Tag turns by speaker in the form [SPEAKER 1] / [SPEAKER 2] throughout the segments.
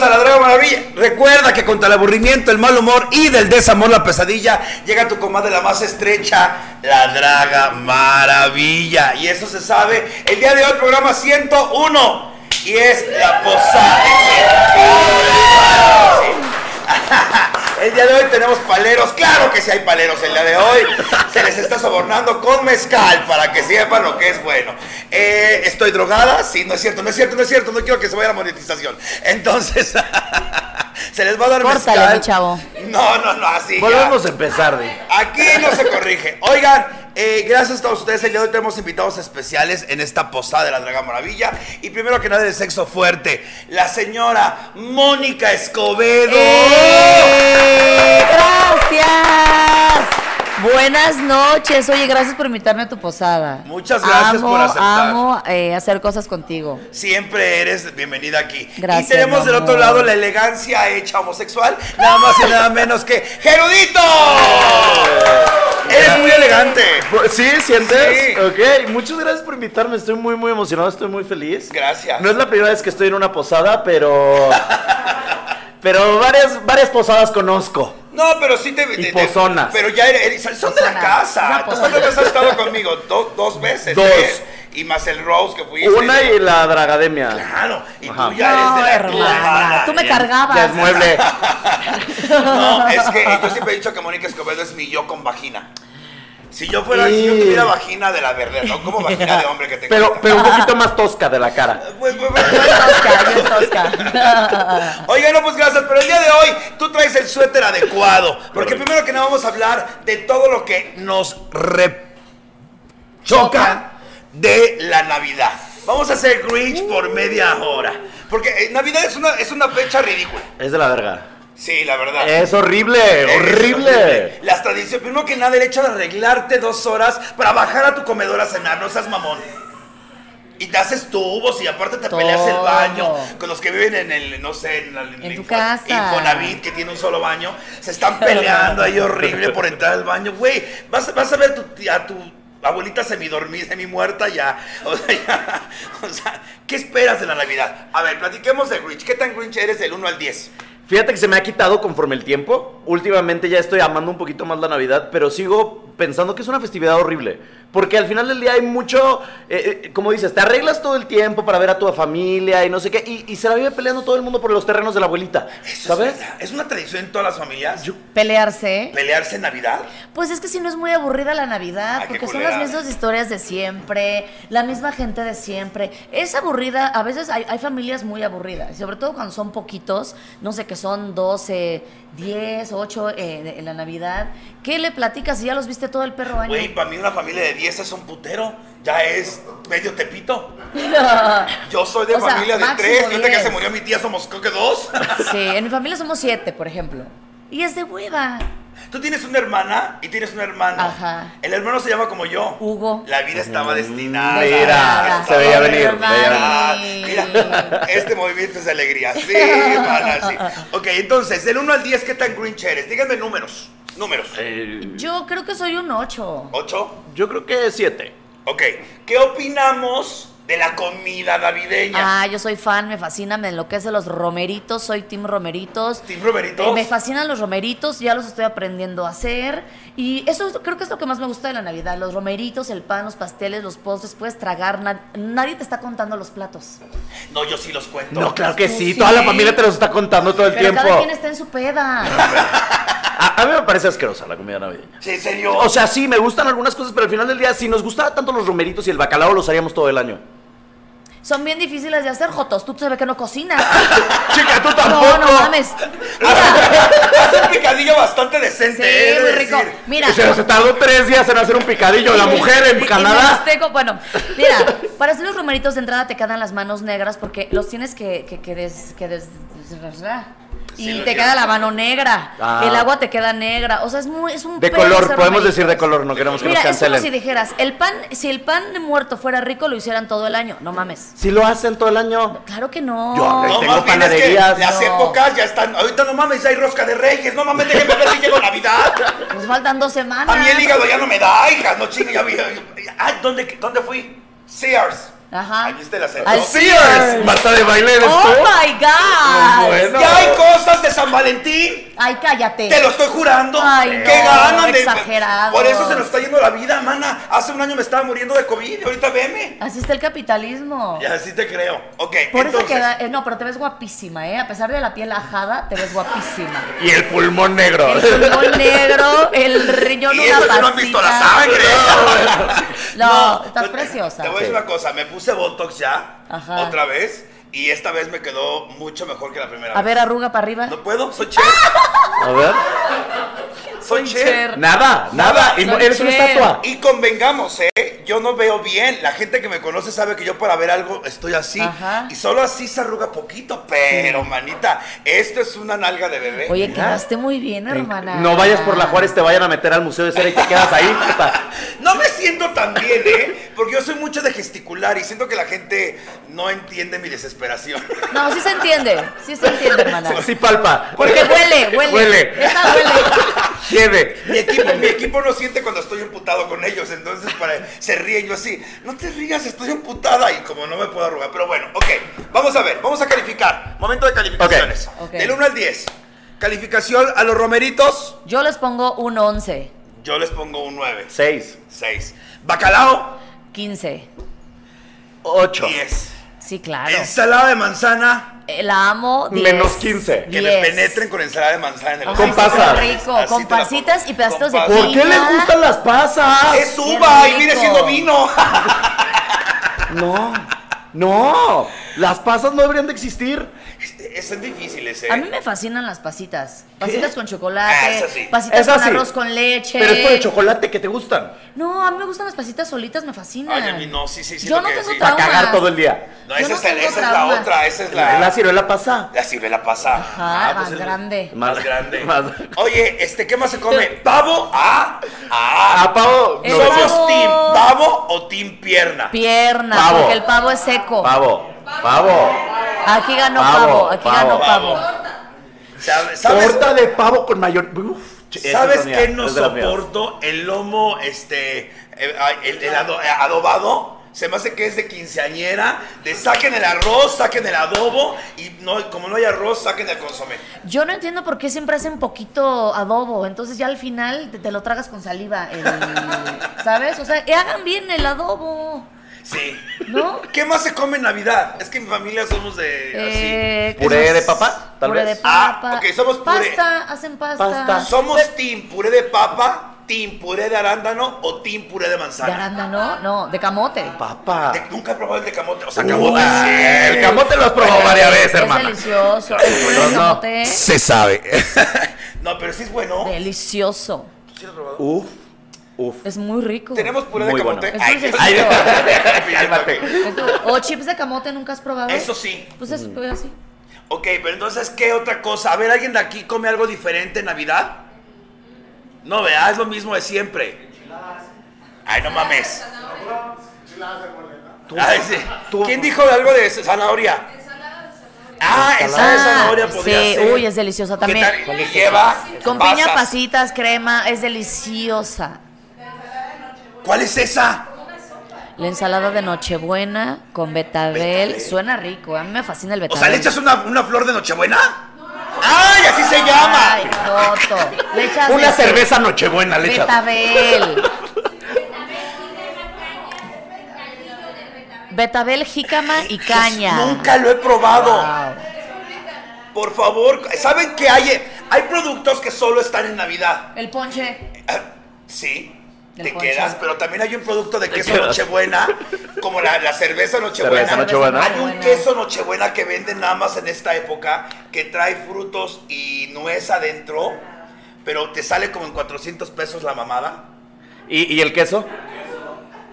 [SPEAKER 1] a la Draga Maravilla. Recuerda que contra el aburrimiento, el mal humor y del desamor, la pesadilla, llega tu comadre la más estrecha, la Draga Maravilla. Y eso se sabe. El día de hoy, programa 101. Y es la posada. Sí. El día de hoy tenemos paleros, claro que sí hay paleros el día de hoy. Se les está sobornando con mezcal para que sepan lo que es bueno. Eh, ¿Estoy drogada? Sí, no es cierto, no es cierto, no es cierto, no quiero que se vaya la monetización. Entonces, se les va a dar
[SPEAKER 2] Córtale,
[SPEAKER 1] mezcal.
[SPEAKER 2] mi chavo.
[SPEAKER 1] No, no, no, así. ya.
[SPEAKER 3] Volvemos a empezar, de.
[SPEAKER 1] Aquí no se corrige. Oigan, eh, gracias a todos ustedes. El día de hoy tenemos invitados especiales en esta posada de la Draga Maravilla. Y primero que nada, de sexo fuerte, la señora Mónica Escobedo.
[SPEAKER 2] ¡Eh! ¡Gracias! Buenas noches. Oye, gracias por invitarme a tu posada.
[SPEAKER 1] Muchas gracias
[SPEAKER 2] Amo,
[SPEAKER 1] por aceptar.
[SPEAKER 2] Amo eh, hacer cosas contigo.
[SPEAKER 1] Siempre eres bienvenida aquí.
[SPEAKER 2] Gracias,
[SPEAKER 1] y tenemos del
[SPEAKER 2] amor.
[SPEAKER 1] otro lado la elegancia hecha homosexual, nada más y nada menos que Gerudito.
[SPEAKER 2] ¡Eh!
[SPEAKER 1] Eres muy elegante.
[SPEAKER 3] ¿Sí? ¿Sientes?
[SPEAKER 1] Sí.
[SPEAKER 3] Ok, muchas gracias por invitarme. Estoy muy, muy emocionado, estoy muy feliz.
[SPEAKER 1] Gracias.
[SPEAKER 3] No es la primera vez que estoy en una posada, pero. pero varias, varias posadas conozco.
[SPEAKER 1] No, pero sí te. te- te-
[SPEAKER 3] pozonas.
[SPEAKER 1] Pero ya eres, son de la
[SPEAKER 2] Pozona.
[SPEAKER 1] casa.
[SPEAKER 2] Una
[SPEAKER 1] ¿Tú
[SPEAKER 2] pozona.
[SPEAKER 1] cuántas veces has estado conmigo? Do- dos veces.
[SPEAKER 3] Dos.
[SPEAKER 1] tres. Y más el Rose que fuiste.
[SPEAKER 3] Una y la dragademia.
[SPEAKER 1] Claro. Y
[SPEAKER 3] Ajá.
[SPEAKER 1] tú ya eres de
[SPEAKER 2] no,
[SPEAKER 1] la
[SPEAKER 2] hermana.
[SPEAKER 1] tu
[SPEAKER 2] Tú me
[SPEAKER 1] hermana.
[SPEAKER 3] Ya es
[SPEAKER 2] cargabas.
[SPEAKER 3] mueble.
[SPEAKER 1] No, es que yo siempre he dicho que Mónica Escobedo es mi yo con vagina. Si yo fuera, si yo
[SPEAKER 3] Y-
[SPEAKER 1] tuviera vagina de la verdad, ¿no? Como vagina de hombre que tengo.
[SPEAKER 3] Pero,
[SPEAKER 1] ahorita.
[SPEAKER 3] pero un poquito más tosca de la cara.
[SPEAKER 1] Pues, pues, pues.
[SPEAKER 2] Yo tosca, yo tosca.
[SPEAKER 1] Oiga, no, pues gracias, pero el día de hoy tú traes el suéter adecuado. Porque
[SPEAKER 3] Correcto.
[SPEAKER 1] primero que nada vamos a hablar de todo lo que nos re- choca
[SPEAKER 2] Choca.
[SPEAKER 1] de la Navidad. Vamos a hacer Grinch por media hora. Porque eh, Navidad es una, es una fecha ridícula.
[SPEAKER 3] Es de la verga.
[SPEAKER 1] Sí, la verdad.
[SPEAKER 3] Es horrible,
[SPEAKER 1] Ah. Es
[SPEAKER 3] horrible.
[SPEAKER 1] Las tradiciones, primero que nada, el hecho de arreglarte dos horas para bajar a tu comedor a cenar, no seas mamón. Y te haces tubos y aparte te peleas el
[SPEAKER 2] Todo.
[SPEAKER 1] baño con los que viven en el, no sé, en, la,
[SPEAKER 2] En tu
[SPEAKER 1] Info-
[SPEAKER 2] casa.
[SPEAKER 1] Infonavit, que tiene un solo baño. Se están peleando ahí horrible por entrar al baño. Güey, vas, vas a ver tu tía- a tu abuelita semidormida, semimuerta ya. O sea, ya. O sea, ¿qué esperas de la Navidad? A ver, platiquemos de Grinch. ¿Qué tan Grinch eres del 1 al 10?
[SPEAKER 3] Fíjate que se me ha quitado conforme el tiempo. Últimamente ya estoy amando un poquito más la Navidad, pero sigo pensando que es una festividad horrible. Porque al final del día hay mucho, eh, eh, como dices, te arreglas todo el tiempo para ver a tu familia y no sé qué, y, y se la vive peleando todo el mundo por los terrenos de la abuelita,
[SPEAKER 1] Eso es
[SPEAKER 3] ¿sabes?
[SPEAKER 1] verdad. Es una tradición en todas las familias.
[SPEAKER 2] Pelearse.
[SPEAKER 1] pelearse en Navidad.
[SPEAKER 2] Pues es que si no es muy aburrida la Navidad,
[SPEAKER 1] Ay, qué
[SPEAKER 2] porque son
[SPEAKER 1] culera.
[SPEAKER 2] las mismas historias de siempre, la misma gente de siempre. Es aburrida, a veces hay, hay familias muy aburridas, sobre todo cuando son poquitos, no sé, que son 12, 10, 8 eh, en la Navidad. ¿Qué le platicas si ya los viste todo el perro año?
[SPEAKER 1] Güey, para mí una familia de 10 es un putero. Ya es medio tepito. Yo soy de
[SPEAKER 2] O sea,
[SPEAKER 1] familia de
[SPEAKER 2] máximo
[SPEAKER 1] 3. Fíjate que
[SPEAKER 2] 10.
[SPEAKER 1] se murió mi tía, somos creo que 2.
[SPEAKER 2] sí, en mi familia somos 7, por ejemplo. Y es de hueva.
[SPEAKER 1] Tú tienes una hermana y tienes un hermano.
[SPEAKER 2] Ajá. Uh.
[SPEAKER 1] El hermano se llama como yo.
[SPEAKER 2] Hugo.
[SPEAKER 1] La vida estaba destinada.
[SPEAKER 3] Mm, Mira,
[SPEAKER 1] Estaba
[SPEAKER 3] se veía venir,
[SPEAKER 1] destinada.
[SPEAKER 3] veía
[SPEAKER 2] venir.
[SPEAKER 1] Mira, este movimiento es de alegría. Sí, hermana, sí. Ok, entonces, del 1 al 10, ¿qué tan grinch eres? Díganme números. Números.
[SPEAKER 3] Eh,
[SPEAKER 2] Yo creo que soy un 8.
[SPEAKER 1] ¿8?
[SPEAKER 3] yo creo que siete.
[SPEAKER 1] Ok, ¿qué opinamos de la comida navideña?
[SPEAKER 2] Ah, yo soy fan, me fascina, me enloquece los romeritos, soy Team Romeritos.
[SPEAKER 1] Team Romeritos.
[SPEAKER 2] Eh, me fascinan los romeritos, ya los estoy aprendiendo a hacer. Y eso es- creo que es lo que más me gusta de la Navidad, los romeritos, el pan, los pasteles, los postres, puedes tragar, na- nadie te está contando los platos.
[SPEAKER 1] No, yo sí los cuento.
[SPEAKER 3] No, claro que
[SPEAKER 2] Tú
[SPEAKER 3] sí,
[SPEAKER 2] sí.
[SPEAKER 3] toda la familia te los está contando todo el
[SPEAKER 2] Pero cada
[SPEAKER 3] tiempo.
[SPEAKER 2] quien está en su peda.
[SPEAKER 3] A, a mí me parece asquerosa la comida navideña.
[SPEAKER 1] ¿Sí, ¿En serio?
[SPEAKER 3] O sea, sí, me gustan algunas cosas, pero al final del día, si nos gustaba tanto los romeritos y el bacalao, los haríamos todo el año.
[SPEAKER 2] Son bien difíciles de hacer, Jotos, tú sabes que no cocinas.
[SPEAKER 3] Chica, tú tampoco.
[SPEAKER 2] No, no mames. Mira,
[SPEAKER 1] Hace un picadillo bastante
[SPEAKER 2] sí,
[SPEAKER 1] decente, he de
[SPEAKER 2] muy
[SPEAKER 1] decir.
[SPEAKER 2] rico. Mira,
[SPEAKER 3] Se nos tardó tres días en hacer un picadillo. La mujer
[SPEAKER 2] Y-
[SPEAKER 3] en
[SPEAKER 2] y
[SPEAKER 3] Canadá.
[SPEAKER 2] los tengo- bueno, mira, para hacer los romeritos de entrada te quedan las manos negras porque los tienes que, que, que des- que des- desrasgar.
[SPEAKER 1] Sí,
[SPEAKER 2] y
[SPEAKER 1] lo
[SPEAKER 2] te
[SPEAKER 1] quiero.
[SPEAKER 2] queda la mano negra,
[SPEAKER 3] Ah.
[SPEAKER 2] el agua te queda negra, o sea, es, muy, es un
[SPEAKER 3] De
[SPEAKER 2] pedo
[SPEAKER 3] color,
[SPEAKER 2] hacer
[SPEAKER 3] podemos
[SPEAKER 2] romeritos.
[SPEAKER 3] decir de color, no queremos que
[SPEAKER 2] Mira,
[SPEAKER 3] nos
[SPEAKER 2] es como si
[SPEAKER 3] cancelen.
[SPEAKER 2] dijeras, el pan, si el pan muerto fuera rico, lo hicieran todo el año, no mames.
[SPEAKER 3] Si lo hacen todo el año.
[SPEAKER 2] Claro que no.
[SPEAKER 3] Yo,
[SPEAKER 1] No,
[SPEAKER 3] Ahí tengo
[SPEAKER 1] más bien es que
[SPEAKER 3] panaderías.
[SPEAKER 1] las
[SPEAKER 2] No.
[SPEAKER 1] épocas ya están. Ahorita no mames, ya hay rosca de reyes. No mames, déjenme ver si llego a Navidad.
[SPEAKER 2] Nos faltan dos semanas.
[SPEAKER 1] A mí el hígado ya no me da, hija. No chingue, ya vi. ya- Ah, ¿dónde, ¿dónde fui? Sears.
[SPEAKER 2] Ajá.
[SPEAKER 1] Ahí viste la
[SPEAKER 2] Al
[SPEAKER 1] serie.
[SPEAKER 3] Sí, eres. Marta de baile eres
[SPEAKER 2] ¡Oh,
[SPEAKER 3] tú.
[SPEAKER 2] my God!
[SPEAKER 3] Bueno.
[SPEAKER 1] Ya hay cosas de San Valentín.
[SPEAKER 2] ¡Ay, cállate!
[SPEAKER 1] Te lo estoy jurando.
[SPEAKER 2] Ay,
[SPEAKER 1] que
[SPEAKER 2] no,
[SPEAKER 1] ganan de.
[SPEAKER 2] exagerados.
[SPEAKER 1] Por eso se nos está yendo la vida, mana. Hace un año me estaba muriendo de COVID y ahorita veme.
[SPEAKER 2] Así está el capitalismo.
[SPEAKER 1] Y así te creo. Ok,
[SPEAKER 2] Por
[SPEAKER 1] entonces.
[SPEAKER 2] eso queda. eh, no, pero te ves guapísima, ¿eh? A pesar de la piel ajada, te ves guapísima.
[SPEAKER 3] Y el pulmón negro.
[SPEAKER 2] El pulmón negro, el riñón
[SPEAKER 1] Y
[SPEAKER 2] una
[SPEAKER 1] eso que
[SPEAKER 2] pasita.
[SPEAKER 1] no han visto la sangre.
[SPEAKER 2] No,
[SPEAKER 1] Pues,
[SPEAKER 2] estás preciosa.
[SPEAKER 1] Te voy a decir una cosa, me puse Botox ya,
[SPEAKER 2] Ajá.
[SPEAKER 1] otra vez, y esta vez me quedó mucho mejor que la primera
[SPEAKER 2] A
[SPEAKER 1] vez.
[SPEAKER 2] ver, arruga para arriba.
[SPEAKER 1] No puedo, soy Cher,
[SPEAKER 3] A ver.
[SPEAKER 1] soy
[SPEAKER 2] Soy
[SPEAKER 1] Cher.
[SPEAKER 2] Cher.
[SPEAKER 3] Nada, nada. Y
[SPEAKER 2] Son
[SPEAKER 3] eres una
[SPEAKER 2] Cher.
[SPEAKER 3] estatua.
[SPEAKER 1] Y convengamos, ¿eh? Yo no veo bien. La gente que me conoce sabe que yo para ver algo estoy así.
[SPEAKER 2] Ajá.
[SPEAKER 1] Y solo así se arruga poquito. Pero, manita, esto es una nalga de bebé.
[SPEAKER 2] Oye, quedaste muy bien, hermana.
[SPEAKER 3] No vayas por la Juárez, te vayan a meter al Museo de Cera y te quedas ahí. puta.
[SPEAKER 1] No me siento tan bien, ¿eh? Porque yo soy mucho de gesticular y siento que la gente no entiende mi desesperación.
[SPEAKER 2] No, sí se entiende. Sí se entiende, hermana.
[SPEAKER 3] Así palpa.
[SPEAKER 2] Porque huele, huele.
[SPEAKER 3] Huele.
[SPEAKER 2] Esa huele.
[SPEAKER 3] Lleve.
[SPEAKER 1] Mi equipo, mi equipo no siente cuando estoy emputado con ellos, entonces para, se ríen yo así, no te rías, estoy emputada y como no me puedo arrugar, pero bueno, ok, vamos a ver, vamos a calificar, momento de calificaciones,
[SPEAKER 2] Ok. Ok.
[SPEAKER 1] del 1 al 10, calificación a los romeritos,
[SPEAKER 2] Yo les pongo un 11,
[SPEAKER 1] yo les pongo un 9,
[SPEAKER 3] Seis.
[SPEAKER 1] 6, bacalao,
[SPEAKER 2] 15.
[SPEAKER 3] Ocho.
[SPEAKER 1] 10,
[SPEAKER 2] Sí, claro.
[SPEAKER 1] ensalada de manzana,
[SPEAKER 2] Eh, La amo. 10.
[SPEAKER 3] Menos 15.
[SPEAKER 1] que me
[SPEAKER 2] 10.
[SPEAKER 1] penetren con ensalada de manzana en el
[SPEAKER 2] Ay,
[SPEAKER 3] Con
[SPEAKER 2] sí,
[SPEAKER 3] pasas.
[SPEAKER 2] qué rico.
[SPEAKER 1] Así
[SPEAKER 2] Con
[SPEAKER 1] te la
[SPEAKER 2] pasitas
[SPEAKER 1] pongo.
[SPEAKER 2] y pedacitos de
[SPEAKER 1] Con
[SPEAKER 2] piña.
[SPEAKER 1] pasas.
[SPEAKER 3] ¿Por qué les gustan las pasas?
[SPEAKER 1] Es uva y
[SPEAKER 2] rico.
[SPEAKER 1] viene siendo vino.
[SPEAKER 3] No. No. Las pasas no deberían de existir.
[SPEAKER 1] Es- Son difíciles, eh.
[SPEAKER 2] A mí me fascinan las pasitas. Pasitas con chocolate,
[SPEAKER 1] Ah, esas sí.
[SPEAKER 2] pasitas
[SPEAKER 3] Esas
[SPEAKER 2] con
[SPEAKER 3] sí.
[SPEAKER 2] arroz con leche.
[SPEAKER 3] Pero es por el chocolate que te gustan.
[SPEAKER 2] No, a mí me gustan las pasitas solitas, me fascinan.
[SPEAKER 1] Ay, a mí no, sí, sí, sí,
[SPEAKER 2] Yo
[SPEAKER 1] lo
[SPEAKER 2] no
[SPEAKER 1] que
[SPEAKER 2] tengo
[SPEAKER 1] decís.
[SPEAKER 3] Para
[SPEAKER 2] traumas.
[SPEAKER 3] cagar todo el día.
[SPEAKER 1] No,
[SPEAKER 2] Yo
[SPEAKER 1] esa,
[SPEAKER 2] no
[SPEAKER 1] es, el-
[SPEAKER 2] tengo
[SPEAKER 1] esa es la
[SPEAKER 2] traumas.
[SPEAKER 1] otra, esa es la...
[SPEAKER 3] La ciruela pasa.
[SPEAKER 1] La ciruela pasa.
[SPEAKER 2] Ajá, más
[SPEAKER 1] el-
[SPEAKER 2] grande.
[SPEAKER 1] Más,
[SPEAKER 3] Más-
[SPEAKER 1] grande.
[SPEAKER 3] más-
[SPEAKER 1] Oye, este, ¿qué más se come? ¿Pavo? Ah, ah.
[SPEAKER 3] Ah, pavo.
[SPEAKER 2] El
[SPEAKER 3] no,
[SPEAKER 1] ¿Somos
[SPEAKER 2] pavo.
[SPEAKER 1] team pavo o team pierna?
[SPEAKER 2] Pierna,
[SPEAKER 3] Pavo.
[SPEAKER 2] porque el pavo es seco.
[SPEAKER 3] Pavo. Pavo.
[SPEAKER 2] Aquí ganó
[SPEAKER 3] Pavo,
[SPEAKER 2] pavo, aquí
[SPEAKER 3] pavo,
[SPEAKER 2] ganó
[SPEAKER 1] pavo.
[SPEAKER 2] pavo.
[SPEAKER 1] ¿Sabes, sabes,
[SPEAKER 3] Torta de pavo con mayor. Uf, esa
[SPEAKER 1] ¿sabes
[SPEAKER 3] es mía,
[SPEAKER 1] qué no
[SPEAKER 3] es de las mías.
[SPEAKER 1] soporto? El lomo, este, eh, ay, el, el ado- eh, adobado. Se me hace que es de quinceañera, de saquen el arroz, saquen el adobo y no, como no hay arroz, saquen el consomé.
[SPEAKER 2] Yo no entiendo por qué siempre hacen poquito adobo, entonces ya al final te, te lo tragas con saliva, el- ¿sabes? O sea, eh, hagan bien el adobo,
[SPEAKER 1] Sí.
[SPEAKER 2] ¿no?
[SPEAKER 1] ¿Qué más se come en Navidad? Es que en mi familia somos de así.
[SPEAKER 2] Eh,
[SPEAKER 3] ¿Puré
[SPEAKER 2] ¿qué
[SPEAKER 3] de
[SPEAKER 2] más?
[SPEAKER 3] papa, tal
[SPEAKER 2] puré
[SPEAKER 3] vez?
[SPEAKER 2] de
[SPEAKER 1] Ah,
[SPEAKER 2] papa.
[SPEAKER 1] ok, somos puré.
[SPEAKER 2] Pasta, hacen pasta.
[SPEAKER 3] Pasta.
[SPEAKER 1] Somos team puré de papa, team puré de arándano o team puré de
[SPEAKER 2] ¿De
[SPEAKER 1] manzana.
[SPEAKER 2] arándano? No, de camote.
[SPEAKER 3] Papa.
[SPEAKER 1] Te- nunca he probado el de camote, o sea,
[SPEAKER 3] Uy,
[SPEAKER 1] camote. sí.
[SPEAKER 3] Ah, el camote lo has probado varias veces,
[SPEAKER 2] Es
[SPEAKER 3] hermana.
[SPEAKER 2] delicioso. El puré
[SPEAKER 3] No,
[SPEAKER 2] de
[SPEAKER 3] no.
[SPEAKER 2] camote.
[SPEAKER 1] Se sabe. no, pero sí es bueno.
[SPEAKER 2] Delicioso.
[SPEAKER 1] Sí lo he probado.
[SPEAKER 3] Uf, uf.
[SPEAKER 2] Es muy rico.
[SPEAKER 1] Tenemos puré
[SPEAKER 3] Muy
[SPEAKER 1] de camote.
[SPEAKER 2] bueno.
[SPEAKER 1] Ay,
[SPEAKER 2] Es dulcecito.
[SPEAKER 1] ay,
[SPEAKER 3] Cálmate.
[SPEAKER 2] Es tu- O chips de camote nunca has probado.
[SPEAKER 1] Eso sí.
[SPEAKER 2] Pues eso, pues así.
[SPEAKER 1] ok, pero entonces, ¿qué otra cosa? A ver, ¿alguien de aquí come algo diferente en Navidad? No, vea, es lo mismo de siempre. Ay, no mames. Ay, sí.
[SPEAKER 3] tú-
[SPEAKER 1] ¿Quién dijo algo de zanahoria? Ah, ensalada de zanahoria podría
[SPEAKER 2] sí,
[SPEAKER 1] ser.
[SPEAKER 2] uy, es deliciosa
[SPEAKER 1] ¿Qué
[SPEAKER 2] también.
[SPEAKER 1] tal? ¿Qué lleva?
[SPEAKER 2] Con
[SPEAKER 1] pasas.
[SPEAKER 2] piña, pasitas, crema, es deliciosa.
[SPEAKER 1] ¿Cuál es esa?
[SPEAKER 2] La ensalada de Nochebuena con betabel,
[SPEAKER 1] Betabel.
[SPEAKER 2] suena rico, a mí me fascina el
[SPEAKER 1] O
[SPEAKER 2] betabel.
[SPEAKER 1] sea, ¿le echas una, una flor de Nochebuena? ¡Ay, así se llama!
[SPEAKER 2] Ay, Joto. Le echas
[SPEAKER 3] Una
[SPEAKER 2] este,
[SPEAKER 3] cerveza nochebuena, le echas.
[SPEAKER 2] Betabel. betabel, jícama y caña.
[SPEAKER 1] Nunca lo he probado.
[SPEAKER 2] Wow.
[SPEAKER 1] Por favor, ¿saben que hay? Hay productos que solo están en Navidad.
[SPEAKER 2] El ponche.
[SPEAKER 1] Ah, Sí.
[SPEAKER 2] El
[SPEAKER 1] Te
[SPEAKER 2] ponche.
[SPEAKER 1] quedas, pero también hay un producto de queso
[SPEAKER 3] quedas.
[SPEAKER 1] Nochebuena, como la, la cerveza Nochebuena.
[SPEAKER 3] Cerveza Nochebuena.
[SPEAKER 1] Hay un queso Nochebuena que venden nada más en esta época, que trae frutos y nuez adentro, pero te sale como en 400 pesos la mamada.
[SPEAKER 3] ¿Y, y el queso?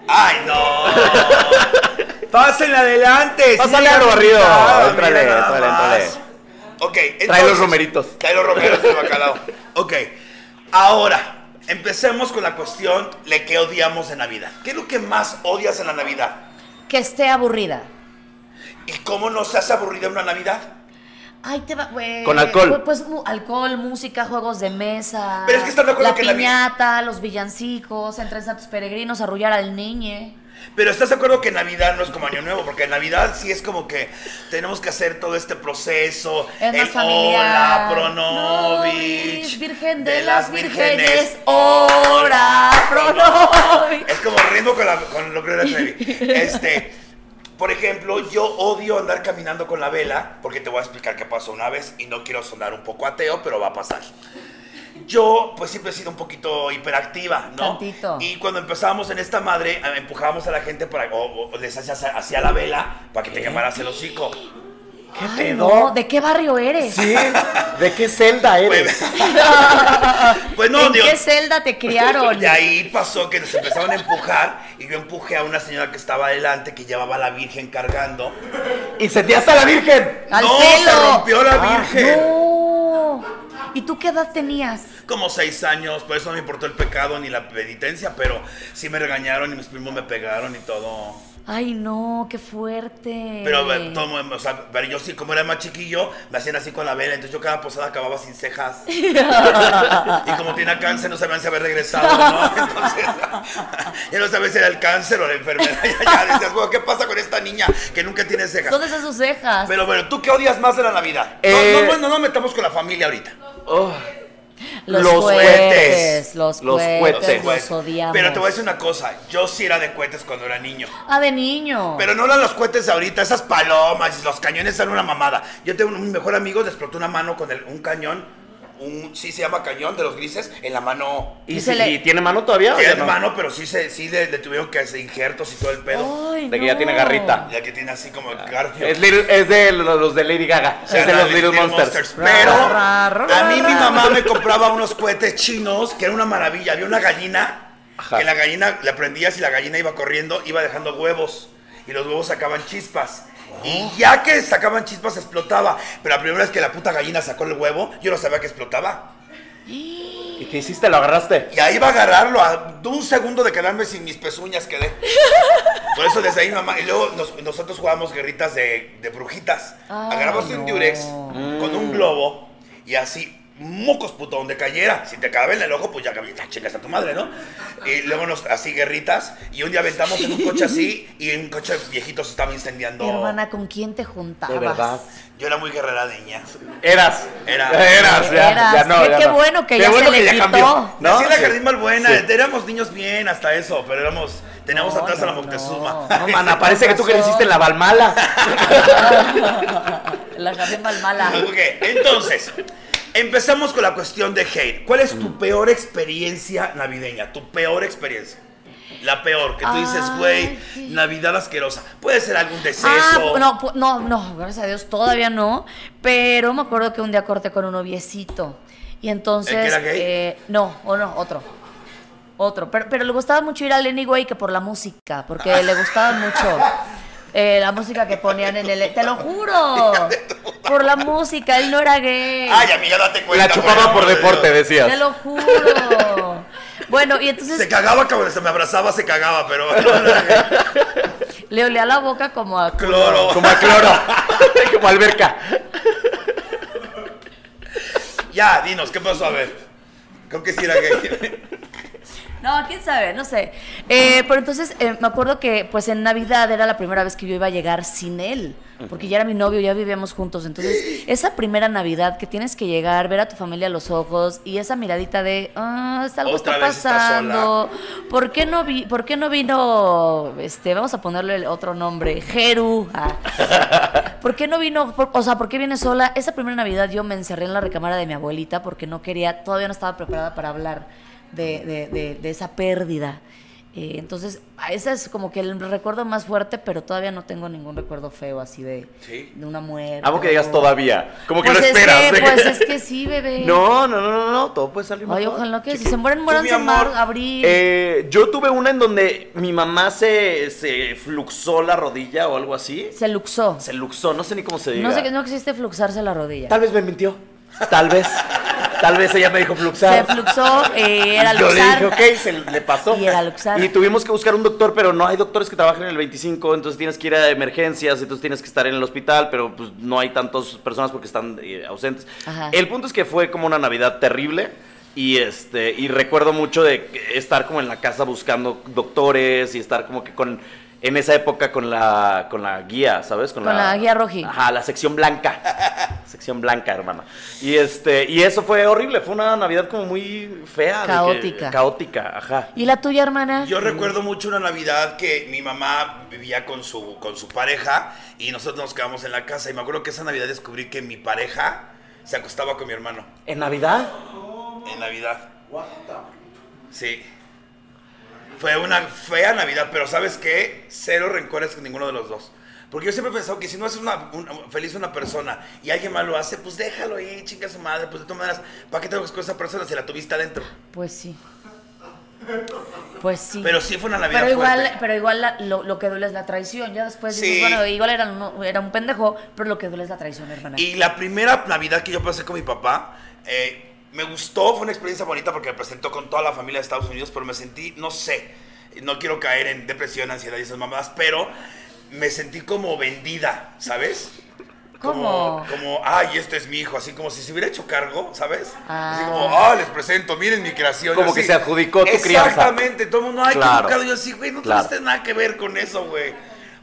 [SPEAKER 1] ¡Ay, no! ¡Pásenle adelante!
[SPEAKER 3] Pásale
[SPEAKER 1] Sí,
[SPEAKER 3] algo,
[SPEAKER 1] amiguita,
[SPEAKER 3] barrido.
[SPEAKER 1] mira
[SPEAKER 3] Éntrale,
[SPEAKER 1] nada
[SPEAKER 3] éntrale,
[SPEAKER 1] más.
[SPEAKER 3] éntrale.
[SPEAKER 1] Ok,
[SPEAKER 3] Trae los romeritos.
[SPEAKER 1] Trae los romeros de bacalao. Ok, ahora, empecemos con la cuestión de qué odiamos de Navidad. ¿Qué es lo que más odias en la Navidad?
[SPEAKER 2] Que esté aburrida.
[SPEAKER 1] ¿Y cómo nos hace aburrida una Navidad?
[SPEAKER 2] Ay, te va, güey.
[SPEAKER 3] Con alcohol.
[SPEAKER 2] Pues, pues, mu- alcohol, música, juegos de mesa.
[SPEAKER 1] Pero es que están de acuerdo
[SPEAKER 2] la
[SPEAKER 1] que la vi-
[SPEAKER 2] piñata, los villancicos, entre santos peregrinos, arrullar al niño.
[SPEAKER 1] Pero estás de acuerdo que Navidad no es como Año Nuevo, porque en Navidad sí es como que tenemos que hacer todo este proceso.
[SPEAKER 2] Es más
[SPEAKER 1] el hola,
[SPEAKER 2] familiar.
[SPEAKER 1] pronovich.
[SPEAKER 2] Novis, virgen de, las vírgenes. Ora, pronovich.
[SPEAKER 1] Es como ritmo con, la, con lo que era Trevi. Este, por ejemplo, yo odio andar caminando con la vela, porque te voy a explicar qué pasó una vez y no quiero sonar un poco ateo, pero va a pasar. Yo, pues siempre he sido un poquito hiperactiva, ¿no?
[SPEAKER 2] Tantito.
[SPEAKER 1] Y cuando empezábamos en esta madre, eh, empujábamos a la gente para, o, o- o les hacías hacia la vela para que te quemaras el hocico.
[SPEAKER 3] ¿Qué
[SPEAKER 2] Ay,
[SPEAKER 3] pedo?
[SPEAKER 2] no, ¿De qué barrio eres?
[SPEAKER 3] Sí, ¿De qué celda eres?
[SPEAKER 1] Pues, pues no,
[SPEAKER 2] ¿En
[SPEAKER 1] Dios.
[SPEAKER 2] qué celda te criaron?
[SPEAKER 1] De ahí pasó que nos empezaron a empujar y yo empujé a una señora que estaba adelante que llevaba a la Virgen cargando.
[SPEAKER 3] y sentías a la Virgen.
[SPEAKER 2] ¡Al
[SPEAKER 1] no, se
[SPEAKER 2] pelo!
[SPEAKER 1] rompió la
[SPEAKER 3] Ah,
[SPEAKER 1] Virgen.
[SPEAKER 2] No. ¿Y tú qué edad tenías?
[SPEAKER 1] Como seis años, por eso no me importó el pecado ni la penitencia, pero sí me regañaron y mis primos me pegaron y todo.
[SPEAKER 2] Ay, no, qué fuerte.
[SPEAKER 1] Pero, eh, todo mu- o sea, pero yo sí, como era más chiquillo, me hacían así con la vela, entonces yo cada posada acababa sin cejas. y como tenía cáncer, no sabían si haber regresado, ¿no? Entonces, ya no sabían si era el cáncer o la enfermedad. Ya, ya decías, bueno, ¿qué pasa con esta niña que nunca tiene cejas?
[SPEAKER 2] ¿Dónde están sus cejas?
[SPEAKER 1] Pero bueno, ¿tú qué odias más de la Navidad? No,
[SPEAKER 3] Eh,
[SPEAKER 1] no, bueno, no metamos con la familia ahorita.
[SPEAKER 3] Oh,
[SPEAKER 2] los,
[SPEAKER 3] los
[SPEAKER 2] cohetes,
[SPEAKER 1] cohetes.
[SPEAKER 2] Los
[SPEAKER 3] Los
[SPEAKER 2] cohetes. Los
[SPEAKER 3] cohetes.
[SPEAKER 1] Pues,
[SPEAKER 2] odiamos.
[SPEAKER 1] Pero te voy a decir una cosa, yo sí era de cohetes cuando era niño.
[SPEAKER 2] Ah, de niño.
[SPEAKER 1] Pero no eran los cohetes ahorita, esas palomas y los cañones eran una mamada. Yo tengo un mejor amigo, le explotó una mano con el- un cañón, un, sí se llama cañón de los grises, en la mano.
[SPEAKER 3] ¿Y,
[SPEAKER 2] Y se
[SPEAKER 3] si-
[SPEAKER 2] le-
[SPEAKER 3] y tiene mano todavía?
[SPEAKER 1] Tiene
[SPEAKER 3] ¿O ya no?
[SPEAKER 1] mano, pero sí, se, sí le, le tuvieron que hacer injertos y todo el pedo.
[SPEAKER 2] Ay,
[SPEAKER 3] De que ya
[SPEAKER 2] no.
[SPEAKER 3] tiene garrita.
[SPEAKER 1] Ya que tiene así como Garfio.
[SPEAKER 3] Oh. Ah. Es, Little- es de los los de Lady Gaga.
[SPEAKER 1] O sea,
[SPEAKER 3] es de
[SPEAKER 1] la
[SPEAKER 3] los
[SPEAKER 1] de
[SPEAKER 3] Little,
[SPEAKER 1] Little
[SPEAKER 3] Monsters. Ah.
[SPEAKER 1] Monsters.
[SPEAKER 2] Ra, ra,
[SPEAKER 1] Pero
[SPEAKER 2] ra,
[SPEAKER 1] a mí
[SPEAKER 2] ra,
[SPEAKER 1] mi
[SPEAKER 2] ra.
[SPEAKER 1] mamá me compraba unos cohetes chinos que era una maravilla. Había una gallina
[SPEAKER 3] Ajá.
[SPEAKER 1] que la gallina la prendías y la gallina iba corriendo, iba dejando huevos y los huevos sacaban chispas. Y ya que sacaban chispas explotaba. Pero la primera vez que la puta gallina sacó el huevo, yo no sabía que explotaba.
[SPEAKER 3] ¿Y qué hiciste? ¿Lo agarraste?
[SPEAKER 1] Y ahí iba a agarrarlo a de un segundo de quedarme sin mis pezuñas quedé. Por eso desde ahí mamá. Y luego nos- nosotros jugábamos guerritas de, de brujitas.
[SPEAKER 2] Ah,
[SPEAKER 1] Agarramos un
[SPEAKER 2] no.
[SPEAKER 1] durex con un globo y así mocos puto donde cayera. Si te cabe en el ojo, pues ya cabita, chingas a tu madre, ¿no? Y luego nos así guerritas y un día aventamos en un coche así y en un coche viejito se estaba incendiando.
[SPEAKER 2] Hermana, ¿con quién te juntabas?
[SPEAKER 3] De verdad.
[SPEAKER 1] Yo era muy guerrera de niña.
[SPEAKER 3] Eras.
[SPEAKER 1] Era.
[SPEAKER 3] Eras. Ya,
[SPEAKER 2] Eras.
[SPEAKER 3] ya no,
[SPEAKER 2] Qué-
[SPEAKER 3] ya
[SPEAKER 2] qué
[SPEAKER 3] no.
[SPEAKER 2] bueno que ya se le quitó.
[SPEAKER 1] ¿No?
[SPEAKER 3] ¿No?
[SPEAKER 1] Sí, la
[SPEAKER 3] Sí.
[SPEAKER 1] jardín mal buena.
[SPEAKER 3] Sí.
[SPEAKER 1] Éramos niños bien hasta eso, pero éramos, teníamos
[SPEAKER 2] No,
[SPEAKER 1] atrás a la
[SPEAKER 2] no,
[SPEAKER 1] Moctezuma.
[SPEAKER 2] no.
[SPEAKER 3] No, mana, parece que tú creciste en la Balmala.
[SPEAKER 2] La Javier Malmala.
[SPEAKER 1] Ah, Ok, entonces, empezamos con la cuestión de hate. ¿Cuál es tu peor experiencia navideña? Tu peor experiencia. La peor, que tú dices,
[SPEAKER 2] Ay,
[SPEAKER 1] güey,
[SPEAKER 2] sí.
[SPEAKER 1] Navidad asquerosa. Puede ser algún deceso.
[SPEAKER 2] Ah, no, pu- no, no, gracias a Dios todavía no. Pero me acuerdo que un día corté con un noviecito. Y entonces.
[SPEAKER 1] era gay?
[SPEAKER 2] eh, no, o no, otro. Otro. Pero, pero le gustaba mucho ir al Anyway que por la música, porque le gustaba mucho. eh, la música que ponían en el... ¡Te lo juro! Por la música, él no era gay.
[SPEAKER 1] Ay, amiga, date cuenta.
[SPEAKER 3] La chupaba
[SPEAKER 1] amor
[SPEAKER 3] por
[SPEAKER 1] de
[SPEAKER 3] deporte,
[SPEAKER 1] Dios.
[SPEAKER 2] ¡Te
[SPEAKER 3] decías.
[SPEAKER 2] lo juro! Bueno, y entonces...
[SPEAKER 1] Se cagaba, cabrón. Se me abrazaba, se cagaba, pero.
[SPEAKER 2] Le olía la boca como a culo.
[SPEAKER 1] Cloro.
[SPEAKER 3] Como a cloro. Como alberca.
[SPEAKER 1] ya, dinos, ¿qué pasó? A ver. Creo que sí era gay.
[SPEAKER 2] No, quién sabe, no sé. Eh, pero entonces eh, me acuerdo que pues en Navidad era la primera vez que yo iba a llegar sin él, porque ya era mi novio, ya vivíamos juntos. Entonces, esa primera Navidad que tienes que llegar, ver a tu familia a los ojos y esa miradita de, ah, está- algo
[SPEAKER 1] Otra
[SPEAKER 2] está
[SPEAKER 1] vez estás sola.
[SPEAKER 2] pasando. ¿Por qué no vi, por qué no vino este, vamos a ponerle el otro nombre, Jeru? Ah. ¿Por qué no vino? por- o sea, ¿por qué viene sola? Esa primera Navidad yo me encerré en la recámara de mi abuelita porque no quería, todavía no estaba preparada para hablar de, de- de- de esa pérdida. Eh, entonces, a- ese es como que el recuerdo más fuerte, pero todavía no tengo ningún recuerdo feo así de,
[SPEAKER 1] Sí.
[SPEAKER 2] de una muerte.
[SPEAKER 3] Algo que digas
[SPEAKER 2] o-
[SPEAKER 3] todavía. Como que
[SPEAKER 2] Pues
[SPEAKER 3] lo
[SPEAKER 2] es que-
[SPEAKER 3] esperas. de
[SPEAKER 2] pues es que sí, bebé.
[SPEAKER 3] No, no, no, no, no. Todo puede salir
[SPEAKER 2] Ay,
[SPEAKER 3] mejor.
[SPEAKER 2] ojalá que si
[SPEAKER 3] Chiquito.
[SPEAKER 2] se mueren,
[SPEAKER 1] Tú,
[SPEAKER 2] mueran
[SPEAKER 1] mi
[SPEAKER 2] en
[SPEAKER 1] amor,
[SPEAKER 2] mar, abril.
[SPEAKER 3] Eh, yo tuve una en donde mi mamá se, se fluxó la rodilla o algo así.
[SPEAKER 2] se luxó.
[SPEAKER 3] Se luxó, no sé ni cómo se diga.
[SPEAKER 2] No sé que no existe fluxarse la rodilla.
[SPEAKER 3] Tal vez me mintió. Tal vez. Tal vez ella me dijo
[SPEAKER 2] Se
[SPEAKER 3] fluxar.
[SPEAKER 2] fluxó, eh, era
[SPEAKER 3] Yo le
[SPEAKER 2] luxar.
[SPEAKER 3] dije, ok, se le pasó.
[SPEAKER 2] Y era luxar.
[SPEAKER 3] Y tuvimos que buscar un doctor, pero no hay doctores que trabajen en el 25, entonces tienes que ir a emergencias, entonces tienes que estar en el hospital, pero pues no hay tantas personas porque están eh, ausentes.
[SPEAKER 2] Ajá.
[SPEAKER 3] El punto es que fue como una Navidad terrible. Y este, y recuerdo mucho de estar como en la casa buscando doctores y estar como que con en esa época con la con la guía, ¿sabes?
[SPEAKER 2] Con la guía roji.
[SPEAKER 3] Ajá, la sección blanca. sección blanca, hermana. Y este, y eso fue horrible, fue una Navidad como muy fea, de que-
[SPEAKER 2] Caótica.
[SPEAKER 3] caótica, ajá.
[SPEAKER 2] ¿Y la tuya, hermana?
[SPEAKER 1] Yo recuerdo mucho una Navidad que mi mamá vivía con su, con su pareja y nosotros nos quedamos en la casa. Y me acuerdo que esa Navidad descubrí que mi pareja se acostaba con mi hermano
[SPEAKER 3] En Navidad
[SPEAKER 1] en Navidad. Sí. Fue una fea Navidad, pero ¿sabes qué? Cero rencores con ninguno de los dos. Porque yo siempre he pensado que si no haces una, una- feliz a una persona y alguien más lo hace, pues déjalo ahí, chinga su madre. Pues de todas maneras, ¿para qué te buscas con esa persona si la tuviste adentro?
[SPEAKER 2] Pues sí. Pues sí.
[SPEAKER 1] Pero sí fue una Navidad
[SPEAKER 2] Pero igual,
[SPEAKER 1] fuerte.
[SPEAKER 2] pero igual la- lo, lo que duele es la traición. Ya después dices,
[SPEAKER 1] Sí.
[SPEAKER 2] bueno, igual era un, era un pendejo, pero lo que duele es la traición, hermana.
[SPEAKER 1] Y la primera Navidad que yo pasé con mi papá, eh, me gustó, fue una experiencia bonita porque me presentó con toda la familia de Estados Unidos, pero me sentí, no sé, no quiero caer en depresión, ansiedad y esas mamadas, pero me sentí como vendida, ¿sabes?
[SPEAKER 2] ¿Cómo?
[SPEAKER 1] Como, como, ay, este es mi hijo, así como si se hubiera hecho cargo, ¿sabes? Así
[SPEAKER 2] Ah.
[SPEAKER 1] como, ah, les presento, miren mi creación.
[SPEAKER 3] Como
[SPEAKER 1] yo
[SPEAKER 3] que
[SPEAKER 1] así.
[SPEAKER 3] se adjudicó tu crianza.
[SPEAKER 1] Exactamente, todo el mundo, ay,
[SPEAKER 3] Claro.
[SPEAKER 1] qué educado", Yo así, güey, no
[SPEAKER 3] Claro.
[SPEAKER 1] tuviste nada que ver con eso, güey.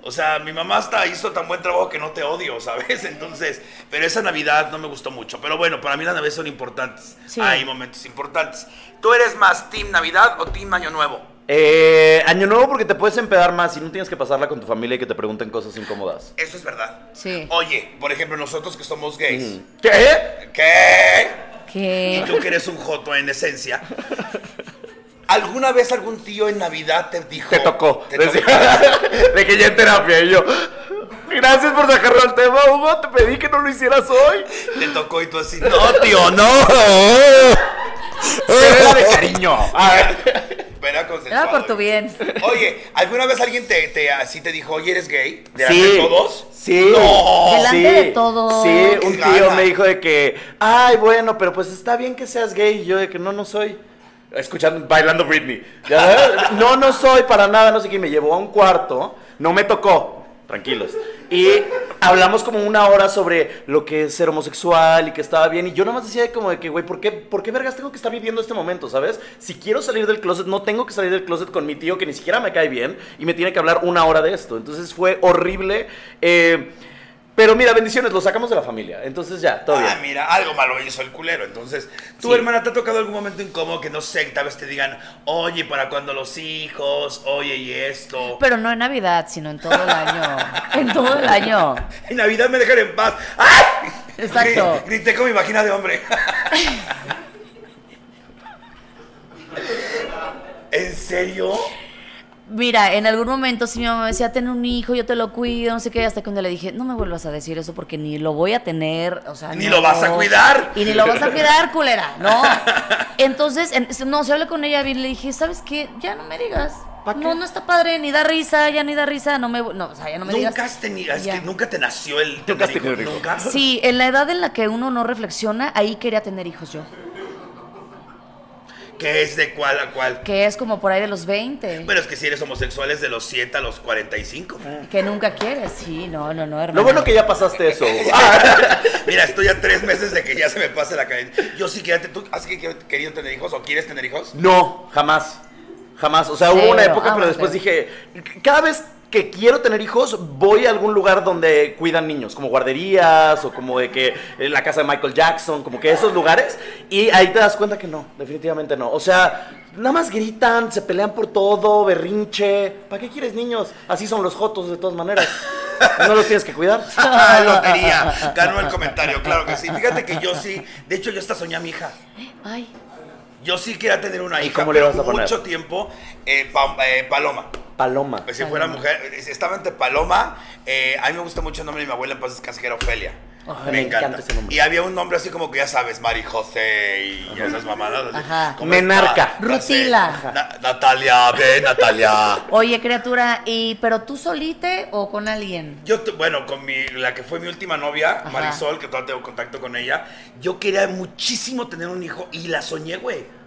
[SPEAKER 1] O sea, mi mamá hasta hizo tan buen trabajo que no te odio, ¿sabes? Entonces, pero esa Navidad no me gustó mucho. Pero bueno, para mí las Navidades son importantes.
[SPEAKER 2] Sí.
[SPEAKER 1] Hay momentos importantes. ¿Tú eres más Team Navidad o Team Año Nuevo?
[SPEAKER 3] Eh, año nuevo porque te puedes empedar más y no tienes que pasarla con tu familia y que te pregunten cosas incómodas.
[SPEAKER 1] Eso es verdad.
[SPEAKER 2] Sí.
[SPEAKER 1] Oye, por ejemplo, nosotros que somos gays.
[SPEAKER 3] ¿Qué? ¿Eh?
[SPEAKER 1] ¿Qué? Y
[SPEAKER 2] ¿Qué?
[SPEAKER 1] tú que eres un joto en esencia. ¿Alguna vez algún tío en Navidad te dijo?
[SPEAKER 3] Te tocó.
[SPEAKER 1] "Te
[SPEAKER 3] Decía-
[SPEAKER 1] tocó"?
[SPEAKER 3] de que ya en terapia y yo. Gracias por sacarlo al tema, Hugo. Te pedí que no lo hicieras hoy.
[SPEAKER 1] Te tocó y tú así.
[SPEAKER 3] No,
[SPEAKER 1] No,
[SPEAKER 3] tío, no. Pero era de cariño. A ver.
[SPEAKER 1] Espera, consensuado.
[SPEAKER 2] Era por tu bien.
[SPEAKER 1] Oye, ¿alguna vez alguien te, te así te dijo, oye, eres gay? ¿Delante
[SPEAKER 3] Sí.
[SPEAKER 1] de todos?
[SPEAKER 3] Sí.
[SPEAKER 1] No.
[SPEAKER 2] Delante de todos.
[SPEAKER 3] Sí,
[SPEAKER 1] Qué
[SPEAKER 3] un tío
[SPEAKER 1] gana.
[SPEAKER 3] me dijo de que, ay, bueno, pero pues está bien que seas gay. Y yo de que no, no soy. Escuchando, bailando Britney. Ya sabes, no, no soy para nada, no sé qué. Me llevó a un cuarto, no me tocó. Tranquilos. Y hablamos como una hora sobre lo que es ser homosexual y que estaba bien. Y yo nada más decía como de que, güey, ¿por qué, ¿por qué vergas tengo que estar viviendo este momento, sabes? Si quiero salir del closet, no tengo que salir del closet con mi tío que ni siquiera me cae bien y me tiene que hablar una hora de esto. Entonces fue horrible. Eh, pero mira, bendiciones, lo sacamos de la familia. Entonces ya, todo
[SPEAKER 1] Ah,
[SPEAKER 3] bien.
[SPEAKER 1] mira, algo malo hizo el culero. Entonces, ¿tu
[SPEAKER 3] Sí.
[SPEAKER 1] hermana te ha tocado algún momento incómodo que no sé, tal vez te digan, oye, ¿para cuándo los hijos? Oye, y esto.
[SPEAKER 2] Pero no en Navidad, sino en todo el año. En todo el año.
[SPEAKER 1] En Navidad me dejan en paz. ¡Ay!
[SPEAKER 2] Exacto.
[SPEAKER 1] Gri- Grité con mi vagina de hombre. ¿En serio?
[SPEAKER 2] Mira, en algún momento si mi mamá me decía, ten un hijo, yo te lo cuido, no sé qué, hasta que un día le dije, no me vuelvas a decir eso porque ni lo voy a tener, o sea...
[SPEAKER 1] Ni
[SPEAKER 2] no.
[SPEAKER 1] lo vas a cuidar.
[SPEAKER 2] Y ni lo vas a cuidar, culera, ¿no? Entonces, en- no, se hablé con ella bien, le dije, ¿sabes qué? Ya no me digas.
[SPEAKER 3] ¿Pa qué?
[SPEAKER 2] No, no está padre, ni da risa, ya ni da risa, no me... No, o sea, ya no me digas.
[SPEAKER 1] nunca has tenido, es
[SPEAKER 2] Ya.
[SPEAKER 1] que nunca te nació el
[SPEAKER 3] Nunca has
[SPEAKER 1] tener
[SPEAKER 3] tenido
[SPEAKER 1] hijos,
[SPEAKER 3] hijos.
[SPEAKER 1] ¿Nunca?
[SPEAKER 2] Sí, en la edad en la que uno no reflexiona, ahí quería tener hijos yo,
[SPEAKER 1] ¿Qué es de cuál a cuál?
[SPEAKER 2] que es como por ahí de los 20,
[SPEAKER 1] Pero es que si eres homosexual es de los 7 a los 45.
[SPEAKER 2] que nunca quieres. Sí, no, no, no, hermano.
[SPEAKER 3] Lo bueno que ya pasaste eso. Ah,
[SPEAKER 1] Mira, estoy a tres meses de que ya se me pase la cadencia. Yo sí que ya te- ¿Tú has que- que- querido tener hijos o quieres tener hijos?
[SPEAKER 3] no, jamás. Jamás. O sea, hubo
[SPEAKER 2] Cero,
[SPEAKER 3] una época, pero
[SPEAKER 2] ámate.
[SPEAKER 3] después dije, cada vez que quiero tener hijos, voy a algún lugar donde cuidan niños, como guarderías o como de que eh, la casa de Michael Jackson, como que esos lugares. Y ahí te das cuenta que no, definitivamente no. O sea, nada más gritan, se pelean por todo, berrinche. ¿Para qué quieres niños? Así son los jotos de todas maneras. No los tienes que cuidar.
[SPEAKER 1] ¡Ah, lotería! Ganó el comentario, claro que sí. Fíjate que yo sí, de hecho yo hasta soñé a mi hija.
[SPEAKER 2] Ay,
[SPEAKER 1] Yo sí quería tener una
[SPEAKER 3] ¿Y
[SPEAKER 1] hija,
[SPEAKER 3] cómo le
[SPEAKER 1] pero
[SPEAKER 3] vas a poner?
[SPEAKER 1] mucho tiempo eh, pa- eh, Paloma.
[SPEAKER 3] Paloma.
[SPEAKER 1] Pues si fuera
[SPEAKER 2] Paloma.
[SPEAKER 1] mujer, eh, estaba entre Paloma. eh, a mí me gusta mucho el nombre de mi abuela en paz descanse, que era Ofelia.
[SPEAKER 3] Ay,
[SPEAKER 1] me,
[SPEAKER 3] me
[SPEAKER 1] encanta.
[SPEAKER 3] encanta ese nombre.
[SPEAKER 1] Y había un nombre así como que ya sabes, Mari José y esas mamadas. así,
[SPEAKER 2] Ajá.
[SPEAKER 1] como
[SPEAKER 3] Menarca.
[SPEAKER 1] esta-
[SPEAKER 2] Rutila.
[SPEAKER 1] Ajá. Na- Natalia, ve Natalia.
[SPEAKER 2] Oye, criatura, ¿y pero tú solite o con alguien?
[SPEAKER 1] Yo, tu- bueno, con mi, la que fue mi última novia,
[SPEAKER 2] Ajá.
[SPEAKER 1] Marisol, que todavía tengo contacto con ella, yo quería muchísimo tener un hijo y la soñé, güey.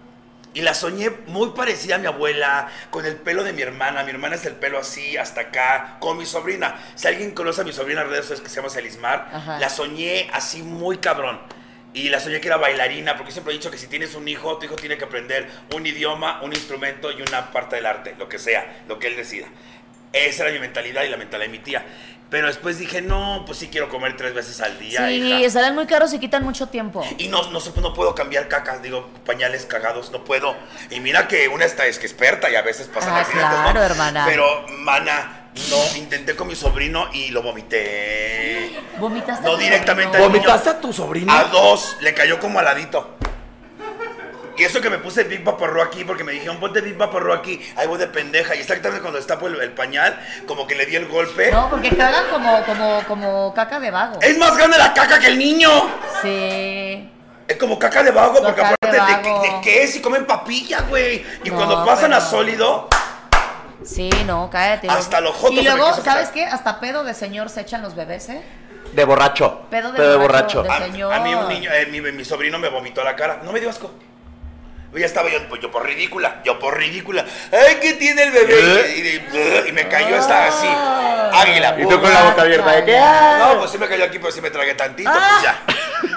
[SPEAKER 1] Y la soñé muy parecida a mi abuela, con el pelo de mi hermana. Mi hermana es el pelo así, hasta acá, con mi sobrina. Si alguien conoce a mi sobrina en redes sociales que se llama Selismar,
[SPEAKER 2] Ajá.
[SPEAKER 1] la soñé así muy cabrón. Y la soñé que era bailarina, porque siempre he dicho que si tienes un hijo, tu hijo tiene que aprender un idioma, un instrumento y una parte del arte, lo que sea, lo que él decida. Esa era mi mentalidad y la mentalidad de mi tía. Pero después dije, no, pues sí quiero comer tres veces al día. hija.
[SPEAKER 2] Sí, salen muy caros y quitan mucho tiempo.
[SPEAKER 1] Y no, no, se- no puedo cambiar cacas, digo, pañales cagados, no puedo. Y mira que una está es que experta y a veces pasan
[SPEAKER 2] Ah,
[SPEAKER 1] accidentes, ¿no?
[SPEAKER 2] claro, hermana.
[SPEAKER 1] Pero, mana, no, intenté con mi sobrino y lo vomité.
[SPEAKER 2] Vomitaste.
[SPEAKER 1] No,
[SPEAKER 2] a tu
[SPEAKER 1] directamente
[SPEAKER 2] sobrino.
[SPEAKER 3] ¿Vomitaste a tu sobrino?
[SPEAKER 1] A dos, le cayó como aladito. Y eso que me puse Big Vaporro aquí, porque me dijeron, ponte Big Vaporro aquí, ahí voy de pendeja. Y exactamente cuando destapo el, el pañal, como que le di el golpe.
[SPEAKER 2] No, porque cagan como, como, como caca de vago.
[SPEAKER 1] Es más grande la caca que el niño.
[SPEAKER 2] Sí.
[SPEAKER 1] Es como caca de vago,
[SPEAKER 2] Como
[SPEAKER 1] porque
[SPEAKER 2] caca
[SPEAKER 1] aparte,
[SPEAKER 2] de
[SPEAKER 1] ¿de, qué-
[SPEAKER 2] vago.
[SPEAKER 1] de qué? Si comen papilla, güey. Y
[SPEAKER 2] No,
[SPEAKER 1] cuando pasan a
[SPEAKER 2] pero-
[SPEAKER 1] sólido,
[SPEAKER 2] Sí, no, cállate.
[SPEAKER 1] Hasta los jotos
[SPEAKER 2] Y
[SPEAKER 1] se me
[SPEAKER 2] luego,
[SPEAKER 1] quiso sacar.
[SPEAKER 2] ¿sabes qué? Hasta pedo de señor se echan los bebés, ¿eh?
[SPEAKER 3] De borracho.
[SPEAKER 2] Pedo de borracho,
[SPEAKER 3] borracho.
[SPEAKER 2] de-
[SPEAKER 1] a,
[SPEAKER 2] señor.
[SPEAKER 1] a mí un niño, eh, mi, mi sobrino me vomitó la cara. No me dio asco. Ya estaba yo, pues, yo por ridícula, yo por ridícula. ¡Ay, qué tiene el bebé! Y, y- y me cayó hasta así.
[SPEAKER 2] Ah.
[SPEAKER 1] Águila.
[SPEAKER 3] ¿Eh? Y tú con la boca abierta de Ah. que.
[SPEAKER 1] No, pues sí me cayó aquí, pero sí me tragué tantito, pues ya.
[SPEAKER 2] Ah.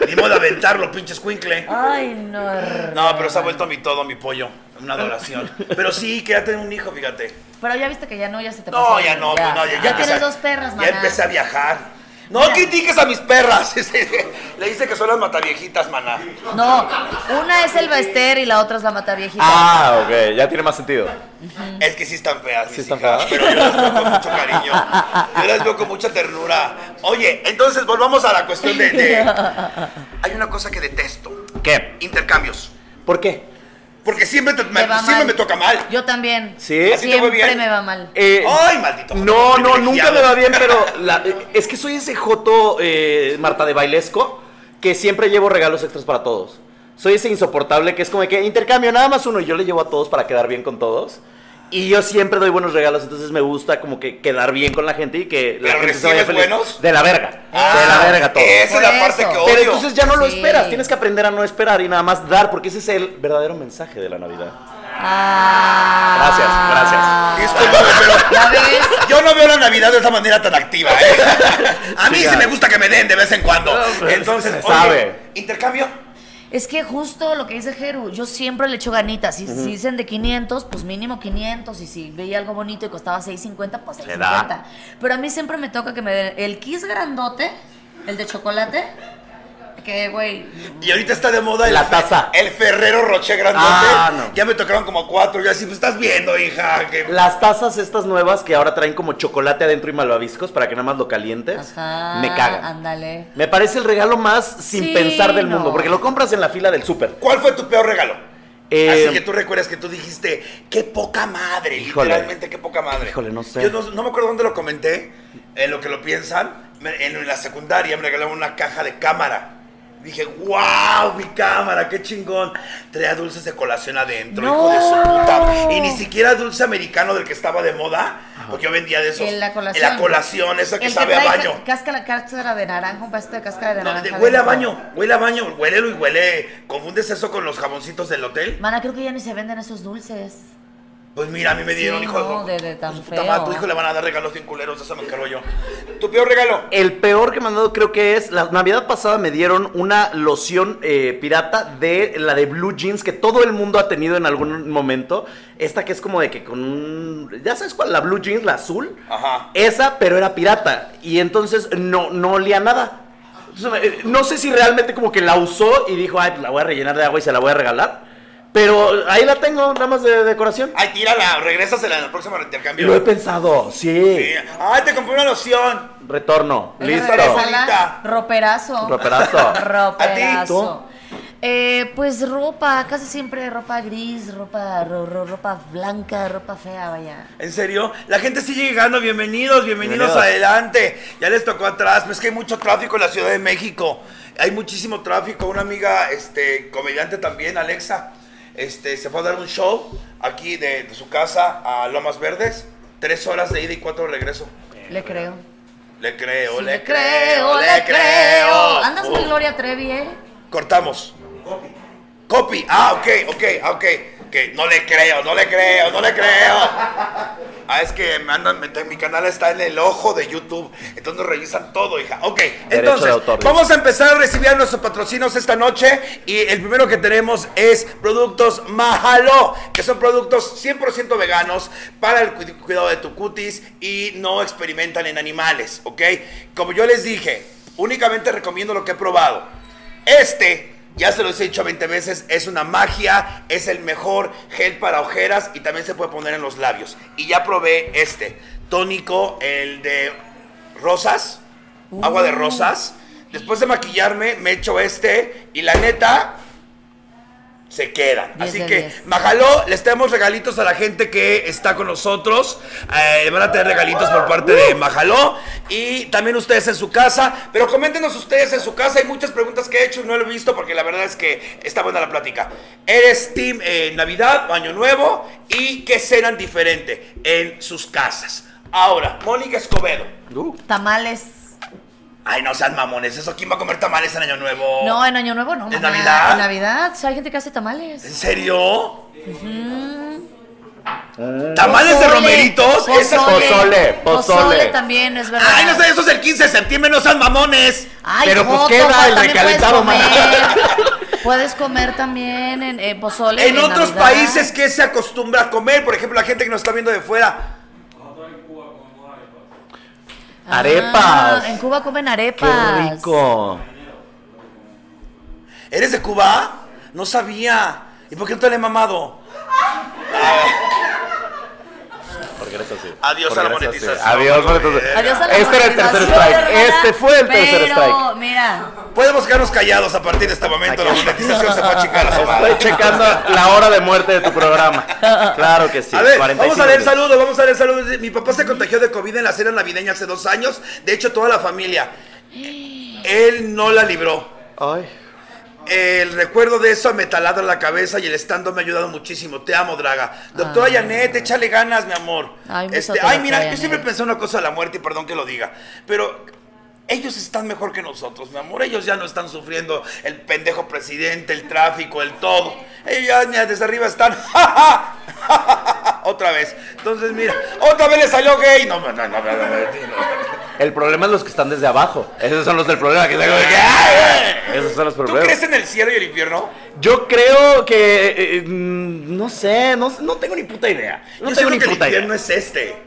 [SPEAKER 1] Ni modo de aventarlo, pinche escuincle.
[SPEAKER 2] Ay, no. hermano.
[SPEAKER 1] No, pero se ha vuelto mi todo, mi pollo. Una adoración. Pero sí, quédate un hijo, fíjate.
[SPEAKER 2] Pero ya viste que ya no, ya se te pasó.
[SPEAKER 1] No, ya no, pues no, ya, ya empecé
[SPEAKER 2] tienes
[SPEAKER 1] a-
[SPEAKER 2] dos perras,
[SPEAKER 1] Ya
[SPEAKER 2] maná.
[SPEAKER 1] empecé a viajar. No
[SPEAKER 2] Mira.
[SPEAKER 1] critiques a mis perras. Le dice que son las mataviejitas, maná.
[SPEAKER 2] Mm. No, una es el Bester y la otra es la mata viejita.
[SPEAKER 3] Ah, ok, ya tiene más sentido.
[SPEAKER 1] Es que sí están feas, mis
[SPEAKER 3] Sí están
[SPEAKER 1] hijas,
[SPEAKER 3] feas.
[SPEAKER 1] pero yo las veo con mucho cariño. Yo las veo con mucha ternura. Oye, entonces volvamos a la cuestión de. de- Hay una cosa que detesto:
[SPEAKER 3] ¿Qué?
[SPEAKER 1] intercambios.
[SPEAKER 3] ¿Por qué?
[SPEAKER 1] Porque siempre, te- me,
[SPEAKER 2] Te va
[SPEAKER 1] siempre
[SPEAKER 2] mal.
[SPEAKER 1] me toca mal.
[SPEAKER 2] Yo también.
[SPEAKER 3] ¿Sí? ¿A
[SPEAKER 1] ti te va
[SPEAKER 2] Siempre
[SPEAKER 1] bien?
[SPEAKER 2] me va mal.
[SPEAKER 3] Eh,
[SPEAKER 1] Ay, maldito.
[SPEAKER 3] No, no,
[SPEAKER 1] privilegiado.
[SPEAKER 3] nunca me va bien, pero la- eh, es que soy ese joto eh, Marta de Bailesco que siempre llevo regalos extras para todos. Soy ese insoportable que es como de que intercambio nada más uno y yo le llevo a todos para quedar bien con todos. Y yo siempre doy buenos regalos, entonces me gusta como que quedar bien con la gente y que la
[SPEAKER 1] ¿Pero
[SPEAKER 3] gente se vaya
[SPEAKER 1] recibes
[SPEAKER 3] feliz.
[SPEAKER 1] buenos?
[SPEAKER 3] De la verga.
[SPEAKER 1] Ah,
[SPEAKER 3] de la verga todo.
[SPEAKER 1] Esa es la
[SPEAKER 2] Por
[SPEAKER 1] parte
[SPEAKER 2] eso.
[SPEAKER 1] que odio.
[SPEAKER 2] Pero
[SPEAKER 3] Pero entonces ya no lo
[SPEAKER 2] Sí.
[SPEAKER 3] esperas, tienes que aprender a no esperar y nada más dar, porque ese es el verdadero mensaje de la Navidad.
[SPEAKER 2] Ah.
[SPEAKER 3] Gracias, gracias.
[SPEAKER 1] Discúlpame,
[SPEAKER 3] Ah.
[SPEAKER 1] pero.
[SPEAKER 2] Ya ves.
[SPEAKER 1] Yo no veo la Navidad de esa manera tan activa, ¿eh? A mí sí,
[SPEAKER 3] Sí, ya.
[SPEAKER 1] me gusta que me den de vez en cuando.
[SPEAKER 3] No, pues,
[SPEAKER 1] Entonces,
[SPEAKER 3] se
[SPEAKER 1] oye,
[SPEAKER 3] sabe.
[SPEAKER 1] intercambio.
[SPEAKER 2] Es que justo lo que dice Jeru, yo siempre le echo ganitas. Si, si dicen de 500, pues mínimo 500. Y si veía algo bonito y costaba 6.50, pues
[SPEAKER 3] Se da.
[SPEAKER 2] 6.50. Pero a mí siempre me toca que me den el kiss grandote, el de chocolate. Que, güey.
[SPEAKER 1] Y ahorita está de moda el,
[SPEAKER 3] La taza.
[SPEAKER 1] el Ferrero Roche grandote.
[SPEAKER 3] Ah, no.
[SPEAKER 1] Ya me tocaron como cuatro. Yo así, pues estás viendo, hija. que-
[SPEAKER 3] Las tazas estas nuevas que ahora traen como chocolate adentro y malvaviscos para que nada más lo calientes,
[SPEAKER 2] Ajá.
[SPEAKER 3] me cagan.
[SPEAKER 2] Ándale.
[SPEAKER 3] Me parece el regalo más sin
[SPEAKER 2] Sí,
[SPEAKER 3] pensar del
[SPEAKER 2] no.
[SPEAKER 3] mundo, porque lo compras en la fila del súper.
[SPEAKER 1] ¿Cuál fue tu peor regalo?
[SPEAKER 3] Eh,
[SPEAKER 1] así que tú recuerdas que tú dijiste, qué poca madre.
[SPEAKER 3] Híjole.
[SPEAKER 1] Literalmente, qué poca madre.
[SPEAKER 3] Híjole, no sé.
[SPEAKER 1] Yo no, no me acuerdo dónde lo comenté, en lo que lo piensan. Me- En la secundaria me regalaron una caja de cámara. Dije, wow, mi cámara, qué chingón. Traía dulces de colación adentro,
[SPEAKER 2] No.
[SPEAKER 1] hijo de su puta. Y ni siquiera dulce americano del que estaba de moda, porque yo vendía de esos.
[SPEAKER 2] En la colación.
[SPEAKER 1] En la colación, esa que
[SPEAKER 2] el
[SPEAKER 1] sabe
[SPEAKER 2] que
[SPEAKER 1] a
[SPEAKER 2] trae
[SPEAKER 1] baño.
[SPEAKER 2] ca- cáscara, cáscara de naranja, un pastel de cáscara de
[SPEAKER 1] No,
[SPEAKER 2] naranja.
[SPEAKER 1] de- huele a
[SPEAKER 2] dentro.
[SPEAKER 1] baño, huele a baño, huélelo y huele. ¿Confundes eso con los jaboncitos del hotel?
[SPEAKER 2] Mana, creo que ya ni se venden esos dulces.
[SPEAKER 1] Pues mira, a mí me
[SPEAKER 2] Sí,
[SPEAKER 1] dieron, hijo
[SPEAKER 2] no, de- de
[SPEAKER 1] con
[SPEAKER 2] tan
[SPEAKER 1] su puta madre, a tu
[SPEAKER 2] feo.
[SPEAKER 1] hijo le van a dar regalos bien culeros, eso me encargo yo. ¿Tu peor regalo?
[SPEAKER 3] El peor que me han dado creo que es, la Navidad pasada me dieron una loción eh, pirata de la de Blue Jeans que todo el mundo ha tenido en algún momento. Esta que es como de que con un, ya sabes cuál, la Blue Jeans, la azul.
[SPEAKER 1] Ajá.
[SPEAKER 3] Esa, pero era pirata. Y entonces no, no olía nada. Entonces, eh, No sé si realmente como que la usó y dijo, ay, pues la voy a rellenar de agua y se la voy a regalar. Pero ahí la tengo, nada más de decoración.
[SPEAKER 1] Ay, tírala, regrésasela en el próximo
[SPEAKER 3] Lo he
[SPEAKER 1] intercambio.
[SPEAKER 3] pensado, sí.
[SPEAKER 1] Ay, te compré una loción.
[SPEAKER 3] Retorno, listo.
[SPEAKER 1] regresala.
[SPEAKER 2] Regresala, Roperazo.
[SPEAKER 3] Roperazo.
[SPEAKER 2] Roperazo.
[SPEAKER 3] ¿A
[SPEAKER 2] Eh, pues ropa, casi siempre ropa gris, ropa, ro- ro- ropa blanca, ropa fea, vaya.
[SPEAKER 1] ¿En serio? La gente sigue llegando, bienvenidos, bienvenidos,
[SPEAKER 3] Bienvenidos.
[SPEAKER 1] adelante. Ya les tocó atrás, pues es que hay mucho tráfico en la Ciudad de México. Hay muchísimo tráfico. Una amiga, este, comediante también, Alexa, este, se fue a dar un show aquí de, de su casa a Lomas Verdes. Tres horas de ida y cuatro de regreso.
[SPEAKER 2] Le creo.
[SPEAKER 1] Le creo,
[SPEAKER 2] Sí,
[SPEAKER 1] le, creo, le creo.
[SPEAKER 2] Andas muy
[SPEAKER 1] Uh,
[SPEAKER 2] Gloria Trevi, ¿eh?
[SPEAKER 1] Cortamos. Copy. Ah, ok, ok, ah, ok. Que no le creo, no le creo, no le creo. Ah, es que me andan, me- mi canal está en el ojo de YouTube. Entonces revisan todo, hija. Ok,
[SPEAKER 3] de
[SPEAKER 1] entonces
[SPEAKER 3] autor, dice.
[SPEAKER 1] vamos a empezar a recibir a nuestros patrocinos esta noche. Y el primero que tenemos es productos Mahalo, que son productos 100% veganos para el cu- cuidado de tu cutis y no experimentan en animales, ¿ok? Como yo les dije, únicamente recomiendo lo que he probado. Este, ya se los he dicho 20 veces, es una magia, es el mejor gel para ojeras y también se puede poner en los labios. Y ya probé este, tónico, el de rosas, agua de rosas. Después de maquillarme me echo este y la neta se quedan.
[SPEAKER 2] Diez
[SPEAKER 1] Así
[SPEAKER 2] de
[SPEAKER 1] que
[SPEAKER 2] diez.
[SPEAKER 1] Majaló, les tenemos regalitos a la gente que está con nosotros. Eh, van a tener regalitos por parte de Majaló y también ustedes en su casa. Pero coméntenos ustedes en su casa. Hay muchas preguntas que he hecho y no lo he visto porque la verdad es que está buena la plática. ¿Eres team eh, Navidad o Año Nuevo? ¿Y qué cenan diferente en sus casas? Ahora, Mónica Escobedo.
[SPEAKER 3] Uh,
[SPEAKER 2] Tamales.
[SPEAKER 1] Ay, no sean mamones. ¿Eso quién va a comer tamales en Año Nuevo?
[SPEAKER 2] No, en Año Nuevo no.
[SPEAKER 1] ¿En
[SPEAKER 2] mamá.
[SPEAKER 1] Oh. Navidad?
[SPEAKER 2] En Navidad. o sea, hay gente que hace
[SPEAKER 1] ¿En
[SPEAKER 2] tamales.
[SPEAKER 1] serio? Ah. ¿Tamales de
[SPEAKER 2] Pozole,
[SPEAKER 1] romeritos? Esas
[SPEAKER 3] pozole.
[SPEAKER 2] pozole.
[SPEAKER 3] pozole.
[SPEAKER 2] también, es verdad.
[SPEAKER 1] Ay, no sé, eso es el 15 de septiembre, no sean mamones.
[SPEAKER 2] Ay,
[SPEAKER 3] Pero, pues,
[SPEAKER 2] Joto,
[SPEAKER 3] ¿qué da
[SPEAKER 2] Juan,
[SPEAKER 3] el
[SPEAKER 2] también
[SPEAKER 3] recalentado,
[SPEAKER 2] puedes
[SPEAKER 3] maná?
[SPEAKER 2] comer. Puedes comer también en eh, pozole.
[SPEAKER 1] En otros
[SPEAKER 2] Navidad.
[SPEAKER 1] países, ¿qué se acostumbra a comer? Por ejemplo, la gente que nos está viendo de fuera.
[SPEAKER 2] Ah,
[SPEAKER 3] Arepas.
[SPEAKER 2] en Cuba comen
[SPEAKER 3] ¡Qué
[SPEAKER 2] arepas.
[SPEAKER 3] rico!
[SPEAKER 1] ¿Eres de Cuba? No sabía. ¿Y por qué no te le he mamado?
[SPEAKER 3] Porque eres así.
[SPEAKER 1] Adiós
[SPEAKER 3] Porque
[SPEAKER 1] a la
[SPEAKER 3] eres
[SPEAKER 1] monetización.
[SPEAKER 3] así. Adiós, monetización.
[SPEAKER 2] Adiós a la
[SPEAKER 3] Este era el tercer
[SPEAKER 2] monetización,
[SPEAKER 3] strike.
[SPEAKER 2] hermana,
[SPEAKER 3] Este fue el tercer
[SPEAKER 2] Pero,
[SPEAKER 3] strike.
[SPEAKER 2] mira,
[SPEAKER 1] Podemos quedarnos callados a partir de este momento. La monetización se va a chingar a su madre.
[SPEAKER 3] Estoy checando la hora de muerte de tu programa. Claro que sí.
[SPEAKER 1] a ver,
[SPEAKER 3] 45
[SPEAKER 1] vamos a leer
[SPEAKER 3] minutos.
[SPEAKER 1] saludos, vamos a leer saludos. Mi papá se contagió de COVID en la cena navideña hace dos años. De hecho, toda la familia. Él no la libró.
[SPEAKER 3] Ay.
[SPEAKER 1] El recuerdo de eso me taladra la cabeza y el estando me ha ayudado muchísimo. Te amo, Draga. Doctora Janet, échale ganas, mi amor.
[SPEAKER 2] Ay, un
[SPEAKER 1] Este,
[SPEAKER 2] besote,
[SPEAKER 1] ay,
[SPEAKER 2] doctora
[SPEAKER 1] mira, yo
[SPEAKER 2] Janet.
[SPEAKER 1] siempre pensé una cosa de la muerte y perdón que lo diga, pero ellos están mejor que nosotros, mi amor. Ellos ya no están sufriendo el pendejo presidente, el tráfico, el todo. Ellos ya, ya desde arriba están. ¡ja, ja! Otra vez. Entonces, mira, otra vez le salió gay. No, no, no, no, no, no, no.
[SPEAKER 3] El problema es los que están desde abajo. Esos son los del problema. Que tengo de que- ah.
[SPEAKER 1] Ay,
[SPEAKER 3] Esos son los
[SPEAKER 1] ¿Tú
[SPEAKER 3] problemas.
[SPEAKER 1] crees en el cielo y el infierno?
[SPEAKER 3] Yo creo que. eh, eh, mm, no sé, no, no tengo ni puta idea. No
[SPEAKER 1] Yo
[SPEAKER 3] tengo
[SPEAKER 1] siento
[SPEAKER 3] ni
[SPEAKER 1] que el
[SPEAKER 3] puta idea.
[SPEAKER 1] infierno es este.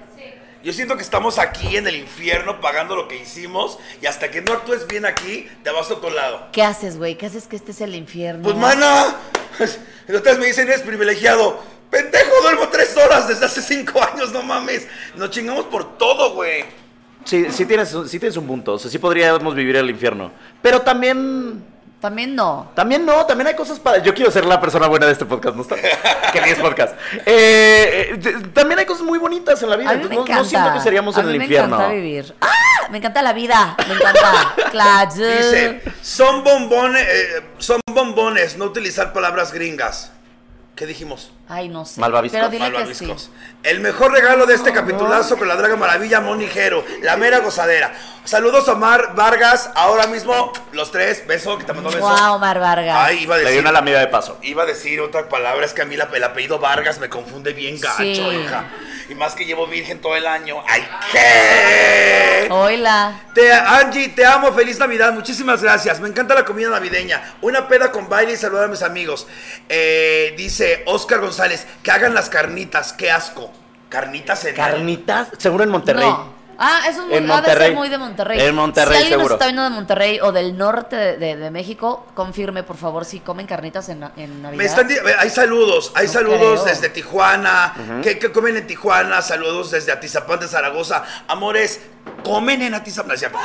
[SPEAKER 1] Yo siento que estamos aquí en el infierno pagando lo que hicimos y hasta que no actúes bien aquí, te vas a otro lado.
[SPEAKER 2] ¿qué haces, güey? ¿Qué haces que este es el infierno?
[SPEAKER 1] Pues mana, ustedes me dicen eres privilegiado. Pendejo, duermo tres horas desde hace cinco años, no mames. Nos chingamos por todo, güey.
[SPEAKER 3] Sí, sí tienes, un- sí tienes un punto. O sea, sí podríamos vivir el infierno. Pero también.
[SPEAKER 2] También no.
[SPEAKER 3] También no, también hay cosas para. Yo quiero ser la persona buena de este podcast, ¿no está? que ni es podcast. Eh, eh, t- también hay cosas muy bonitas en la vida.
[SPEAKER 2] A mí me
[SPEAKER 3] entonces
[SPEAKER 2] encanta.
[SPEAKER 3] no, no siento que seríamos
[SPEAKER 2] A
[SPEAKER 3] en
[SPEAKER 2] mí
[SPEAKER 3] el
[SPEAKER 2] me
[SPEAKER 3] infierno.
[SPEAKER 2] encanta vivir. ¡Ah! Me encanta la vida. Me encanta. Claro.
[SPEAKER 1] Dice,
[SPEAKER 3] Ah.
[SPEAKER 1] son bombones, eh, son bombones, no utilizar palabras gringas. ¿Qué dijimos?
[SPEAKER 2] Ay, no sé.
[SPEAKER 3] Malvaviscos,
[SPEAKER 2] Pero dile que
[SPEAKER 1] Malvaviscos.
[SPEAKER 2] sí.
[SPEAKER 1] El mejor regalo de este capitulazo con la Draga Maravilla, Monijero, la mera gozadera. Saludos a Omar Vargas, ahora mismo los tres, beso, que te mandó beso.
[SPEAKER 2] Wow, Omar Vargas.
[SPEAKER 1] Ay, iba a
[SPEAKER 3] Le di
[SPEAKER 1] decir,
[SPEAKER 3] una lamida de paso.
[SPEAKER 1] iba a decir otra palabra, es que a mí la- el apellido Vargas me confunde bien gacho,
[SPEAKER 2] Sí.
[SPEAKER 1] hija. Y más que llevo virgen todo el año. ¡Ay, qué!
[SPEAKER 2] Hola.
[SPEAKER 1] Te, Angie, te amo, feliz Navidad, muchísimas gracias. Me encanta la comida navideña. Una peda con baile y saludar a mis amigos. Eh, dice Oscar González, que hagan las carnitas, qué asco. Carnitas en
[SPEAKER 3] Carnitas, seguro en Monterrey.
[SPEAKER 2] No. Ah, eso es muy,
[SPEAKER 3] En
[SPEAKER 2] ha de ser
[SPEAKER 3] Monterrey.
[SPEAKER 2] muy de Monterrey.
[SPEAKER 3] En
[SPEAKER 2] Si
[SPEAKER 3] Monterrey,
[SPEAKER 2] alguien nos
[SPEAKER 3] seguro.
[SPEAKER 2] está viendo de Monterrey o del norte de, de- de México, confirme, por favor, si comen carnitas en, na- en Navidad.
[SPEAKER 1] Me están di- hay saludos, hay
[SPEAKER 2] No
[SPEAKER 1] saludos
[SPEAKER 2] creo.
[SPEAKER 1] desde Tijuana. ¿Qué, qué comen en Tijuana? Saludos desde Atizapán de Zaragoza. Amores, comen en Atizapán. No, es cierto.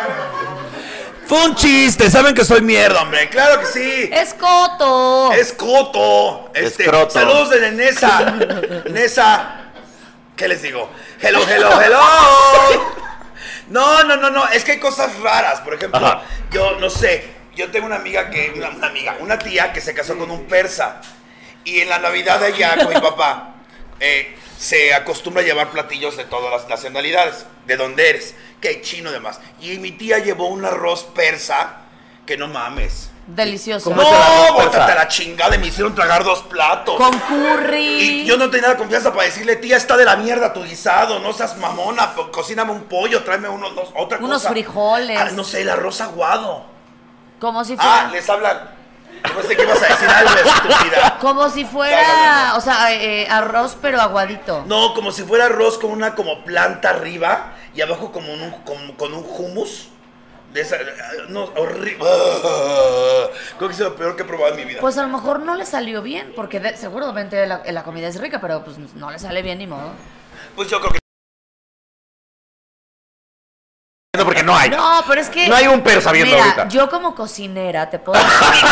[SPEAKER 1] Este- Fue un chiste, saben que soy mierda, hombre. Claro que sí.
[SPEAKER 2] ¡Es coto!
[SPEAKER 1] Es Coto. Este,
[SPEAKER 3] Escroto.
[SPEAKER 1] saludos desde Nesa. Nesa. ¿Qué les digo? Hello, hello, hello. No, no, no, no. Es que hay cosas raras. Por ejemplo,
[SPEAKER 3] Ajá.
[SPEAKER 1] yo no sé. Yo tengo una amiga que. Una, una amiga, una tía que se casó con un persa. Y en la Navidad de allá con mi papá. eh, se acostumbra a llevar platillos de todas las nacionalidades, de donde eres, que hay chino y demás. Y mi tía llevó un arroz persa que no mames.
[SPEAKER 2] Delicioso.
[SPEAKER 3] ¿Cómo es el
[SPEAKER 1] No,
[SPEAKER 3] arroz
[SPEAKER 1] bótate
[SPEAKER 3] persa?
[SPEAKER 1] a la chingada. Me hicieron tragar dos platos.
[SPEAKER 2] Con curry.
[SPEAKER 1] Y yo no tenía la confianza para decirle, tía, está de la mierda tu guisado, no seas mamona, po- cocíname un pollo, tráeme unos, no- otra
[SPEAKER 2] Unos
[SPEAKER 1] cosa.
[SPEAKER 2] frijoles.
[SPEAKER 1] Ah, no sé, el arroz aguado.
[SPEAKER 2] Como si fuera.
[SPEAKER 1] Ah, les hablan. No sé qué vas a decir algo, estúpida.
[SPEAKER 2] Como si
[SPEAKER 1] Ya,
[SPEAKER 2] fuera, o sea, eh, arroz pero aguadito.
[SPEAKER 1] No, como si fuera arroz con una como planta arriba y abajo como un, con, con un hummus. De esa, no, horrible. Creo que es lo peor que he probado en mi vida.
[SPEAKER 2] Pues a lo mejor no le salió bien, porque de- seguramente la, la comida es rica, pero pues no le sale bien ni modo.
[SPEAKER 1] Pues yo creo que
[SPEAKER 3] No, porque no hay.
[SPEAKER 2] No, pero es que.
[SPEAKER 3] No hay un persa viendo
[SPEAKER 2] Mira,
[SPEAKER 3] ahorita.
[SPEAKER 2] yo como cocinera te puedo decir.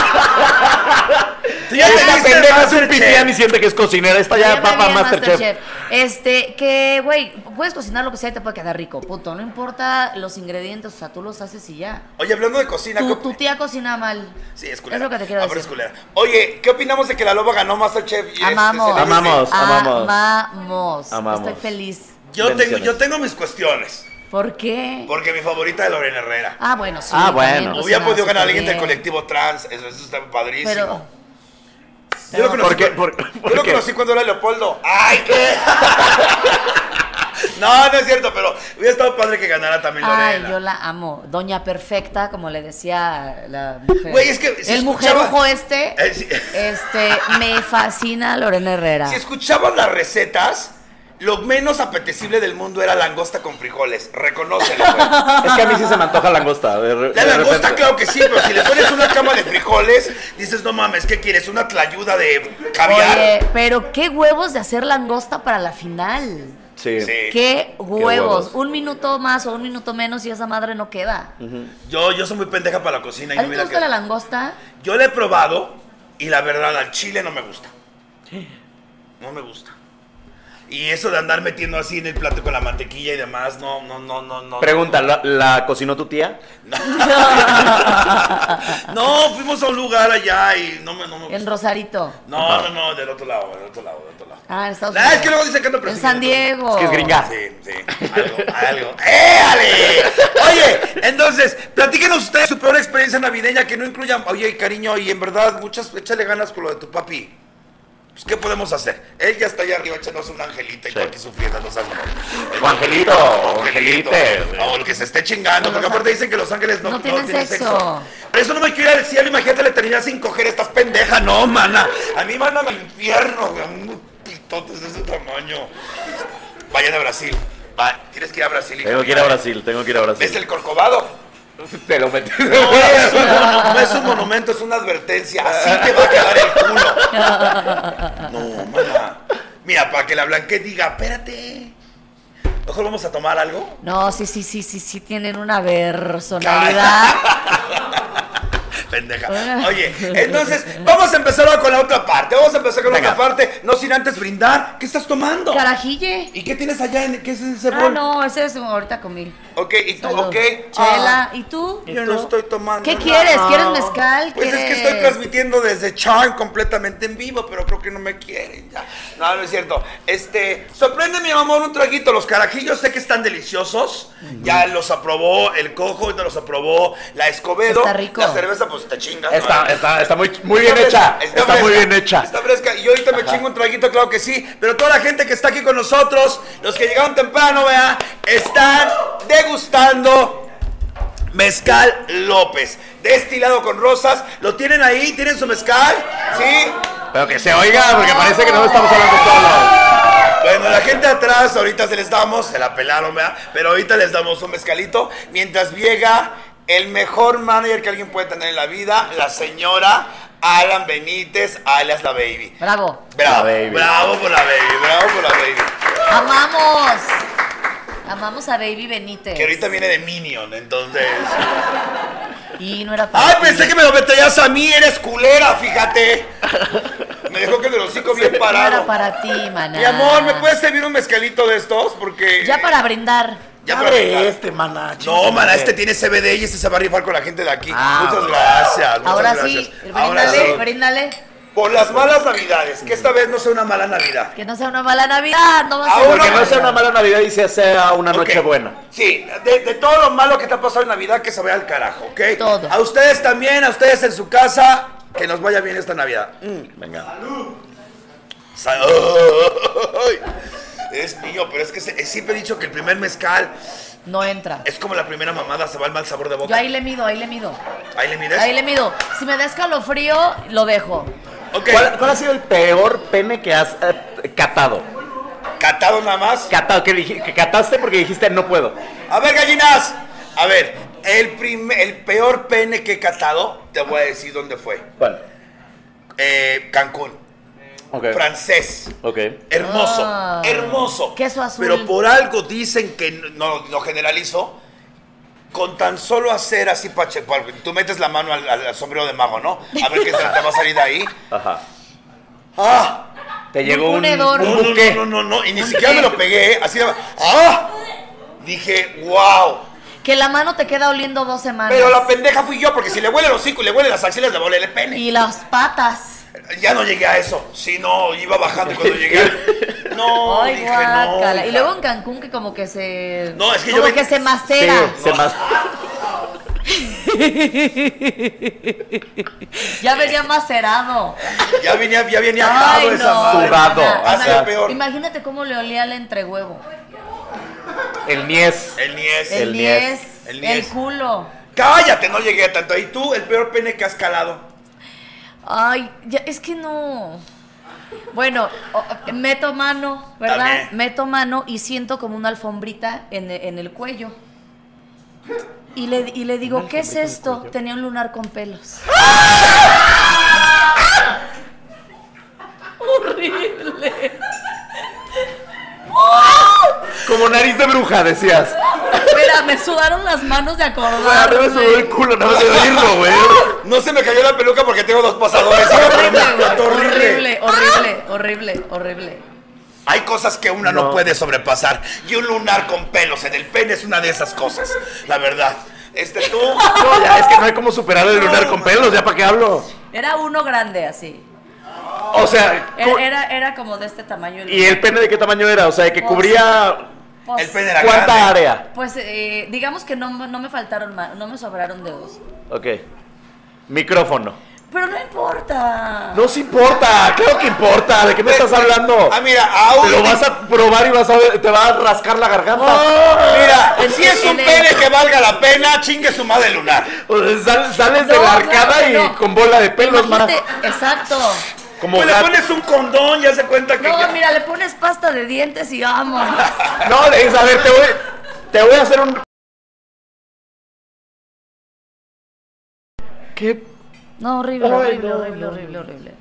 [SPEAKER 1] Tú ya
[SPEAKER 3] Esta
[SPEAKER 1] viste
[SPEAKER 3] pendeja es un
[SPEAKER 1] Masterchef.
[SPEAKER 3] pipián y siente que es cocinera. Esta
[SPEAKER 2] yo
[SPEAKER 3] ya
[SPEAKER 2] me vi
[SPEAKER 3] papa
[SPEAKER 2] en
[SPEAKER 3] Masterchef.
[SPEAKER 2] Este, que, güey, puedes cocinar lo que sea y te puede quedar rico, punto. No importa los ingredientes, o sea, tú los haces y ya.
[SPEAKER 1] Oye, hablando de cocina,
[SPEAKER 2] Tu,
[SPEAKER 1] ¿qué-
[SPEAKER 2] tu tía cocina mal.
[SPEAKER 1] Sí, es culera.
[SPEAKER 2] Es lo que te quiero
[SPEAKER 1] Ah, pero es
[SPEAKER 2] decir.
[SPEAKER 1] culera. Oye, ¿qué opinamos de que la loba ganó Masterchef? y este,
[SPEAKER 2] Amamos.
[SPEAKER 1] se le-
[SPEAKER 3] Amamos. amamos.
[SPEAKER 2] Amamos.
[SPEAKER 3] Amamos.
[SPEAKER 2] Estoy feliz.
[SPEAKER 1] Yo tengo,
[SPEAKER 3] Bendiciones.
[SPEAKER 1] yo tengo mis cuestiones.
[SPEAKER 2] ¿Por qué?
[SPEAKER 1] Porque mi favorita es Lorena Herrera.
[SPEAKER 2] Ah, bueno, sí.
[SPEAKER 3] Ah,
[SPEAKER 2] también
[SPEAKER 3] bueno.
[SPEAKER 2] cocina
[SPEAKER 1] Hubiera podido ganar
[SPEAKER 2] súper
[SPEAKER 1] alguien del
[SPEAKER 2] bien.
[SPEAKER 1] colectivo trans. Eso, eso está padrísimo.
[SPEAKER 2] Pero.
[SPEAKER 1] yo lo conocí,
[SPEAKER 3] ¿Por qué?
[SPEAKER 1] cu-
[SPEAKER 3] ¿Por-
[SPEAKER 1] yo
[SPEAKER 3] por
[SPEAKER 1] lo
[SPEAKER 3] qué?
[SPEAKER 1] conocí cuando era Leopoldo. ¡Ay, qué! no, no es cierto, pero hubiera estado padre que ganara también
[SPEAKER 2] Ay,
[SPEAKER 1] Lorena.
[SPEAKER 2] yo la amo. Doña Perfecta, como le decía la mujer.
[SPEAKER 1] Güey, es que si
[SPEAKER 2] El
[SPEAKER 1] escuchaba-
[SPEAKER 2] mujerujo este.
[SPEAKER 1] Eh, sí.
[SPEAKER 2] Este. Me fascina Lorena Herrera.
[SPEAKER 1] Si escuchaban las recetas, lo menos apetecible del mundo era langosta con frijoles. Reconócelo, güey.
[SPEAKER 3] Es que a mí sí se me antoja langosta. de re-
[SPEAKER 1] La
[SPEAKER 3] de
[SPEAKER 1] langosta,
[SPEAKER 3] repente.
[SPEAKER 1] claro que sí, pero si le pones una cama de frijoles, dices, no mames, ¿qué quieres? ¿Una tlayuda de caviar?
[SPEAKER 2] Oye, pero qué huevos de hacer langosta para la final.
[SPEAKER 3] Sí.
[SPEAKER 1] Sí.
[SPEAKER 2] Qué huevos.
[SPEAKER 3] huevos.
[SPEAKER 2] Un minuto más o un minuto menos y esa madre no queda.
[SPEAKER 1] Yo, yo soy muy pendeja para la cocina. Y
[SPEAKER 2] ¿A
[SPEAKER 1] no
[SPEAKER 2] ti
[SPEAKER 1] me
[SPEAKER 2] te
[SPEAKER 1] la
[SPEAKER 2] gusta la
[SPEAKER 1] quedo.
[SPEAKER 2] langosta?
[SPEAKER 1] Yo la he probado y la verdad, al chile no me gusta. No me gusta. Y eso de andar metiendo así en el plato con la mantequilla y demás, no, no, no, no, no.
[SPEAKER 3] Pregunta, ¿la, la cocinó tu tía?
[SPEAKER 1] No, fuimos a un lugar allá y no me, no me
[SPEAKER 2] En
[SPEAKER 1] gusta.
[SPEAKER 2] Rosarito.
[SPEAKER 1] No, no, no, del otro lado, del otro lado, del otro lado.
[SPEAKER 2] Ah, en Estados
[SPEAKER 1] Ah,
[SPEAKER 2] Unidos.
[SPEAKER 1] es que luego dicen que ando
[SPEAKER 2] En
[SPEAKER 1] persiguiendo.
[SPEAKER 2] San Diego.
[SPEAKER 3] Es que es gringa.
[SPEAKER 1] Sí, sí, algo, algo. ¡Éale! Oye, entonces, platíquenos ustedes su peor experiencia navideña que no incluya. Oye, cariño, y en verdad, muchas, échale ganas con lo de tu papi. Pues, ¿qué podemos hacer? Él ya está allá arriba, échanos un angelito y
[SPEAKER 3] Sí.
[SPEAKER 1] tú aquí sufriendo, no seas mamón.
[SPEAKER 3] O angelito, o angelite.
[SPEAKER 1] O el que se esté chingando, porque aparte dicen que los ángeles no,
[SPEAKER 2] no tienen sexo.
[SPEAKER 1] Por eso no me quiero ir al cielo, imagínate la eternidad sin coger, estás pendeja, no, mana. A mí mandan al infierno, güey, a unos pitotes de ese tamaño. Vayan a Brasil. Va, tienes que ir a Brasil. hija.
[SPEAKER 3] Tengo que ir a Brasil, tengo que ir a Brasil.
[SPEAKER 1] ¿Ves el corcovado?
[SPEAKER 3] Te lo metí.
[SPEAKER 1] No es, un, mono- no es un monumento, es una advertencia. Así te va a quedar el culo. No, mana. Mira, para que la blanque diga, espérate. Mejor vamos a tomar algo.
[SPEAKER 2] No, sí, sí, sí, sí, sí, tienen una personalidad.
[SPEAKER 1] Pendeja. Oye, entonces, vamos a empezar ahora con la otra parte. Vamos a empezar con la
[SPEAKER 3] Venga.
[SPEAKER 1] otra parte. No sin antes brindar. ¿Qué estás tomando?
[SPEAKER 2] Carajille.
[SPEAKER 1] ¿Y qué tienes allá? En, ¿Qué es ese
[SPEAKER 2] Ah,
[SPEAKER 1] bol?
[SPEAKER 2] no, ese es ahorita comí.
[SPEAKER 1] Ok, ¿y tú?
[SPEAKER 2] Salud.
[SPEAKER 1] Ok.
[SPEAKER 2] Chela,
[SPEAKER 1] Ah,
[SPEAKER 2] ¿y tú?
[SPEAKER 1] yo no estoy tomando
[SPEAKER 2] ¿Qué
[SPEAKER 1] nada.
[SPEAKER 2] quieres? ¿Quieres mezcal?
[SPEAKER 1] Pues es que
[SPEAKER 2] ¿Quieres-
[SPEAKER 1] estoy transmitiendo desde Charm completamente en vivo, pero creo que no me quieren ya. No, no es cierto. Este, sorpréndeme, mi amor, un traguito. Los carajillos sé que están deliciosos. Ya los aprobó el cojo, ya los aprobó la Escobedo.
[SPEAKER 2] Está rico.
[SPEAKER 1] La cerveza, pues te chingas. ¿no?
[SPEAKER 3] Está, está, está muy, muy bien hecha.
[SPEAKER 1] fresca,
[SPEAKER 3] Está muy
[SPEAKER 1] fresca,
[SPEAKER 3] bien hecha.
[SPEAKER 1] Está fresca. Y ahorita me chingo un traguito, claro que sí. Pero toda la gente que está aquí con nosotros, los que llegaron temprano, vea, están degustando. Mezcal López, destilado con rosas, lo tienen ahí, tienen su mezcal, ¿sí?
[SPEAKER 3] Pero que se oiga, porque parece que no estamos hablando solos.
[SPEAKER 1] Bueno, la gente atrás, ahorita se les damos, se la pelaron, ¿verdad? Pero ahorita les damos un mezcalito, mientras llega el mejor manager que alguien puede tener en la vida, la señora Alan Benítez, alias la baby.
[SPEAKER 2] Bravo.
[SPEAKER 1] Bravo,
[SPEAKER 3] La baby.
[SPEAKER 1] bravo por la baby, bravo por la baby.
[SPEAKER 2] Amamos. Amamos a Baby Benítez.
[SPEAKER 1] Que ahorita viene de Minion, entonces.
[SPEAKER 2] Y no era para.
[SPEAKER 1] Ay,
[SPEAKER 2] ti.
[SPEAKER 1] pensé que me lo meterías a mí, eres culera, fíjate. Me dejó que el hocico bien
[SPEAKER 2] No era
[SPEAKER 1] parado.
[SPEAKER 2] para ti, maná.
[SPEAKER 1] Mi amor, ¿me puedes servir un mezcalito de estos? Porque.
[SPEAKER 2] Ya para brindar.
[SPEAKER 1] Ya para brindar.
[SPEAKER 3] este, maná.
[SPEAKER 1] No, mana, este tiene CBD y este se va a rifar con la gente de aquí.
[SPEAKER 3] Ah,
[SPEAKER 1] muchas
[SPEAKER 3] bueno.
[SPEAKER 1] gracias, muchas
[SPEAKER 2] Ahora
[SPEAKER 1] gracias.
[SPEAKER 2] sí, bríndale, bríndale.
[SPEAKER 1] por las malas navidades, que esta vez no sea una mala navidad.
[SPEAKER 2] Que no sea una mala Navidad, no va a
[SPEAKER 1] Ahora-
[SPEAKER 2] ser una
[SPEAKER 3] Porque no
[SPEAKER 2] mala
[SPEAKER 3] sea una
[SPEAKER 2] Navidad.
[SPEAKER 3] mala Navidad y sea- sea una
[SPEAKER 1] Ok.
[SPEAKER 3] noche buena.
[SPEAKER 1] Sí, de, de todo lo malo que te ha pasado en Navidad, que se vaya al carajo, ¿ok?
[SPEAKER 2] Todo.
[SPEAKER 1] A ustedes también, a ustedes en su casa, que nos vaya bien esta Navidad. Mm,
[SPEAKER 3] Venga.
[SPEAKER 1] Salud. Es mío, pero es que se- siempre he dicho que el primer mezcal
[SPEAKER 2] No entra.
[SPEAKER 1] es como la primera mamada, se va el mal sabor de
[SPEAKER 2] Yo
[SPEAKER 1] boca.
[SPEAKER 2] ahí le mido, ahí le mido.
[SPEAKER 1] Ahí le mides.
[SPEAKER 2] Ahí le mido. Si me da escalofrío, lo dejo.
[SPEAKER 1] Ok,
[SPEAKER 3] ¿Cuál, cuál ha sido el peor pene que has eh, catado?
[SPEAKER 1] catado nada más.
[SPEAKER 3] Catado, que, dij- que cataste porque dijiste no puedo.
[SPEAKER 1] A ver, gallinas. A ver, el, prim- el peor pene que he catado, te voy a decir dónde fue.
[SPEAKER 3] Bueno.
[SPEAKER 1] Eh, Cancún,
[SPEAKER 3] Ok.
[SPEAKER 1] francés.
[SPEAKER 3] Ok.
[SPEAKER 1] Hermoso,
[SPEAKER 2] Ah,
[SPEAKER 1] hermoso.
[SPEAKER 2] queso azul.
[SPEAKER 1] Pero por algo dicen que no, no generalizo. Con tan solo hacer así, pache, pa- tú metes la mano al, al sombrero de mago, ¿no? A ver qué se te va a salir de ahí.
[SPEAKER 3] Ajá.
[SPEAKER 1] ¡Ah!
[SPEAKER 3] Te
[SPEAKER 2] Un
[SPEAKER 3] llegó un,
[SPEAKER 2] pudor.
[SPEAKER 1] No,
[SPEAKER 3] un
[SPEAKER 1] Ah, no,
[SPEAKER 3] buque.
[SPEAKER 1] no, no, no, no, Y ni siquiera me lo pegué, ¿eh? así. ¡Ah! Dije, wow.
[SPEAKER 2] Que la mano te queda oliendo dos semanas.
[SPEAKER 1] Pero la pendeja fui yo, porque si le huele el hocico y le huele las axilas, le huele el pene.
[SPEAKER 2] Y las patas.
[SPEAKER 1] Ya no llegué a eso. Sí, no, iba bajando y cuando llegué. No,
[SPEAKER 2] Ay,
[SPEAKER 1] dije, no.
[SPEAKER 2] guácala. y
[SPEAKER 1] hija.
[SPEAKER 2] luego en Cancún que como que se...
[SPEAKER 1] No, es que yo
[SPEAKER 2] como
[SPEAKER 1] ve-
[SPEAKER 2] que se
[SPEAKER 3] Sí,
[SPEAKER 2] macera.
[SPEAKER 3] se mas-
[SPEAKER 2] Ya venía macerado.
[SPEAKER 1] Ya venía, ya venía
[SPEAKER 2] Ay,
[SPEAKER 1] atado
[SPEAKER 2] no.
[SPEAKER 1] esa madre.
[SPEAKER 3] Sudado,
[SPEAKER 2] Imagina-
[SPEAKER 1] o sea.
[SPEAKER 2] imagina- Imagínate cómo le olía el entrehuevo.
[SPEAKER 3] El niés.
[SPEAKER 1] El niés.
[SPEAKER 2] El,
[SPEAKER 3] El
[SPEAKER 2] niés,
[SPEAKER 1] niés. El
[SPEAKER 2] el,
[SPEAKER 1] niés.
[SPEAKER 2] culo.
[SPEAKER 1] Cállate, no llegué a tanto. ¿Y tú, el peor pene que has calado?
[SPEAKER 2] Ay, ya, es que no. Bueno, o- meto mano, ¿verdad?
[SPEAKER 1] También.
[SPEAKER 2] Meto mano y siento como una alfombrita en, e- en el cuello. Y le, y le digo, ¿qué es esto? Tenía un lunar con pelos. ¡Horrible!
[SPEAKER 3] Como nariz de bruja, decías.
[SPEAKER 2] Espera, me sudaron las manos de
[SPEAKER 3] Arriba se ve
[SPEAKER 2] acordarme.
[SPEAKER 3] el culo, nada más de oírlo, güey.
[SPEAKER 1] No se me cayó la peluca porque tengo dos pasadores. Iba por
[SPEAKER 2] Horrible,
[SPEAKER 1] un plato
[SPEAKER 2] horrible, horrible, horrible, horrible.
[SPEAKER 1] Hay cosas que una no.
[SPEAKER 3] No.
[SPEAKER 1] puede sobrepasar. Y un lunar con pelos en el pene es una de esas cosas. La verdad. Este tú.
[SPEAKER 3] No, ya, es que no hay como superar el lunar con pelos, ya para qué hablo.
[SPEAKER 2] Era uno grande así.
[SPEAKER 3] O sea,
[SPEAKER 2] Era,
[SPEAKER 3] cu-
[SPEAKER 2] era, era como de este tamaño. el-
[SPEAKER 3] ¿y el pene de qué tamaño era? O sea, que
[SPEAKER 2] Pues-
[SPEAKER 3] cubría
[SPEAKER 2] pues,
[SPEAKER 1] El pene era grande.
[SPEAKER 3] cuánta área.
[SPEAKER 2] Pues eh, digamos que no, no me faltaron más, no me sobraron dedos.
[SPEAKER 3] Ok. Micrófono.
[SPEAKER 2] Pero no importa.
[SPEAKER 3] No se importa, claro que importa. ¿De qué me estás hablando?
[SPEAKER 1] Ah, mira, aún.
[SPEAKER 3] Te lo vas a probar y vas a ver- te va a rascar la garganta.
[SPEAKER 1] Mira,
[SPEAKER 2] En-
[SPEAKER 1] si es
[SPEAKER 2] en
[SPEAKER 1] un
[SPEAKER 2] el-
[SPEAKER 1] pene que valga la pena, chingue su madre el lunar.
[SPEAKER 3] O sea, sal- sales de
[SPEAKER 2] No,
[SPEAKER 3] la
[SPEAKER 2] claro
[SPEAKER 3] arcada
[SPEAKER 2] que
[SPEAKER 3] y
[SPEAKER 2] no.
[SPEAKER 3] con bola de pelos más.
[SPEAKER 2] Imagínate- Exacto.
[SPEAKER 3] Como
[SPEAKER 1] Pues le
[SPEAKER 3] gato.
[SPEAKER 1] pones un condón, ya se cuenta que. ya-
[SPEAKER 2] No, mira, le pones pasta de dientes y vamos.
[SPEAKER 3] No, le dices, a ver, te voy, te voy a hacer un. ¿Qué?
[SPEAKER 2] No, horrible,
[SPEAKER 3] Ay,
[SPEAKER 2] horrible,
[SPEAKER 3] no,
[SPEAKER 2] horrible,
[SPEAKER 3] no,
[SPEAKER 2] horrible, horrible.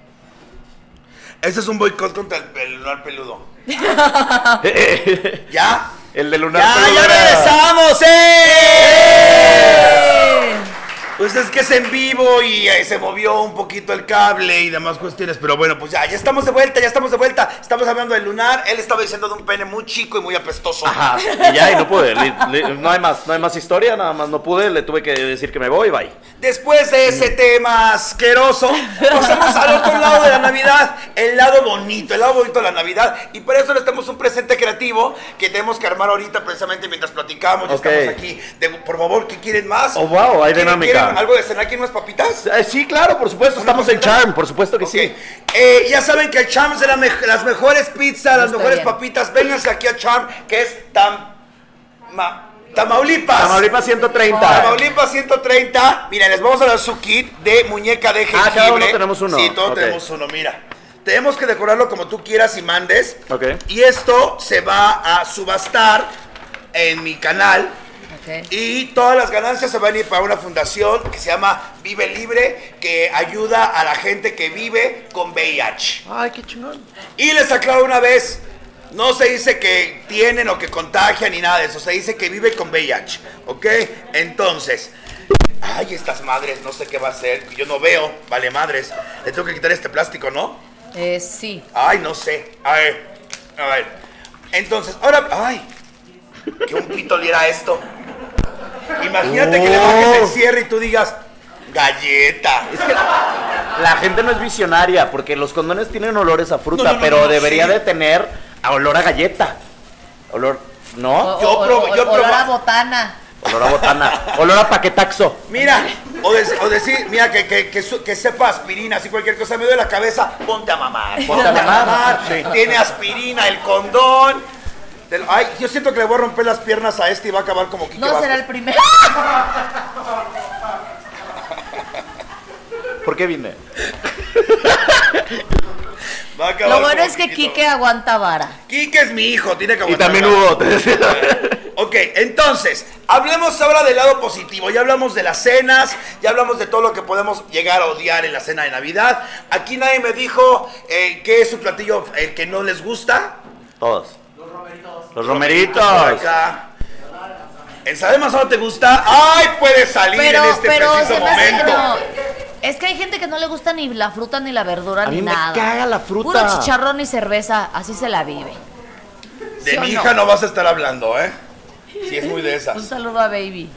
[SPEAKER 1] Ese es un boicot contra el, el lunar peludo.
[SPEAKER 3] Eh,
[SPEAKER 1] ¿Ya?
[SPEAKER 3] El de lunar.
[SPEAKER 1] ¡Ya,
[SPEAKER 3] peludo
[SPEAKER 1] ya
[SPEAKER 3] era-
[SPEAKER 1] regresamos, eh!
[SPEAKER 2] Eh,
[SPEAKER 1] Pues es que es en vivo y eh, se movió un poquito el cable y demás cuestiones, pero bueno, pues ya, ya estamos de vuelta, ya estamos de vuelta. Estamos hablando del lunar, él estaba diciendo de un pene muy chico y muy apestoso.
[SPEAKER 3] Ajá, y ya, y no pude. le- le- no hay más, no hay más historia, nada más no pude. Le tuve que decir que me voy, bye.
[SPEAKER 1] Después de ese tema asqueroso, pasamos al otro lado de la Navidad, el lado bonito, el lado bonito de la Navidad. Y para eso les tenemos un presente creativo que tenemos que armar ahorita precisamente mientras platicamos. Ya
[SPEAKER 3] Ok.
[SPEAKER 1] estamos aquí. De- por favor, ¿qué quieren más?
[SPEAKER 3] Oh, wow, hay
[SPEAKER 1] ¿Quieren-
[SPEAKER 3] dinámica.
[SPEAKER 1] quieren algo de cenar? ¿Quieren unas papitas?
[SPEAKER 3] Eh, sí, claro, por supuesto, estamos en Charm, por supuesto que
[SPEAKER 1] Ok.
[SPEAKER 3] sí.
[SPEAKER 1] Eh, ya saben que el Charm es de la mej- las mejores pizzas, las
[SPEAKER 2] Está
[SPEAKER 1] mejores
[SPEAKER 2] bien.
[SPEAKER 1] papitas. Vénganse aquí a Charm, que es Tam- Ma- Tamaulipas.
[SPEAKER 3] Tamaulipas 130.
[SPEAKER 1] Tamaulipas 130. Mira, les vamos a dar su kit de muñeca de jengibre.
[SPEAKER 3] Ah, cada uno tenemos uno.
[SPEAKER 1] Sí, todos
[SPEAKER 3] Ok.
[SPEAKER 1] tenemos uno, mira. Tenemos que decorarlo como tú quieras y mandes.
[SPEAKER 3] Ok.
[SPEAKER 1] Y esto se va a subastar en mi canal.
[SPEAKER 2] ok.
[SPEAKER 1] Y todas las ganancias se van a ir para una fundación que se llama Vive Libre, que ayuda a la gente que vive con VIH.
[SPEAKER 3] Ay, qué chingón.
[SPEAKER 1] Y les aclaro una vez, no se dice que tienen o que contagian ni nada de eso, se dice que vive con VIH, ¿ok? Entonces, ay, estas madres, no sé qué va a hacer, yo no veo, vale madres, le tengo que quitar este plástico, ¿no?
[SPEAKER 2] Eh, sí.
[SPEAKER 1] Ay, no sé, a ver, a ver. Entonces, ahora, ay, que un pito diera esto. Oh. Imagínate que le bajes el cierre y tú digas, galleta.
[SPEAKER 3] Es que La gente no es visionaria porque los condones tienen olores a fruta,
[SPEAKER 1] No, no, no,
[SPEAKER 3] pero
[SPEAKER 1] no,
[SPEAKER 3] debería
[SPEAKER 1] sí.
[SPEAKER 3] de tener a olor a galleta. Olor, ¿no?
[SPEAKER 2] O-
[SPEAKER 1] Yo
[SPEAKER 2] o-
[SPEAKER 1] probo-
[SPEAKER 2] o-
[SPEAKER 1] yo
[SPEAKER 2] olor
[SPEAKER 1] probo-
[SPEAKER 2] a botana.
[SPEAKER 3] Olor a botana. Olor a paquetaxo.
[SPEAKER 1] Mira, o, des- o decir, mira, que, que, que, su- que sepa aspirina, si cualquier cosa me duele la cabeza, ponte a mamar. Ponte a mamar.
[SPEAKER 3] Sí.
[SPEAKER 1] Tiene aspirina, el condón. Te lo- Ay, yo siento que le voy a romper las piernas a este y va a acabar como Quique
[SPEAKER 2] No
[SPEAKER 1] Vázquez.
[SPEAKER 2] será el primero.
[SPEAKER 3] ¿Por qué vine?
[SPEAKER 1] Va a acabar
[SPEAKER 2] Lo bueno
[SPEAKER 1] como
[SPEAKER 2] es que
[SPEAKER 1] Quiquito.
[SPEAKER 2] Quique aguanta vara.
[SPEAKER 1] Quique es mi hijo, tiene que
[SPEAKER 3] Y
[SPEAKER 1] aguantar.
[SPEAKER 3] también hubo.
[SPEAKER 1] Ok, entonces, hablemos ahora del lado positivo. Ya hablamos de las cenas, ya hablamos de todo lo que podemos llegar a odiar en la cena de Navidad. Aquí nadie me dijo eh, qué es su platillo el que no les gusta.
[SPEAKER 3] Todos.
[SPEAKER 1] Romeritos
[SPEAKER 3] Los romeritos.
[SPEAKER 1] por acá. ¿Ensalada de manzana te gusta? ¡Ay, puede salir
[SPEAKER 2] Pero,
[SPEAKER 1] en este
[SPEAKER 2] pero
[SPEAKER 1] preciso
[SPEAKER 2] se me hace que
[SPEAKER 1] momento!
[SPEAKER 2] no. Es que hay gente que no le gusta ni la fruta, ni la verdura,
[SPEAKER 3] A
[SPEAKER 2] ni
[SPEAKER 3] mí me
[SPEAKER 2] nada.
[SPEAKER 3] caga la fruta.
[SPEAKER 2] Puro chicharrón y cerveza, así se la vive.
[SPEAKER 1] De
[SPEAKER 2] ¿Sí o
[SPEAKER 1] mi
[SPEAKER 2] no?
[SPEAKER 1] hija no vas a estar hablando, ¿eh? Si es muy de
[SPEAKER 2] Un
[SPEAKER 1] esas.
[SPEAKER 2] saludo a Baby.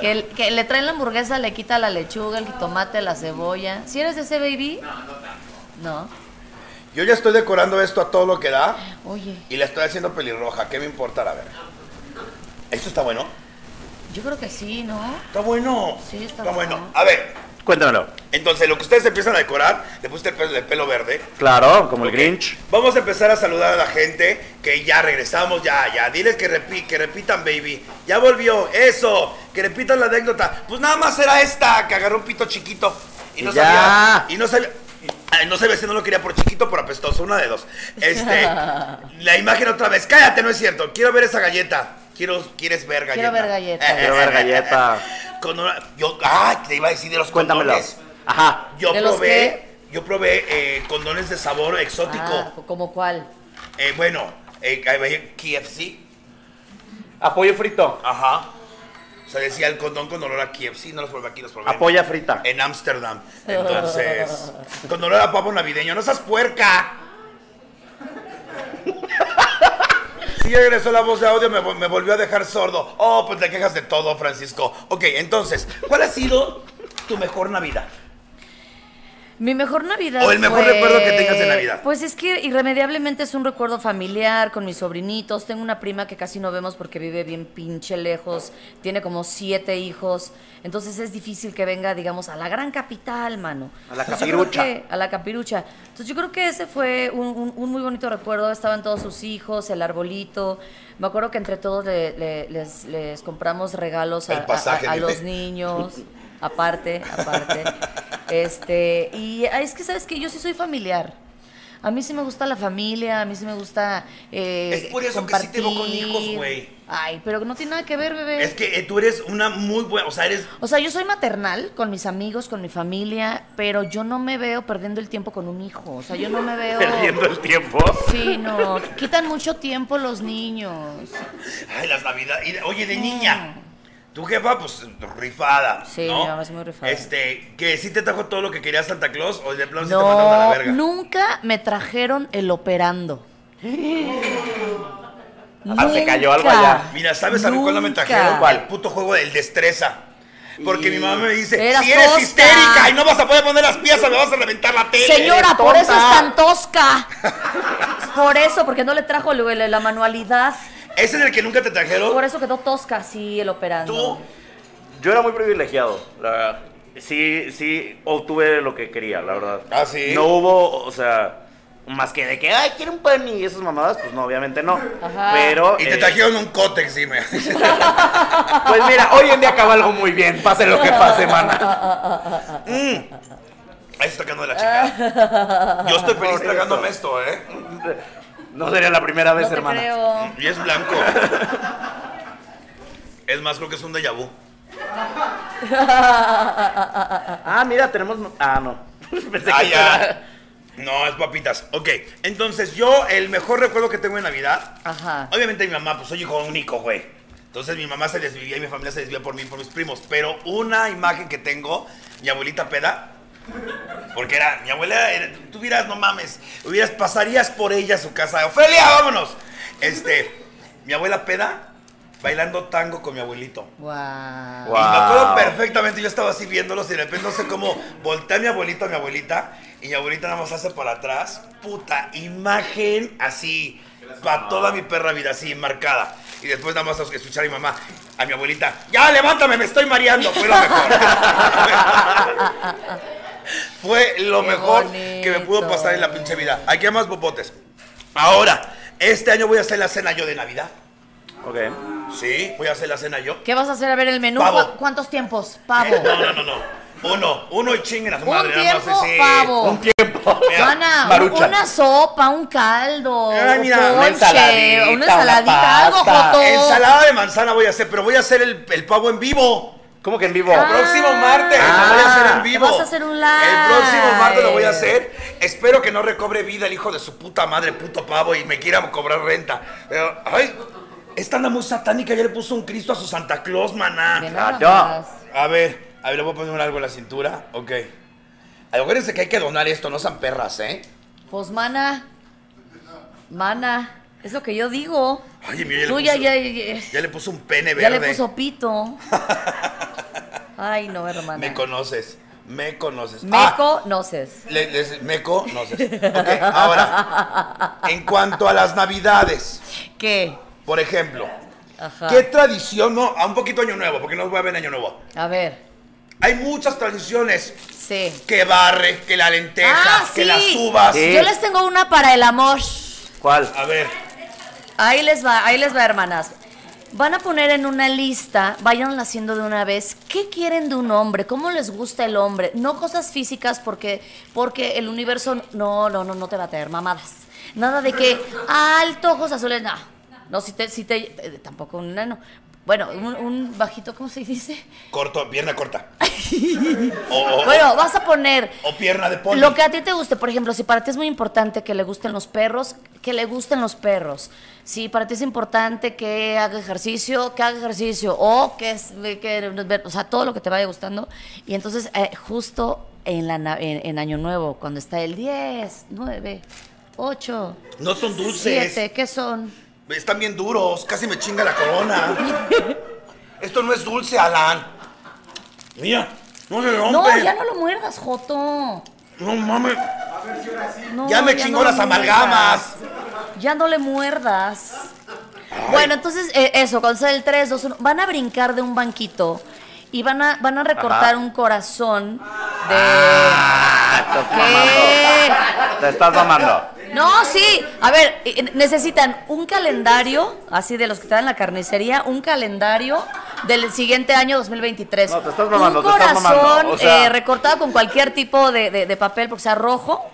[SPEAKER 2] que, el- que le traen la hamburguesa, le quita la lechuga, el jitomate, la cebolla. ¿Si eres de ese Baby? No, no No.
[SPEAKER 1] Yo ya estoy decorando esto a todo lo que da
[SPEAKER 2] Oye,
[SPEAKER 1] y la estoy haciendo pelirroja. ¿Qué me importa la verga? ¿Esto está bueno?
[SPEAKER 2] yo creo que sí, ¿no?
[SPEAKER 1] Está bueno.
[SPEAKER 2] Sí, está
[SPEAKER 1] bueno.
[SPEAKER 2] bueno.
[SPEAKER 1] A ver,
[SPEAKER 3] Cuéntamelo.
[SPEAKER 1] entonces lo que ustedes empiezan a decorar, le puse el pelo, el pelo verde.
[SPEAKER 3] Claro, como
[SPEAKER 1] Ok,
[SPEAKER 3] el Grinch.
[SPEAKER 1] Vamos a empezar a saludar a la gente que ya regresamos, ya, ya. Diles que, repi- que repitan, baby. Ya volvió, eso. Que repitan la anécdota. Pues nada más era esta, que agarró un pito chiquito. Y no
[SPEAKER 3] Ya.
[SPEAKER 1] sabía. Y no sabía. ay, No sabía si no lo quería por chiquito o por apestoso, una de dos. Este, la imagen otra vez. Cállate, no es cierto. Quiero ver esa galleta. Quiero, quieres ver galleta.
[SPEAKER 2] Quiero ver galleta.
[SPEAKER 3] Quiero ver galleta.
[SPEAKER 1] Con una, yo, ah, te iba a decir de los
[SPEAKER 3] Cuéntamelo.
[SPEAKER 1] condones.
[SPEAKER 3] Ajá.
[SPEAKER 1] Yo
[SPEAKER 2] ¿De los
[SPEAKER 1] probé, yo probé eh, condones de sabor exótico.
[SPEAKER 2] Ah, ¿Como cuál?
[SPEAKER 1] Eh, bueno, eh, ahí veía KFC.
[SPEAKER 3] Apoyo frito.
[SPEAKER 1] Ajá. O sea, decía el condón con olor a KFC. No los probé aquí, los probé. en-
[SPEAKER 3] Apoya frita.
[SPEAKER 1] En Ámsterdam. Entonces, con olor a pavo navideño. ¡No seas puerca! Si regresó la voz de audio, me, vol- me volvió a dejar sordo. Oh, pues te quejas de todo, Francisco. Ok, entonces, ¿cuál ha sido tu mejor Navidad?
[SPEAKER 2] Mi mejor Navidad.
[SPEAKER 1] O el mejor
[SPEAKER 2] fue-
[SPEAKER 1] recuerdo que tengas de Navidad.
[SPEAKER 2] Pues es que irremediablemente es un recuerdo familiar con mis sobrinitos. Tengo una prima que casi no vemos porque vive bien pinche lejos. Tiene como siete hijos. Entonces es difícil que venga, digamos, a la gran capital, mano.
[SPEAKER 3] A la
[SPEAKER 2] Entonces yo creo
[SPEAKER 3] capirucha.
[SPEAKER 2] que- a la capirucha. Entonces yo creo que ese fue un, un- un muy bonito recuerdo. Estaban todos sus hijos, el arbolito. Me acuerdo que entre todos le- le- les, les compramos regalos a-
[SPEAKER 1] El
[SPEAKER 2] a-
[SPEAKER 1] pasaje,
[SPEAKER 2] a- a
[SPEAKER 1] dile.
[SPEAKER 2] los niños, aparte, aparte. Este, y ah, es que sabes que yo sí soy familiar. A mí sí me gusta la familia, a mí sí me gusta eh,
[SPEAKER 1] Es por eso que sí te veo con
[SPEAKER 2] compartir.
[SPEAKER 1] hijos, güey.
[SPEAKER 2] Ay, pero no tiene nada que ver, bebé.
[SPEAKER 1] Es que eh, tú eres una muy buena. O sea, eres.
[SPEAKER 2] O sea, yo soy maternal con mis amigos, con mi familia, pero yo no me veo perdiendo el tiempo con un hijo. O sea, yo no me veo...
[SPEAKER 3] Perdiendo el tiempo.
[SPEAKER 2] Sí, no. Quitan mucho tiempo los niños.
[SPEAKER 1] Ay, las Navidades. Y de- Oye, de niña. Tu jefa, pues, rifada.
[SPEAKER 2] Sí,
[SPEAKER 1] ¿no?
[SPEAKER 2] mi mamá es muy rifada.
[SPEAKER 1] Este, que sí te trajo todo lo que quería Santa Claus o de plano sí te mandaron a la
[SPEAKER 2] No,
[SPEAKER 1] verga.
[SPEAKER 2] nunca me trajeron el operando.
[SPEAKER 3] Ah, se cayó algo allá.
[SPEAKER 1] Mira, ¿sabes a mí cuál no me
[SPEAKER 2] Nunca.
[SPEAKER 1] trajeron?
[SPEAKER 3] ¿Cuál?
[SPEAKER 1] El puto juego del destreza. Porque
[SPEAKER 3] Y-
[SPEAKER 1] mi mamá me dice,
[SPEAKER 2] Eras
[SPEAKER 1] si eres
[SPEAKER 2] tosca.
[SPEAKER 1] histérica y no vas a poder poner las piezas, me vas a reventar la tele.
[SPEAKER 2] Señora, por eso es
[SPEAKER 3] tonta.
[SPEAKER 2] tan tosca. Por eso, porque no le trajo el- el- la manualidad.
[SPEAKER 1] Ese es el que nunca te
[SPEAKER 2] Por
[SPEAKER 1] trajeron.
[SPEAKER 2] eso quedó tosca así el operando.
[SPEAKER 1] Tú,
[SPEAKER 3] Yo era muy privilegiado, la verdad. Sí, sí, obtuve lo que quería, la verdad.
[SPEAKER 1] ¿Ah, sí?
[SPEAKER 3] No hubo, o sea, más que de que, ay, quiero un pan y esas mamadas, pues no, obviamente no.
[SPEAKER 2] Ajá.
[SPEAKER 3] Pero.
[SPEAKER 1] y te
[SPEAKER 3] eh,
[SPEAKER 1] trajeron un cótex, dime.
[SPEAKER 3] Pues mira, hoy en día acaba algo muy bien, pase lo que pase,
[SPEAKER 2] Ah,
[SPEAKER 3] mana.
[SPEAKER 1] Mm. Ahí está sacando de la chica. Yo estoy feliz
[SPEAKER 3] Por
[SPEAKER 1] tragándome
[SPEAKER 3] eso.
[SPEAKER 1] esto, ¿eh?
[SPEAKER 3] No sería la primera vez,
[SPEAKER 2] no te
[SPEAKER 3] hermana.
[SPEAKER 2] creo.
[SPEAKER 1] Y es blanco. es más, creo que es un déjà vu.
[SPEAKER 3] Ah, mira, tenemos. Ah, no. Pensé
[SPEAKER 1] Ah,
[SPEAKER 3] que
[SPEAKER 1] ya. No, es papitas. Ok, entonces yo el mejor recuerdo que tengo de Navidad,
[SPEAKER 2] Ajá.
[SPEAKER 1] obviamente mi mamá, pues soy hijo único, güey. Entonces mi mamá se desvivía y mi familia se desvivía por mí y por mis primos. Pero una imagen que tengo, mi abuelita peda, porque era, mi abuela, era- tú hubieras, no mames, hubieras, pasarías por ella a su casa. Ofelia, vámonos. Este, mi abuela peda, bailando tango con mi abuelito.
[SPEAKER 2] Guau.
[SPEAKER 3] Guau.
[SPEAKER 1] Y me acuerdo
[SPEAKER 3] Wow.
[SPEAKER 1] perfectamente, yo estaba así viéndolos y de repente no sé cómo volteé a mi abuelito, a mi abuelita, y mi abuelita nada más hace para atrás. Puta, imagen así, para toda mi perra vida, así, marcada. Y después nada más escuchar a mi mamá, a mi abuelita, ya levántame, me estoy mareando. Fue lo mejor. Fue lo
[SPEAKER 2] Qué
[SPEAKER 1] mejor que me pudo
[SPEAKER 2] bonito.
[SPEAKER 1] pasar en la pinche vida. Aquí hay más popotes. Ahora, este año voy a hacer la cena yo de Navidad.
[SPEAKER 3] Ok.
[SPEAKER 1] Sí, voy a hacer la cena yo.
[SPEAKER 2] ¿Qué vas a hacer? A ver el menú.
[SPEAKER 1] Pavo.
[SPEAKER 2] ¿Cu- ¿Cuántos tiempos? Pavo.
[SPEAKER 1] No, no, no, no. Uno, uno y chinguen a su
[SPEAKER 2] Un
[SPEAKER 1] madre. nada más
[SPEAKER 2] tiempo,
[SPEAKER 1] así.
[SPEAKER 2] pavo.
[SPEAKER 3] Un tiempo.
[SPEAKER 1] Mira,
[SPEAKER 2] Juana,
[SPEAKER 3] Maruchan.
[SPEAKER 2] una sopa, un caldo,
[SPEAKER 1] Ay, mira,
[SPEAKER 2] un
[SPEAKER 1] una
[SPEAKER 2] ponche,
[SPEAKER 3] ensaladita,
[SPEAKER 2] una ensaladita,
[SPEAKER 3] una
[SPEAKER 2] algo
[SPEAKER 3] pasta.
[SPEAKER 2] joto.
[SPEAKER 1] Ensalada de manzana voy a hacer, pero voy a hacer el, el pavo en vivo.
[SPEAKER 3] ¿Cómo que en vivo?
[SPEAKER 1] El próximo martes
[SPEAKER 3] Ah.
[SPEAKER 1] lo voy a hacer en
[SPEAKER 2] Te
[SPEAKER 1] vivo.
[SPEAKER 2] vas a hacer un live.
[SPEAKER 1] El próximo martes lo voy a hacer. Espero que no recobre vida el hijo de su puta madre, puto pavo, y me quiera cobrar renta. Pero, ay, esta anda muy satánica, ya le puso un Cristo a su Santa Claus, maná.
[SPEAKER 2] Ve nada
[SPEAKER 3] Ah,
[SPEAKER 2] más.
[SPEAKER 1] A ver, a ver, le voy a poner algo en la cintura. Ok. Acuérdense que hay que donar esto, no sean perras, ¿eh?
[SPEAKER 2] Pues mana, mana, es lo que yo digo.
[SPEAKER 1] Ay, pues, mira, ya le
[SPEAKER 2] Tú ya,
[SPEAKER 1] puso-
[SPEAKER 2] ya, ya,
[SPEAKER 1] Ya le puso un pene
[SPEAKER 2] ya
[SPEAKER 1] verde.
[SPEAKER 2] le puso pito. Ay, no, hermana.
[SPEAKER 1] Me conoces. Me conoces.
[SPEAKER 2] Me
[SPEAKER 1] Ah,
[SPEAKER 2] conoces.
[SPEAKER 1] le- les- me conoces. Ok, ahora. En cuanto a las navidades,
[SPEAKER 2] ¿Qué?
[SPEAKER 1] por ejemplo,
[SPEAKER 2] Ajá.
[SPEAKER 1] ¿qué tradición? No, a un poquito año nuevo, porque no voy a ver en año nuevo.
[SPEAKER 2] A ver,
[SPEAKER 1] Hay muchas tradiciones.
[SPEAKER 2] sí.
[SPEAKER 1] Que barre, que la lenteja,
[SPEAKER 2] Ah,
[SPEAKER 1] que
[SPEAKER 2] sí.
[SPEAKER 1] las uvas.
[SPEAKER 3] Sí.
[SPEAKER 2] Yo les tengo una para el amor.
[SPEAKER 3] ¿Cuál?
[SPEAKER 1] A ver,
[SPEAKER 2] Ahí les va, ahí les va, hermanas. Van a poner en una lista, vayan haciendo de una vez, ¿qué quieren de un hombre? ¿Cómo les gusta el hombre? No cosas físicas porque, porque el universo no, no, no, no te va a traer mamadas. Nada de que alto, ojos azules, no. No, si te, si te, eh, tampoco un enano. Bueno, un, un bajito, ¿cómo se dice?
[SPEAKER 1] corto, pierna corta. o, o-
[SPEAKER 2] Bueno, vas a poner
[SPEAKER 1] o pierna de poli.
[SPEAKER 2] Lo que a ti te guste, por ejemplo, si para ti es muy importante que le gusten los perros, que le gusten los perros. Si para ti es importante que haga ejercicio, que haga ejercicio. O que es. que- o sea, todo lo que te vaya gustando. Y entonces, eh, justo en, la, na- en, en Año Nuevo, cuando está el 10, 9, 8,
[SPEAKER 1] No son dulces.
[SPEAKER 2] 7, ¿qué son?
[SPEAKER 1] Están bien duros, casi me chinga la corona. Esto no es dulce, Alan. Mira, no se rompe.
[SPEAKER 2] No, ya no lo muerdas, Joto.
[SPEAKER 1] No mames.
[SPEAKER 2] No,
[SPEAKER 1] ya me chingó
[SPEAKER 2] no
[SPEAKER 1] las
[SPEAKER 2] le
[SPEAKER 1] amalgamas.
[SPEAKER 2] muerdas. Ya no le muerdas. Bueno, entonces, eh, eso, cuando sea el 3, 2, 1, van a brincar de un banquito y van a, van a recortar
[SPEAKER 3] Ajá.
[SPEAKER 2] un corazón de.
[SPEAKER 1] Ah.
[SPEAKER 3] Estás
[SPEAKER 2] ¿Qué?
[SPEAKER 3] mamando. Te estás mamando.
[SPEAKER 2] No, sí. A ver, eh, necesitan un calendario, así de los que te dan en la carnicería, un calendario del siguiente año 2023.
[SPEAKER 3] No, te estás mamando,
[SPEAKER 2] un
[SPEAKER 3] te estás
[SPEAKER 2] corazón
[SPEAKER 3] mamando, o sea.
[SPEAKER 2] eh, recortado con cualquier tipo de, de- de papel, porque sea rojo.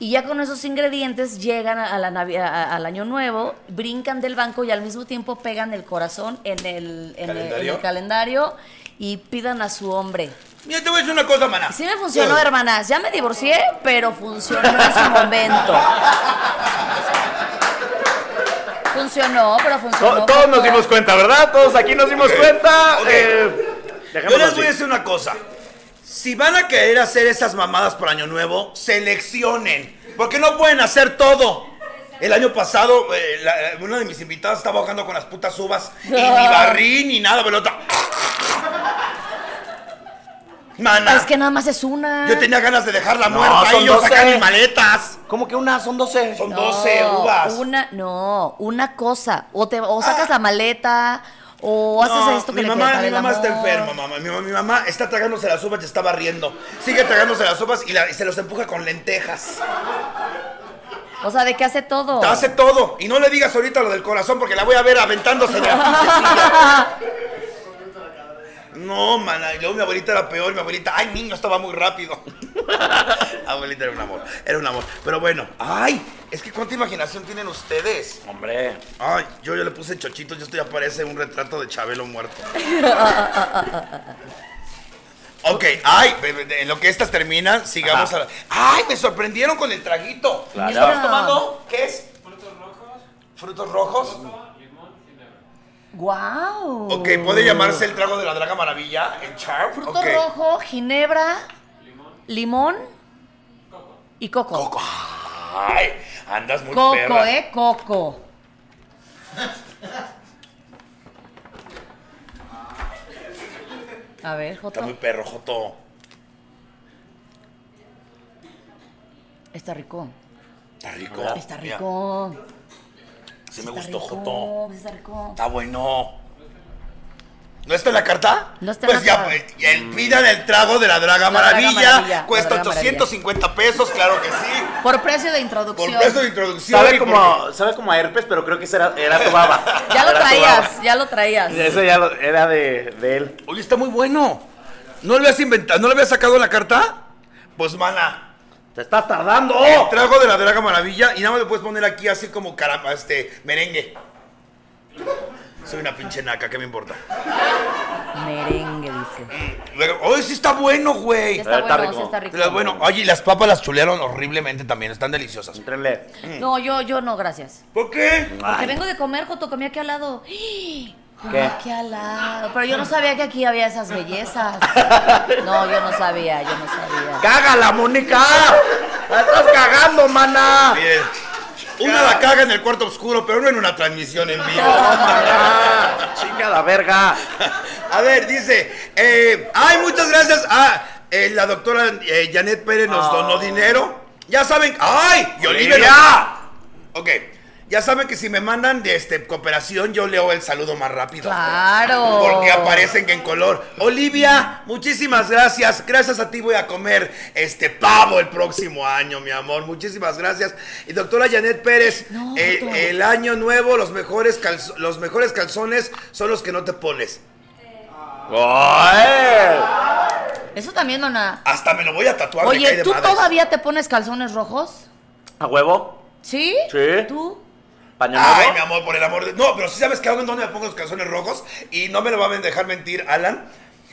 [SPEAKER 2] Y ya con esos ingredientes llegan a- a la Navi- a- a- al año nuevo, brincan del banco y al mismo tiempo pegan el corazón en el, en el- en el
[SPEAKER 1] ¿Calendario?
[SPEAKER 2] calendario y pidan a su hombre.
[SPEAKER 1] Mira, te voy a decir una cosa, maná.
[SPEAKER 2] Sí me funcionó, hermanas. Ya me divorcié, pero funcionó en su momento. Funcionó, pero funcionó.
[SPEAKER 3] To- todos nos dimos cuenta, ¿verdad? Todos aquí nos dimos cuenta.
[SPEAKER 1] Ok.
[SPEAKER 3] eh,
[SPEAKER 1] Yo les
[SPEAKER 3] dejémoslo
[SPEAKER 1] voy a
[SPEAKER 3] así.
[SPEAKER 1] decir una cosa. Si van a querer hacer esas mamadas para Año Nuevo, seleccionen. Porque no pueden hacer todo. El año pasado, eh, la- eh, uno de mis invitados estaba jugando con las putas uvas. Y ni barrí, ni nada, pelota. Mana,
[SPEAKER 2] Es que nada más es una.
[SPEAKER 1] yo tenía ganas de dejarla
[SPEAKER 3] No,
[SPEAKER 1] muerta
[SPEAKER 3] son
[SPEAKER 1] y yo sacar
[SPEAKER 3] 12.
[SPEAKER 1] mis maletas.
[SPEAKER 3] ¿Cómo que una? Son 12.
[SPEAKER 1] Son
[SPEAKER 2] No,
[SPEAKER 1] 12 uvas. Ah.
[SPEAKER 2] Una, no, una cosa. O, te, o sacas la maleta, o haces
[SPEAKER 1] No,
[SPEAKER 2] esto que
[SPEAKER 1] mi
[SPEAKER 2] le
[SPEAKER 1] mamá,
[SPEAKER 2] quieres dar
[SPEAKER 1] mi
[SPEAKER 2] el
[SPEAKER 1] mamá está
[SPEAKER 2] amor.
[SPEAKER 1] enferma, mamá. Mi, mamá- mi mamá está tragándose las uvas y está barriendo. Sigue tragándose las uvas y, la- y se los empuja con lentejas.
[SPEAKER 2] O sea, de que hace todo.
[SPEAKER 1] Te hace todo. Y no le digas ahorita lo del corazón porque la voy a ver aventándose de la pinche silla. No, mana, yo mi abuelita era peor, mi abuelita, ay niño, estaba muy rápido. abuelita era un amor, era un amor. Pero bueno, ay, es que cuánta imaginación tienen ustedes.
[SPEAKER 3] Hombre.
[SPEAKER 1] Ay, yo ya le puse chochitos, yo estoy aparece un retrato de Chabelo muerto. ok, ay, be- be- en lo que estas terminan, sigamos
[SPEAKER 3] Ajá.
[SPEAKER 1] a la... Ay, me sorprendieron con el traguito.
[SPEAKER 3] Claro.
[SPEAKER 1] ¿Qué estás tomando? ¿Qué es? Frutos rojos. ¿Frutos rojos?
[SPEAKER 2] ¡Guau!
[SPEAKER 1] Ok, puede llamarse el trago de la Draga Maravilla, el char.
[SPEAKER 2] Fruto
[SPEAKER 1] ok.
[SPEAKER 2] rojo, ginebra, limón, y coco.
[SPEAKER 1] Coco. Ay,
[SPEAKER 2] ¿eh?
[SPEAKER 1] andas muy
[SPEAKER 2] Coco,
[SPEAKER 1] perra.
[SPEAKER 2] eh, coco. A ver, Joto.
[SPEAKER 1] Está muy perro, Joto.
[SPEAKER 2] Está rico.
[SPEAKER 1] Está rico.
[SPEAKER 2] Está
[SPEAKER 1] Mira,
[SPEAKER 2] rico.
[SPEAKER 1] sí me
[SPEAKER 2] Está
[SPEAKER 1] gustó,
[SPEAKER 2] rico,
[SPEAKER 1] Joto.
[SPEAKER 2] Está rico.
[SPEAKER 1] Está bueno. ¿No está en la carta?
[SPEAKER 2] No está en
[SPEAKER 1] pues
[SPEAKER 2] la
[SPEAKER 1] ya,
[SPEAKER 2] carta.
[SPEAKER 1] pues, y el pidan el trago de la Draga
[SPEAKER 2] La Draga
[SPEAKER 1] Maravilla.
[SPEAKER 2] Maravilla, la
[SPEAKER 1] Cuesta
[SPEAKER 2] Draga Maravilla.
[SPEAKER 1] 850 pesos, claro que sí.
[SPEAKER 2] Por precio de introducción.
[SPEAKER 1] Por precio de introducción.
[SPEAKER 3] Sabe
[SPEAKER 1] y por-
[SPEAKER 3] como, sabe como a herpes, pero creo que ese era, era tu baba.
[SPEAKER 2] Ya lo
[SPEAKER 3] Era tu
[SPEAKER 2] traías,
[SPEAKER 3] baba.
[SPEAKER 2] ya lo traías.
[SPEAKER 3] Ese ya lo- era de, de él.
[SPEAKER 1] Oye, está muy bueno. ¿No lo habías inventado? ¿No lo habías sacado la carta? Pues, mana.
[SPEAKER 3] ¡Te estás tardando!
[SPEAKER 1] El trago de la Draga Maravilla y nada más le puedes poner aquí así como caramba, este, merengue. Soy una pinche naca, ¿qué me importa?
[SPEAKER 2] Merengue, dice.
[SPEAKER 1] Luego, ¡Ay, sí está bueno,
[SPEAKER 2] Ya
[SPEAKER 1] güey!
[SPEAKER 2] está,
[SPEAKER 3] Está
[SPEAKER 2] bueno,
[SPEAKER 3] rico.
[SPEAKER 2] sí está rico.
[SPEAKER 1] Pero Bueno, oye, y las papas las chulearon horriblemente también, están deliciosas.
[SPEAKER 3] Entrenle.
[SPEAKER 2] No, yo, yo no, gracias.
[SPEAKER 1] ¿Por qué?
[SPEAKER 2] Porque vengo de comer, Joto, comí aquí al lado. Comí
[SPEAKER 3] ¿Qué?
[SPEAKER 2] aquí al lado. Pero yo no sabía que aquí había esas bellezas. No, yo no sabía, yo no sabía.
[SPEAKER 3] ¡Cágala, Mónica! ¡La estás cagando, mana!
[SPEAKER 1] Miren, una la caga en el cuarto oscuro, pero no en una transmisión en vivo.
[SPEAKER 3] Ah, ¡Chinga la verga!
[SPEAKER 1] A ver, dice, eh, ay, muchas gracias a eh, la doctora eh, Janet Pérez nos donó dinero. Ya saben, ay, y Olivia.
[SPEAKER 3] Olivia.
[SPEAKER 1] Ok, ya saben que si me mandan de este, cooperación, yo leo el saludo más rápido.
[SPEAKER 2] Claro.
[SPEAKER 1] Porque aparecen en color. Olivia, muchísimas gracias. Gracias a ti voy a comer este pavo el próximo año, mi amor. Muchísimas gracias. Y doctora Janet Pérez,
[SPEAKER 2] No,
[SPEAKER 1] eh,
[SPEAKER 2] doctor.
[SPEAKER 1] el año nuevo, los mejores, calzo- los mejores calzones son los que no te pones.
[SPEAKER 3] ¡Ay!
[SPEAKER 2] Eso también, nada.
[SPEAKER 1] Hasta me lo voy a tatuar. me cae
[SPEAKER 2] Oye,
[SPEAKER 1] de
[SPEAKER 2] ¿tú
[SPEAKER 1] madres.
[SPEAKER 2] todavía te pones calzones rojos?
[SPEAKER 3] ¿A huevo?
[SPEAKER 2] ¿Sí?
[SPEAKER 3] Sí.
[SPEAKER 2] ¿Tú?
[SPEAKER 3] ¿Paño nuevo?
[SPEAKER 1] Ay, mi amor, por el amor de... No, pero sí sabes que hago en dónde me pongo los calzones rojos y no me lo va a dejar mentir, Alan.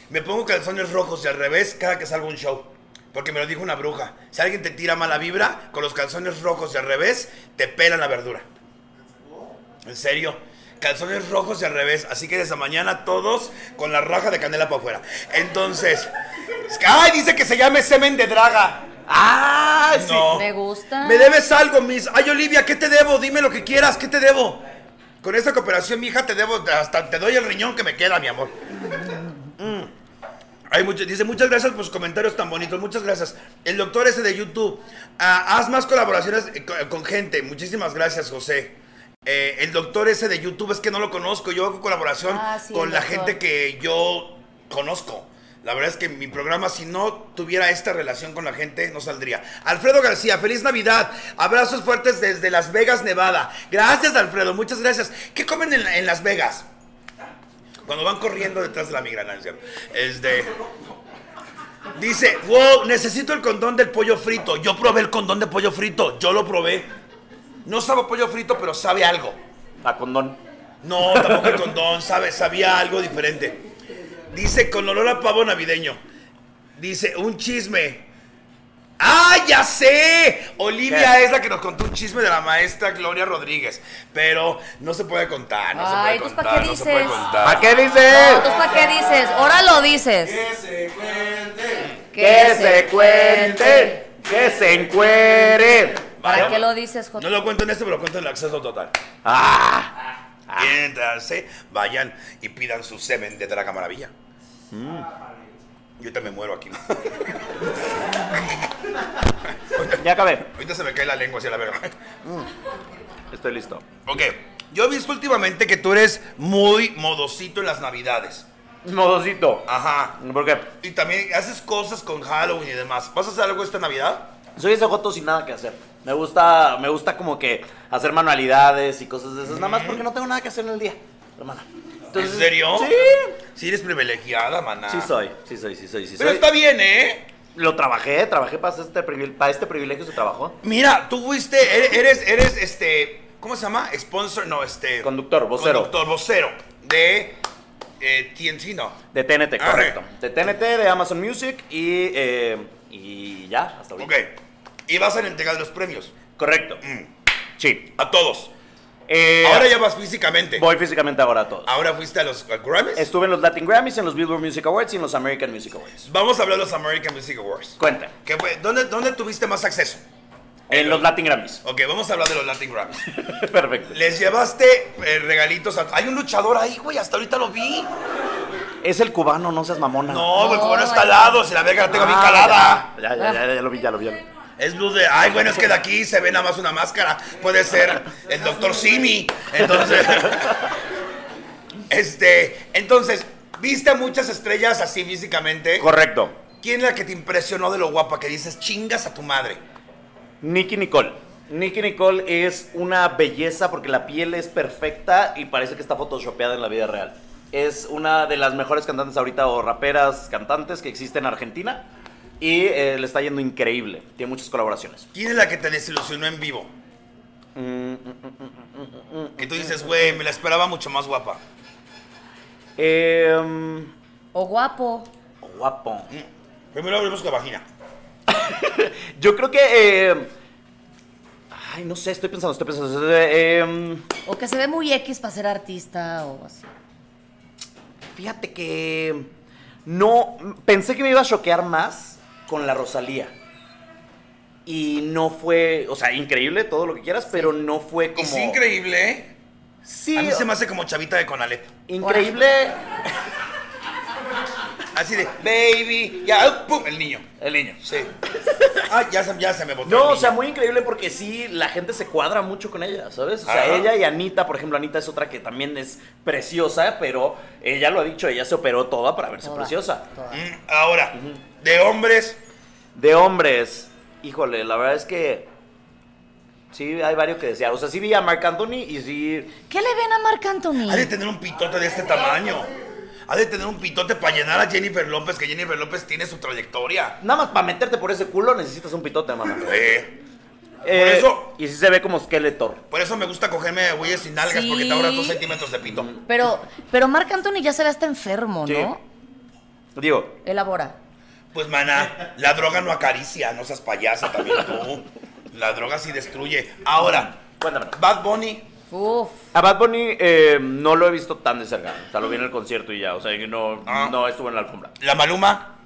[SPEAKER 1] Me pongo calzones rojos y al revés cada que salgo a un show. Porque me lo dijo una bruja. Si alguien te tira mala vibra, con los calzones rojos y al revés, te pelan la verdura. En serio. Calzones rojos y al revés. Así que desde mañana todos con la raja de canela para afuera. Entonces... es que- ¡Ay! Dice que se llame semen de draga.
[SPEAKER 3] ¡Ay, sí!
[SPEAKER 1] No.
[SPEAKER 2] Me gusta.
[SPEAKER 1] Me debes algo, Miss. Ay, Olivia, ¿qué te debo? Dime lo que quieras, ¿qué te debo? Con esta cooperación, mi hija, te debo, hasta te doy el riñón que me queda, mi amor. Mm. Hay mucho- dice, muchas gracias por sus comentarios tan bonitos, muchas gracias. El doctor ese de YouTube, ah, haz más colaboraciones eh, co- con gente, muchísimas gracias, José. Eh, el doctor ese de YouTube es que no lo conozco, yo hago colaboración
[SPEAKER 2] Ah, sí,
[SPEAKER 1] con
[SPEAKER 2] el
[SPEAKER 1] la
[SPEAKER 2] doctor.
[SPEAKER 1] gente que yo conozco. La verdad es que mi programa, si no tuviera esta relación con la gente, no saldría. Alfredo García, feliz Navidad. Abrazos fuertes desde Las Vegas, Nevada. Gracias, Alfredo, muchas gracias. ¿Qué comen en, en Las Vegas? Cuando van corriendo detrás de la migrana, ¿cierto? Este. Dice, wow, necesito el condón del pollo frito. Yo probé el condón de pollo frito, yo lo probé. No sabe a pollo frito, pero sabe algo.
[SPEAKER 3] A condón.
[SPEAKER 1] No, tampoco el condón, sabe, sabía algo diferente. Dice con olor a pavo navideño. Dice un chisme. ¡Ah, ya sé! Olivia
[SPEAKER 3] ¿Qué?
[SPEAKER 1] es la que nos contó un chisme de la maestra Gloria Rodríguez. Pero no se puede contar, no
[SPEAKER 2] Ay,
[SPEAKER 1] se puede
[SPEAKER 2] entonces,
[SPEAKER 1] contar,
[SPEAKER 2] ¿para qué
[SPEAKER 1] no se puede
[SPEAKER 2] dices?
[SPEAKER 1] contar.
[SPEAKER 3] ¿A qué
[SPEAKER 2] No,
[SPEAKER 3] dices?
[SPEAKER 2] ¿Tú para qué dices? Ahora lo dices. Que se cuente.
[SPEAKER 3] Que se cuente, que se encuere.
[SPEAKER 2] ¿Para
[SPEAKER 1] Vale.
[SPEAKER 2] qué lo dices, Joto?
[SPEAKER 1] No lo cuento en este, pero lo cuento en el acceso total.
[SPEAKER 3] Ah,
[SPEAKER 1] Miéntrase, vayan y pidan su semen de Draga Maravilla. Yo te me muero aquí.
[SPEAKER 3] ya acabé.
[SPEAKER 1] Ahorita se me cae la lengua hacia la verga.
[SPEAKER 3] Estoy listo.
[SPEAKER 1] Ok, yo he visto últimamente que tú eres muy modosito en las navidades.
[SPEAKER 3] Modosito.
[SPEAKER 1] Ajá.
[SPEAKER 3] ¿Por qué?
[SPEAKER 1] Y también haces cosas con Halloween y demás. ¿Vas a hacer algo esta Navidad?
[SPEAKER 3] Soy ese joto sin nada que hacer. Me gusta, me gusta como que hacer manualidades y cosas de esas. Nada más porque no tengo nada que hacer en el día, hermana. Entonces-
[SPEAKER 1] ¿En serio?
[SPEAKER 3] Sí.
[SPEAKER 1] Sí, eres privilegiada, maná.
[SPEAKER 3] Sí soy, sí soy, sí soy, sí
[SPEAKER 1] Pero
[SPEAKER 3] soy.
[SPEAKER 1] está bien, ¿eh?
[SPEAKER 3] Lo trabajé, trabajé para este, privil- para este privilegio, se trabajó.
[SPEAKER 1] Mira, tú fuiste, er- eres, eres, este, ¿cómo se llama? Sponsor, no, este.
[SPEAKER 3] Conductor, vocero.
[SPEAKER 1] Conductor, vocero de eh, TNT, no.
[SPEAKER 3] De TNT,
[SPEAKER 1] Arre.
[SPEAKER 3] correcto. De TNT, de Amazon Music y, eh, y ya, hasta ahorita.
[SPEAKER 1] Ok. Y vas a entregar los premios.
[SPEAKER 3] Correcto.
[SPEAKER 1] Mm.
[SPEAKER 3] Sí.
[SPEAKER 1] A todos.
[SPEAKER 3] Eh,
[SPEAKER 1] Ahora ya Ah, vas físicamente.
[SPEAKER 3] Voy físicamente ahora a todos.
[SPEAKER 1] Ahora fuiste a los a Grammys.
[SPEAKER 3] Estuve en los Latin Grammys, en los Billboard Music Awards y en los American Music Awards.
[SPEAKER 1] Vamos a hablar de los American Music Awards.
[SPEAKER 3] Cuenta.
[SPEAKER 1] ¿Qué fue? ¿Dónde, ¿Dónde tuviste más acceso?
[SPEAKER 3] En los Latin Grammys.
[SPEAKER 1] Ok, vamos a hablar de los Latin Grammys.
[SPEAKER 3] Perfecto.
[SPEAKER 1] Les llevaste eh, regalitos a... Hay un luchador ahí, güey, hasta ahorita lo vi.
[SPEAKER 3] Es el cubano, no seas mamona.
[SPEAKER 1] No, güey,
[SPEAKER 2] No,
[SPEAKER 1] como no está
[SPEAKER 2] ay.
[SPEAKER 1] al lado, si la verga la tengo bien
[SPEAKER 3] Ah,
[SPEAKER 1] calada.
[SPEAKER 3] Ya, ya, ya, ya, ya lo vi, ya lo vi. ya lo vi.
[SPEAKER 1] Es luz de. Ay, bueno, es que de aquí se ve nada más una máscara. Puede ser el doctor Simi. Entonces. este. Entonces, viste a muchas estrellas así físicamente.
[SPEAKER 3] Correcto.
[SPEAKER 1] ¿Quién es la que te impresionó de lo guapa que dices chingas a tu madre?
[SPEAKER 3] Nicky Nicole. Nicky Nicole es una belleza porque la piel es perfecta y parece que está photoshopeada en la vida real. Es una de las mejores cantantes ahorita o raperas cantantes que existe en Argentina y eh, le está yendo increíble. Tiene muchas colaboraciones.
[SPEAKER 1] ¿Quién es la que te desilusionó en vivo? Que tú dices, güey, me la esperaba mucho más guapa.
[SPEAKER 3] Em,
[SPEAKER 2] O guapo.
[SPEAKER 3] guapo.
[SPEAKER 1] Primero abrimos con la vagina.
[SPEAKER 3] Yo creo que... eh, ay, no sé, estoy pensando, estoy pensando. Eh, em,
[SPEAKER 2] O que se ve muy X para ser artista o así.
[SPEAKER 3] Fíjate que no pensé que me iba a choquear más con la Rosalía. Y no fue, o sea, increíble todo lo que quieras, pero no fue
[SPEAKER 1] Y
[SPEAKER 3] como
[SPEAKER 1] sí, increíble, ¿eh?
[SPEAKER 3] Sí,
[SPEAKER 1] A mí se me hace como chavita de Conalep.
[SPEAKER 3] increíble.
[SPEAKER 1] Así de, baby, ya, pum, el niño.
[SPEAKER 3] El niño.
[SPEAKER 1] Sí. Ah, ya se, ya se me botó. el
[SPEAKER 3] No, o
[SPEAKER 1] niño.
[SPEAKER 3] sea, muy increíble porque sí, la gente se cuadra mucho con ella, ¿sabes? O sea,
[SPEAKER 1] Ajá.
[SPEAKER 3] ella y Anita, por ejemplo, Anita es otra que también es preciosa, pero ella lo ha dicho, ella se operó toda para verse
[SPEAKER 2] Toda,
[SPEAKER 3] preciosa.
[SPEAKER 2] toda.
[SPEAKER 1] Mm, Ahora, de hombres,
[SPEAKER 3] De hombres, híjole, la verdad es que sí hay varios que desear. O sea, sí vi a Marc Anthony y sí
[SPEAKER 2] ¿Qué le ven a Marc Anthony?
[SPEAKER 1] ha de tener un pitote de este tamaño. Ha de tener un pitote para llenar a Jennifer López, que Jennifer López tiene su trayectoria.
[SPEAKER 3] Nada más para meterte por ese culo necesitas un pitote, mamá.
[SPEAKER 1] Eh,
[SPEAKER 3] Eh,
[SPEAKER 1] eso-
[SPEAKER 3] Y sí se ve como Skeletor.
[SPEAKER 1] por eso me gusta cogerme güeyes sin nalgas,
[SPEAKER 2] Sí.
[SPEAKER 1] porque te ahorras dos centímetros de pito.
[SPEAKER 2] Pero, pero Marc Anthony ya se ve hasta enfermo,
[SPEAKER 3] Sí.
[SPEAKER 2] ¿no?
[SPEAKER 3] Digo,
[SPEAKER 2] Elabora.
[SPEAKER 1] Pues, maná, la droga no acaricia, no seas payasa también tú. La droga sí destruye. Ahora,
[SPEAKER 3] cuéntame.
[SPEAKER 1] Bad Bunny,
[SPEAKER 2] Uf.
[SPEAKER 3] A Bad Bunny eh, no lo he visto tan de cerca. O sea, lo vi en el concierto y ya. O sea, que no,
[SPEAKER 1] Ah.
[SPEAKER 3] no estuvo en la alfombra.
[SPEAKER 1] la Maluma,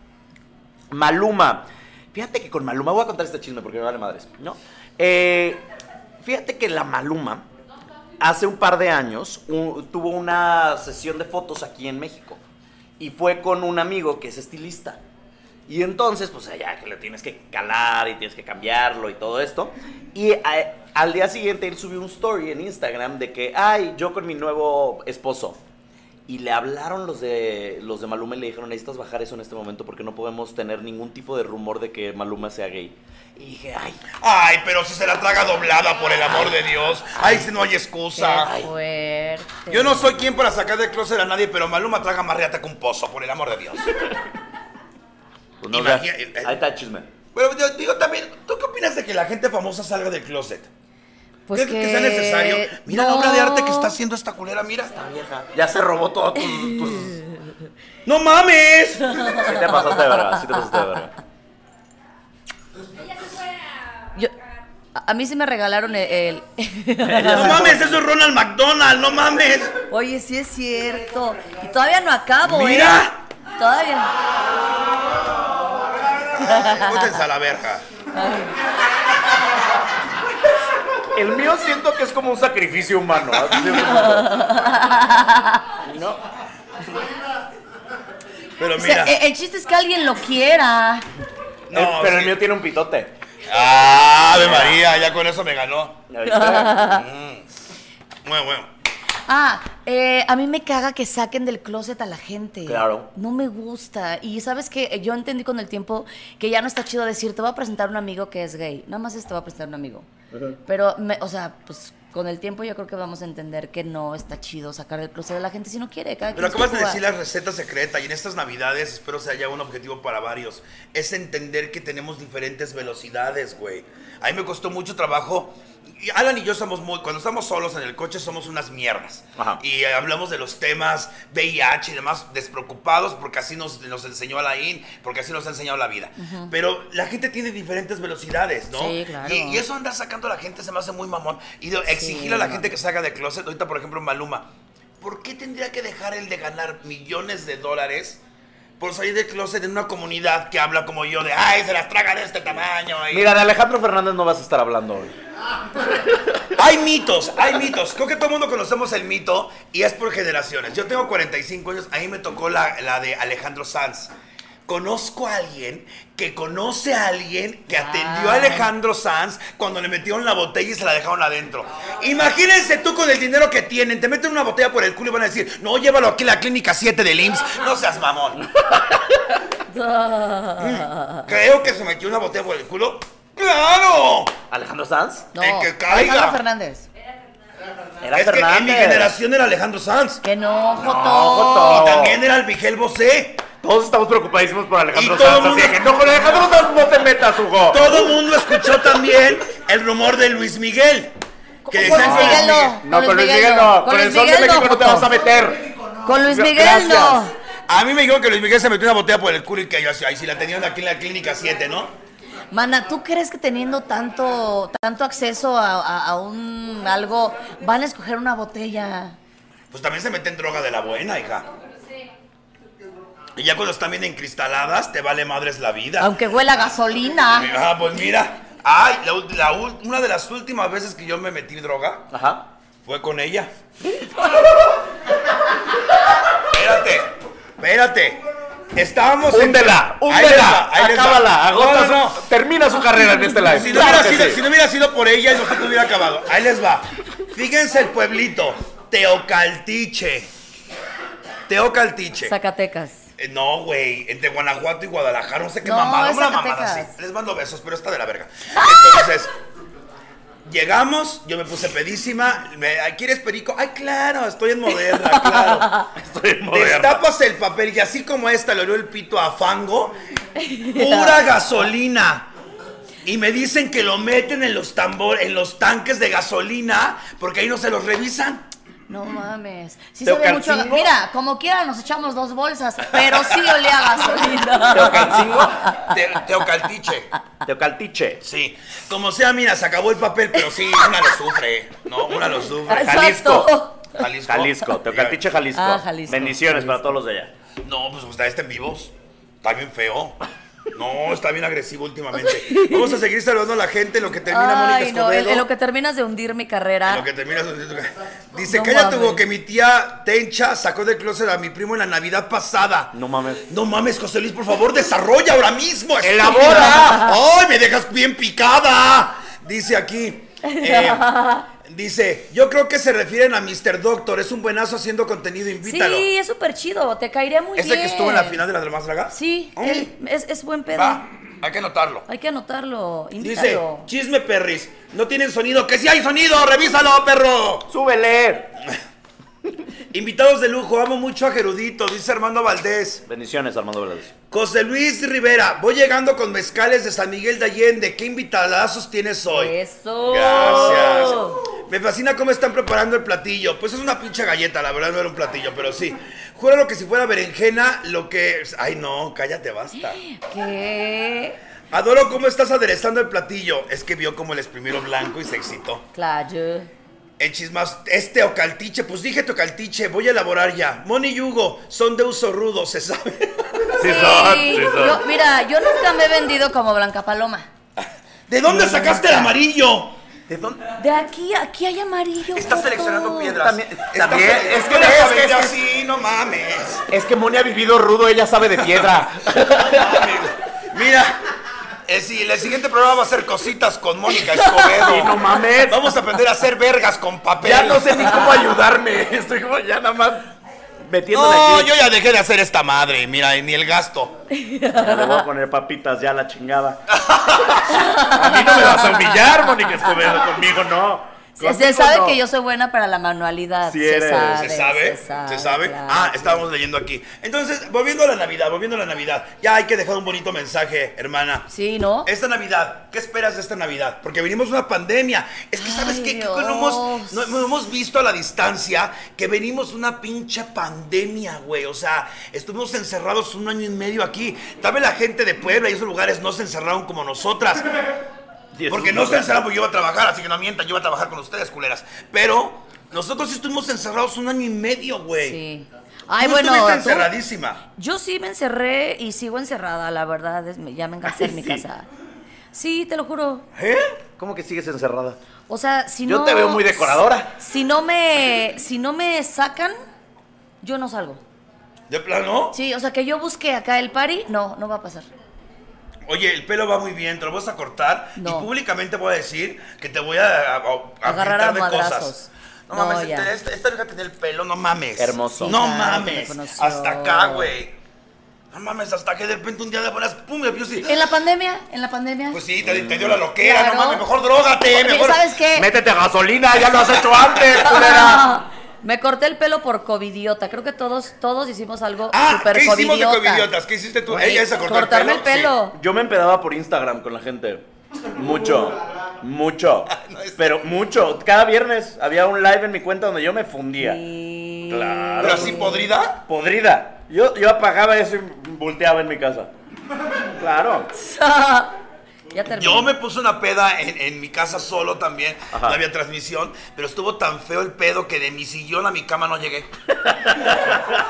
[SPEAKER 3] Maluma. Fíjate que con Maluma voy a contar este chisme porque me vale madres, ¿no? Eh, fíjate que la Maluma hace un par de años u- tuvo una sesión de fotos aquí en México y fue con un amigo que es estilista. Y entonces, pues allá que le tienes que calar y tienes que cambiarlo y todo esto. Y a- al día siguiente él subió un story en Instagram de que, ay, yo con mi nuevo esposo. Y le hablaron los de los de Maluma y le dijeron, necesitas bajar eso en este momento porque no podemos tener ningún tipo de rumor de que Maluma sea gay. Y dije, ay,
[SPEAKER 1] Ay, pero si se la traga doblada, por el amor de Dios. Ay, si no hay
[SPEAKER 2] Qué
[SPEAKER 1] excusa.
[SPEAKER 2] fuerte.
[SPEAKER 1] Yo no soy quien para sacar de closet a nadie, pero Maluma traga más reata que un pozo, por el amor de Dios.
[SPEAKER 3] pues no, o sea,
[SPEAKER 1] Imagina- eh, eh.
[SPEAKER 3] ahí está el chisme.
[SPEAKER 1] Pero yo digo también, ¿tú qué opinas de que la gente famosa salga del closet?
[SPEAKER 2] Pues
[SPEAKER 1] ¿Crees que... sea necesario? Mira la
[SPEAKER 2] No.
[SPEAKER 1] obra de arte que está haciendo esta culera, mira.
[SPEAKER 3] La vieja ya se robó todo tus... tus...
[SPEAKER 1] ¡No mames!
[SPEAKER 3] Sí te pasaste de verga, sí te pasaste de verga.
[SPEAKER 2] Yo- a, a mí sí me regalaron el- el...
[SPEAKER 1] ¡No mames! ¡Eso es Ronald McDonald! ¡No mames!
[SPEAKER 2] Oye, sí es cierto. Y todavía no acabo, ¿eh?
[SPEAKER 1] ¡Mira!
[SPEAKER 2] Todavía.
[SPEAKER 1] Pótense a la verga.
[SPEAKER 3] El mío siento que es como un sacrificio humano. No.
[SPEAKER 1] Pero
[SPEAKER 2] O sea,
[SPEAKER 1] mira.
[SPEAKER 2] e- el, chiste es que alguien lo quiera.
[SPEAKER 1] No,
[SPEAKER 3] Eh, pero el
[SPEAKER 1] sí.
[SPEAKER 3] mío tiene un pitote.
[SPEAKER 1] ¡Ah, Ave María! Ya con eso me ganó.
[SPEAKER 3] ¿Ya viste?
[SPEAKER 1] Bueno, bueno.
[SPEAKER 2] Ah, eh, a mí me caga que saquen del closet a la gente.
[SPEAKER 3] Claro.
[SPEAKER 2] No me gusta. Y sabes que yo entendí con el tiempo que ya no está chido decir, te voy a presentar un amigo que es gay. Nada más es, te voy a presentar un amigo. Pero, me- o sea, pues con el tiempo yo creo que vamos a entender que no está chido sacar del closet a la gente si no quiere. Cada
[SPEAKER 1] Pero
[SPEAKER 2] quien
[SPEAKER 1] acabas de
[SPEAKER 2] su
[SPEAKER 1] decir
[SPEAKER 2] lugar.
[SPEAKER 1] la receta secreta y en estas navidades espero se haya un objetivo para varios. Es entender que tenemos diferentes velocidades, güey. A mí me costó mucho trabajo. y Alan y yo somos muy, cuando estamos solos en el coche somos unas mierdas.
[SPEAKER 3] Ajá.
[SPEAKER 1] Y eh, hablamos de los temas VIH y demás despreocupados porque así nos, nos enseñó Alain, porque así nos ha enseñado la vida. Pero la gente tiene diferentes velocidades, ¿no?
[SPEAKER 2] Sí, claro.
[SPEAKER 1] Y, y eso andar sacando a la gente se me hace muy mamón. Y de- exigirle a la
[SPEAKER 2] no.
[SPEAKER 1] gente que salga de closet, ahorita por ejemplo Maluma, ¿por qué tendría que dejar el de ganar millones de dólares por salir de closet en una comunidad que habla como yo de, ay, se las traga de este tamaño? y-".
[SPEAKER 3] Mira, de Alejandro Fernández no vas a estar hablando hoy.
[SPEAKER 1] Hay mitos, hay mitos. Creo que todo el mundo conocemos el mito y es por generaciones. Yo tengo 45 años, a mí me tocó la, la de Alejandro Sanz. Conozco a alguien que conoce a alguien que atendió a
[SPEAKER 2] Ay.
[SPEAKER 1] Alejandro Sanz cuando le metieron la botella y se la dejaron adentro. Imagínense tú con el dinero que tienen, te meten una botella por el culo y van a decir, no, llévalo aquí a la clínica 7 del IMSS, no seas mamón. Mm, Creo que se metió una botella por el culo. ¡Claro!
[SPEAKER 3] Alejandro Sanz.
[SPEAKER 2] No,
[SPEAKER 1] El que caiga.
[SPEAKER 2] Alejandro Fernández.
[SPEAKER 3] Era
[SPEAKER 1] es que en mi
[SPEAKER 3] Fernández.
[SPEAKER 1] generación era Alejandro Sanz.
[SPEAKER 2] Que no, Joto.
[SPEAKER 3] Joto.
[SPEAKER 1] Y también era el Miguel Bosé.
[SPEAKER 3] Todos estamos preocupadísimos por Alejandro
[SPEAKER 1] Y todo
[SPEAKER 3] Sanz.
[SPEAKER 1] mundo-
[SPEAKER 3] Así que no, con Alejandro Sanz no te metas, Hugo.
[SPEAKER 1] Todo el mundo escuchó también el rumor de Luis Miguel. Que
[SPEAKER 2] Con
[SPEAKER 1] decían
[SPEAKER 2] Luis
[SPEAKER 1] que Luis
[SPEAKER 2] Miguel no.
[SPEAKER 1] Miguel-
[SPEAKER 3] No, con Luis Miguel no. Con el sol de
[SPEAKER 2] Miguel
[SPEAKER 3] México no te
[SPEAKER 2] Joto.
[SPEAKER 3] vas a meter.
[SPEAKER 2] Con Luis Miguel
[SPEAKER 3] Gracias.
[SPEAKER 2] no.
[SPEAKER 1] A mí me dijeron que Luis Miguel se metió una botella por el culo y que yo así, ay, si la tenían aquí en la clínica 7, ¿no?
[SPEAKER 2] Mana, ¿tú crees que teniendo tanto, tanto acceso a, a- a un algo van a escoger una botella?
[SPEAKER 1] Pues también se meten droga de la buena, hija. Y ya cuando están bien encristaladas, te vale madres la vida.
[SPEAKER 2] Aunque huela a gasolina.
[SPEAKER 1] Ah, pues mira. Ay, la ul- la ul- una de las últimas veces que yo me metí droga.
[SPEAKER 3] Ajá.
[SPEAKER 1] Fue con ella. espérate, espérate. Estábamos en-
[SPEAKER 3] Húndela,
[SPEAKER 1] Ahí les
[SPEAKER 3] húndela,
[SPEAKER 1] va, ahí les va.
[SPEAKER 3] acábala,
[SPEAKER 1] No,
[SPEAKER 3] agota
[SPEAKER 1] no,
[SPEAKER 3] su- termina su carrera en este live.
[SPEAKER 1] no. Si no,
[SPEAKER 3] Claro
[SPEAKER 1] hubiera
[SPEAKER 3] que
[SPEAKER 1] sido,
[SPEAKER 3] sí.
[SPEAKER 1] si no hubiera sido por ella, no se hubiera acabado. Ahí les va. Fíjense el pueblito. Teocaltiche. Teocaltiche.
[SPEAKER 2] Zacatecas.
[SPEAKER 1] Eh, No, güey, entre Guanajuato y Guadalajara, no sé qué
[SPEAKER 2] No,
[SPEAKER 1] mamada,
[SPEAKER 2] es
[SPEAKER 1] una mamada así.
[SPEAKER 2] Zacatecas.
[SPEAKER 1] Les mando besos, pero está de la verga. Entonces, llegamos, yo me puse pedísima, me, "Ay, ¿quieres perico? Ay, claro, estoy en moderna, claro.
[SPEAKER 3] Estoy en moderno.
[SPEAKER 1] Destapas el papel y así como esta le olió el pito a fango, pura gasolina. Y me dicen que lo meten en los tambor, en los tanques de gasolina, porque ahí no se los revisan.
[SPEAKER 2] No mames. Sí
[SPEAKER 3] ¿Te
[SPEAKER 2] se ve mucho. a-
[SPEAKER 3] calcingo?
[SPEAKER 2] Mira, como quiera nos echamos dos bolsas, pero sí olía a gasolina.
[SPEAKER 3] Teocalcingo.
[SPEAKER 1] Te- Teocaltiche.
[SPEAKER 3] Teocaltiche.
[SPEAKER 1] Sí, como sea, mira, se acabó el papel, pero sí, una lo sufre, ¿no? Una lo sufre.
[SPEAKER 2] Exacto.
[SPEAKER 3] Jalisco.
[SPEAKER 1] Jalisco.
[SPEAKER 3] Jalisco. Teocaltiche, Jalisco.
[SPEAKER 2] Ah, Jalisco.
[SPEAKER 3] Bendiciones
[SPEAKER 2] Jalisco.
[SPEAKER 3] para todos los de allá.
[SPEAKER 1] No, pues ustedes estén vivos. Está bien feo. No, está bien agresivo últimamente. Vamos a seguir saludando a la gente en lo que termina Mónica
[SPEAKER 2] Ay, no,
[SPEAKER 1] Escobedo.
[SPEAKER 2] en, en lo que terminas de hundir mi carrera.
[SPEAKER 1] En lo que termina Dice,
[SPEAKER 2] No
[SPEAKER 1] cállate, Hugo,
[SPEAKER 2] mames.
[SPEAKER 1] que mi tía Tencha sacó del closet a mi primo en la Navidad pasada.
[SPEAKER 3] No mames.
[SPEAKER 1] No mames, José Luis, por favor, desarrolla ahora mismo. estúpida.
[SPEAKER 3] ¡Elabora!
[SPEAKER 1] ¡Ay, me dejas bien picada! Dice aquí. eh, dice, yo creo que se refieren a Mr. Doctor. Es un buenazo haciendo contenido, invítalo.
[SPEAKER 2] Sí, es súper chido, te caería muy
[SPEAKER 1] ¿Ese
[SPEAKER 2] bien.
[SPEAKER 1] que estuvo en la final de las demás dragas?
[SPEAKER 2] Sí,
[SPEAKER 1] Mm,
[SPEAKER 2] él- es, es buen pedo.
[SPEAKER 1] Va, hay que anotarlo.
[SPEAKER 2] Hay que anotarlo,
[SPEAKER 1] Dice,
[SPEAKER 2] invítalo.
[SPEAKER 1] chisme perris, no tienen sonido. ¡Que sí hay sonido! ¡Revísalo, perro!
[SPEAKER 3] ¡Súbele!
[SPEAKER 1] Invitados de lujo, amo mucho a Gerudito, dice Armando Valdés.
[SPEAKER 3] Bendiciones, Armando Velázquez.
[SPEAKER 1] José Luis Rivera, voy llegando con mezcales de San Miguel de Allende. ¿Qué invitadazos tienes hoy?
[SPEAKER 2] Eso.
[SPEAKER 1] Gracias. Me fascina cómo están preparando el platillo. Pues es una pinche galleta, la verdad no era un platillo, pero sí. Júralo que si fuera berenjena, lo que. Ay, no, cállate, basta.
[SPEAKER 2] ¿Qué?
[SPEAKER 1] Adoro cómo estás aderezando el platillo. Es que vio como el primero blanco y se excitó.
[SPEAKER 2] Claro.
[SPEAKER 1] El chismas, este ocaltiche, pues dije tocaltiche, voy a elaborar ya. Moni y Hugo son de uso rudo, se sabe.
[SPEAKER 3] Sí son, sí son.
[SPEAKER 2] yo- mira, yo nunca me he vendido como Blanca Paloma.
[SPEAKER 1] ¿De dónde sacaste el amarillo?
[SPEAKER 3] ¿De dónde?
[SPEAKER 2] De aquí, aquí hay amarillo.
[SPEAKER 1] Estás
[SPEAKER 2] Joto.
[SPEAKER 1] seleccionando piedras.
[SPEAKER 3] También,
[SPEAKER 1] Estás
[SPEAKER 3] también,
[SPEAKER 1] seleccionando-
[SPEAKER 3] es que
[SPEAKER 1] Yo
[SPEAKER 3] no
[SPEAKER 1] la
[SPEAKER 3] sabes
[SPEAKER 1] saqué
[SPEAKER 3] que-
[SPEAKER 1] así, no mames.
[SPEAKER 3] Es que Moni ha vivido rudo, ella sabe de piedra.
[SPEAKER 1] Mira, eh, sí, el siguiente programa va a ser cositas con Mónica Escobedo.
[SPEAKER 3] Sí, no mames.
[SPEAKER 1] Vamos a aprender a hacer vergas con papel.
[SPEAKER 3] ya no sé ni cómo ayudarme. Estoy como ya nada más metiéndole
[SPEAKER 1] No,
[SPEAKER 3] aquí.
[SPEAKER 1] yo ya dejé de hacer esta madre, mira, ni el gasto.
[SPEAKER 3] Ya le voy a poner papitas ya a la chingada. a mí no me vas a humillar, Mónica Escobedo. Conmigo no.
[SPEAKER 2] Se, se
[SPEAKER 3] Conmigo
[SPEAKER 2] sabe
[SPEAKER 3] no.
[SPEAKER 2] que yo soy buena para la manualidad.
[SPEAKER 3] Sí
[SPEAKER 2] se,
[SPEAKER 3] eres.
[SPEAKER 2] sabe,
[SPEAKER 1] ¿Se sabe?
[SPEAKER 2] Se sabe. claro.
[SPEAKER 1] Ah, estábamos leyendo aquí. Entonces, volviendo a la Navidad, volviendo a la Navidad, ya hay que dejar un bonito mensaje, hermana.
[SPEAKER 2] Sí, ¿no?
[SPEAKER 1] Esta Navidad, ¿qué esperas de esta Navidad? Porque venimos de una pandemia. Es que, ¿sabes
[SPEAKER 2] Ay,
[SPEAKER 1] qué? Que
[SPEAKER 2] Dios.
[SPEAKER 1] no hemos, no- no hemos visto a la distancia que venimos de una pinche pandemia, güey. O sea, estuvimos encerrados un año y medio aquí. Tal vez la gente de Puebla y esos lugares no se encerraron como nosotras.
[SPEAKER 3] Diez
[SPEAKER 1] Porque no
[SPEAKER 3] minutos.
[SPEAKER 1] se encerraron, porque yo iba a trabajar, así que no mientan, yo iba a trabajar con ustedes, culeras. Pero nosotros sí estuvimos encerrados un año y medio, güey.
[SPEAKER 2] Sí. Ay,
[SPEAKER 1] Tú
[SPEAKER 2] bueno.
[SPEAKER 1] estuviste
[SPEAKER 2] tú-
[SPEAKER 1] encerradísima.
[SPEAKER 2] Yo sí me encerré y sigo encerrada, la verdad. es- ya me encansé en mi
[SPEAKER 3] Sí.
[SPEAKER 2] casa. Sí, te lo juro.
[SPEAKER 1] ¿Eh?
[SPEAKER 3] ¿Cómo que sigues encerrada?
[SPEAKER 2] O sea, si
[SPEAKER 3] Yo
[SPEAKER 2] no.
[SPEAKER 3] te veo muy decoradora.
[SPEAKER 2] Si, si no me. Si no me sacan, yo no salgo.
[SPEAKER 1] ¿De plano?
[SPEAKER 2] Sí, o sea que yo busqué acá el party, no, no va a pasar.
[SPEAKER 1] Oye, el pelo va muy bien, te lo vas a cortar
[SPEAKER 2] No.
[SPEAKER 1] y públicamente voy a decir que te voy a, a- a-
[SPEAKER 2] Agarrar
[SPEAKER 1] aventar
[SPEAKER 2] a
[SPEAKER 1] de
[SPEAKER 2] madrazos.
[SPEAKER 1] cosas. No,
[SPEAKER 2] No,
[SPEAKER 1] mames,
[SPEAKER 2] ya.
[SPEAKER 1] te- esta, esta vieja tenía el pelo, no mames.
[SPEAKER 3] Hermoso. Sí,
[SPEAKER 1] no
[SPEAKER 2] claro,
[SPEAKER 1] mames.
[SPEAKER 2] que me conoció.
[SPEAKER 1] Hasta acá, güey. No mames, hasta que de repente un día de buenas, pum, me sí.
[SPEAKER 2] En la pandemia, en la pandemia.
[SPEAKER 1] Pues sí, te, te dio la loquera,
[SPEAKER 2] Claro.
[SPEAKER 1] no mames, mejor drogate,
[SPEAKER 2] Oye,
[SPEAKER 1] mejor.
[SPEAKER 2] ¿Sabes qué?
[SPEAKER 3] Métete gasolina, ya lo has hecho antes, culera.
[SPEAKER 2] Me corté el pelo por covidiota. Creo que todos, todos hicimos algo
[SPEAKER 1] Ah,
[SPEAKER 2] super
[SPEAKER 1] ¿qué hicimos de
[SPEAKER 2] covidiota.
[SPEAKER 1] covidiotas? ¿Qué hiciste tú?
[SPEAKER 2] Güey,
[SPEAKER 1] Ella se cortó
[SPEAKER 2] cortarme el pelo.
[SPEAKER 3] Yo me empedaba por Instagram con la gente. Mucho, mucho.
[SPEAKER 1] No, es-
[SPEAKER 3] Pero mucho. Cada viernes había un live en mi cuenta donde yo me fundía.
[SPEAKER 2] Y-
[SPEAKER 1] Sí.
[SPEAKER 3] Claro.
[SPEAKER 1] Pero así podrida.
[SPEAKER 3] Podrida. Yo, yo apagaba eso y volteaba en mi casa. Claro.
[SPEAKER 2] ya terminé.
[SPEAKER 1] Yo me puse una peda en, en mi casa solo también.
[SPEAKER 3] Ajá.
[SPEAKER 1] No había transmisión, pero estuvo tan feo el pedo que de mi sillón a mi cama no llegué.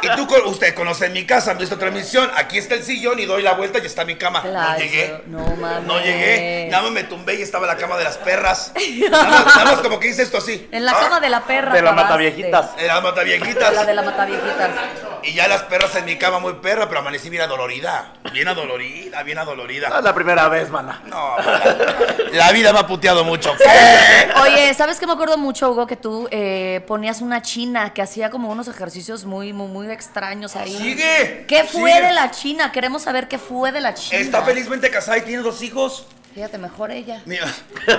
[SPEAKER 1] y tú, con- usted conoce mi casa, han visto transmisión. Aquí está el sillón y doy la vuelta y está mi cama.
[SPEAKER 2] Claro,
[SPEAKER 1] No llegué.
[SPEAKER 2] no mames.
[SPEAKER 1] No llegué. Nada más me tumbé y estaba la cama de las perras. Nada más, nada más como que hice esto así.
[SPEAKER 2] En la cama de la perra.
[SPEAKER 3] De la
[SPEAKER 2] acabaste.
[SPEAKER 3] mataviejitas.
[SPEAKER 1] Era las mataviejitas.
[SPEAKER 2] La de la mataviejitas.
[SPEAKER 1] Y ya las perras en mi cama muy perra, pero amanecí bien adolorida. Bien adolorida, bien adolorida.
[SPEAKER 3] No es Ah, la primera vez, mana.
[SPEAKER 1] No, la vida me ha puteado mucho.
[SPEAKER 2] Oye, ¿sabes qué me acuerdo mucho, Hugo? Que tú eh, ponías una china que hacía como unos ejercicios muy, muy, muy extraños ahí.
[SPEAKER 1] Sigue,
[SPEAKER 2] ¿Qué fue
[SPEAKER 1] sigue.
[SPEAKER 2] de la china? Queremos saber qué fue de la china.
[SPEAKER 1] Está felizmente casada y tiene dos hijos.
[SPEAKER 2] Fíjate, mejor ella.
[SPEAKER 1] Mira,
[SPEAKER 3] Te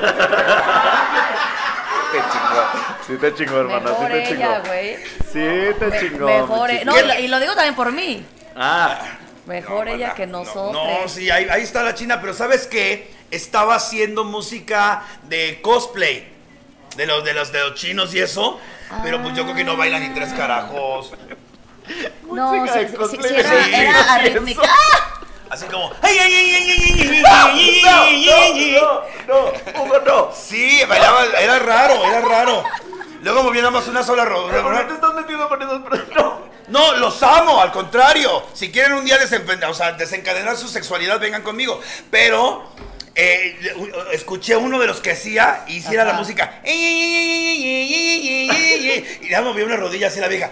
[SPEAKER 3] chingó. Sí te chingó, hermana.
[SPEAKER 2] Mejor
[SPEAKER 3] sí te
[SPEAKER 2] ella,
[SPEAKER 3] chingó.
[SPEAKER 2] güey.
[SPEAKER 3] Sí te
[SPEAKER 2] Me-
[SPEAKER 3] chingó.
[SPEAKER 2] mejor
[SPEAKER 3] mi
[SPEAKER 2] e-
[SPEAKER 3] chiqui.
[SPEAKER 2] No, y lo- y lo digo también por mí.
[SPEAKER 3] Ah.
[SPEAKER 2] Mejor
[SPEAKER 1] no,
[SPEAKER 2] ella
[SPEAKER 1] mana,
[SPEAKER 2] que
[SPEAKER 1] no,
[SPEAKER 2] nosotros.
[SPEAKER 1] No, sí, ahí, ahí está la china, pero ¿sabes qué? Estaba haciendo música de cosplay. De los, de los, de los chinos y eso. Pero pues yo creo que no bailan ni tres carajos.
[SPEAKER 2] No,
[SPEAKER 3] Música
[SPEAKER 2] sí,
[SPEAKER 3] de
[SPEAKER 2] sí,
[SPEAKER 3] cosplay
[SPEAKER 2] sí,
[SPEAKER 3] de
[SPEAKER 2] era,
[SPEAKER 1] Disney.
[SPEAKER 2] era
[SPEAKER 3] Eso.
[SPEAKER 2] arrítmica.
[SPEAKER 1] Así como. ¡Ay, ay, ay, ay, ay, ay, ay, ay, ay, ay, ay, ay".
[SPEAKER 3] No, no, no, Hugo, no.
[SPEAKER 1] Sí, bailaba, era raro, era raro. Luego movió nada más una sola ro- ro-
[SPEAKER 3] ¿Por qué
[SPEAKER 1] ro-
[SPEAKER 3] te estás metiendo con esos pero No.
[SPEAKER 1] No, los amo, al contrario. Si quieren un día desenfe- o sea, desencadenar su sexualidad, vengan conmigo. Pero eh, u- escuché uno de los que hacía y hiciera
[SPEAKER 2] Ajá.
[SPEAKER 1] la música. Y ya movió una rodilla así la vieja.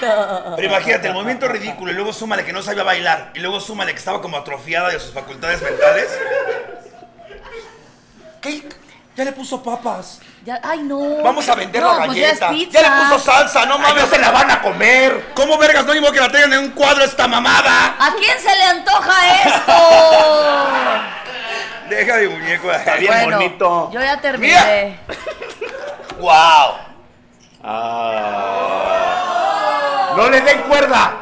[SPEAKER 1] Pero imagínate, el movimiento ridículo y luego súmale que no sabía bailar. Y luego súmale que estaba como atrofiada de sus facultades mentales. ¿Qué? Ya le puso papas.
[SPEAKER 2] Ya- ay, no.
[SPEAKER 1] Vamos a vender
[SPEAKER 2] no,
[SPEAKER 1] la
[SPEAKER 2] pues ya es
[SPEAKER 1] galleta.
[SPEAKER 2] pizza.
[SPEAKER 1] le puso salsa, no mames,
[SPEAKER 3] no
[SPEAKER 1] se la van a comer. ¿Cómo vergas no digo que la tengan en un cuadro esta mamada?
[SPEAKER 2] ¿A quién se le antoja esto?
[SPEAKER 1] Deja de muñeco.
[SPEAKER 3] Está bien
[SPEAKER 2] bueno,
[SPEAKER 3] bonito.
[SPEAKER 2] Yo ya terminé.
[SPEAKER 1] Wow.
[SPEAKER 3] No le den cuerda.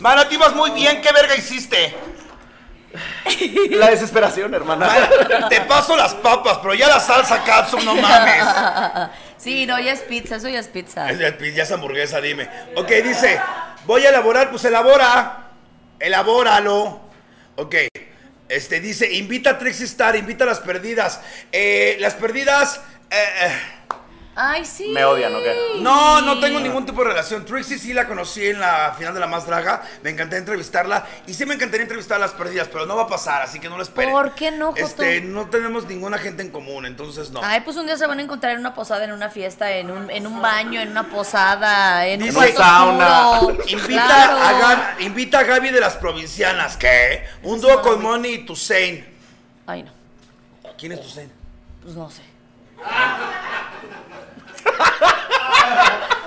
[SPEAKER 1] Mana, te ibas muy bien, ¿qué verga hiciste?
[SPEAKER 3] La desesperación, hermana.
[SPEAKER 1] Mana, te paso las papas, pero ya la salsa capsule, no mames.
[SPEAKER 2] Sí, no, ya es pizza, eso ya es pizza.
[SPEAKER 1] El- el- Ya esa hamburguesa, dime. Ok, dice, voy a elaborar, pues elabora. Elabóralo. Ok. Este dice, invita a Trixie Star, invita a las perdidas. Eh, las perdidas. eh, eh,
[SPEAKER 2] Ay, sí.
[SPEAKER 3] ¿Me odian o qué?
[SPEAKER 1] No, no tengo ningún tipo de relación. Trixie sí la conocí en la final de La Más Draga. Me encanté entrevistarla. Y sí me encantaría entrevistar a las perdidas, pero no va a pasar, así que no lo esperen.
[SPEAKER 2] ¿Por qué no, Joto?
[SPEAKER 1] Este, no tenemos ninguna gente en común, entonces no.
[SPEAKER 2] Ay, pues un día se van a encontrar en una posada, en una fiesta, en un, en un baño, en una posada, en un
[SPEAKER 1] Dice-
[SPEAKER 2] cuarto
[SPEAKER 3] Sauna.
[SPEAKER 2] oscuro.
[SPEAKER 1] Invita,
[SPEAKER 2] Claro.
[SPEAKER 1] a Gaby, invita a Gaby de las provincianas. ¿Qué? Un dúo con Moni y Toussaint.
[SPEAKER 2] Ay, no.
[SPEAKER 1] ¿Quién es Toussaint?
[SPEAKER 2] Pues no sé.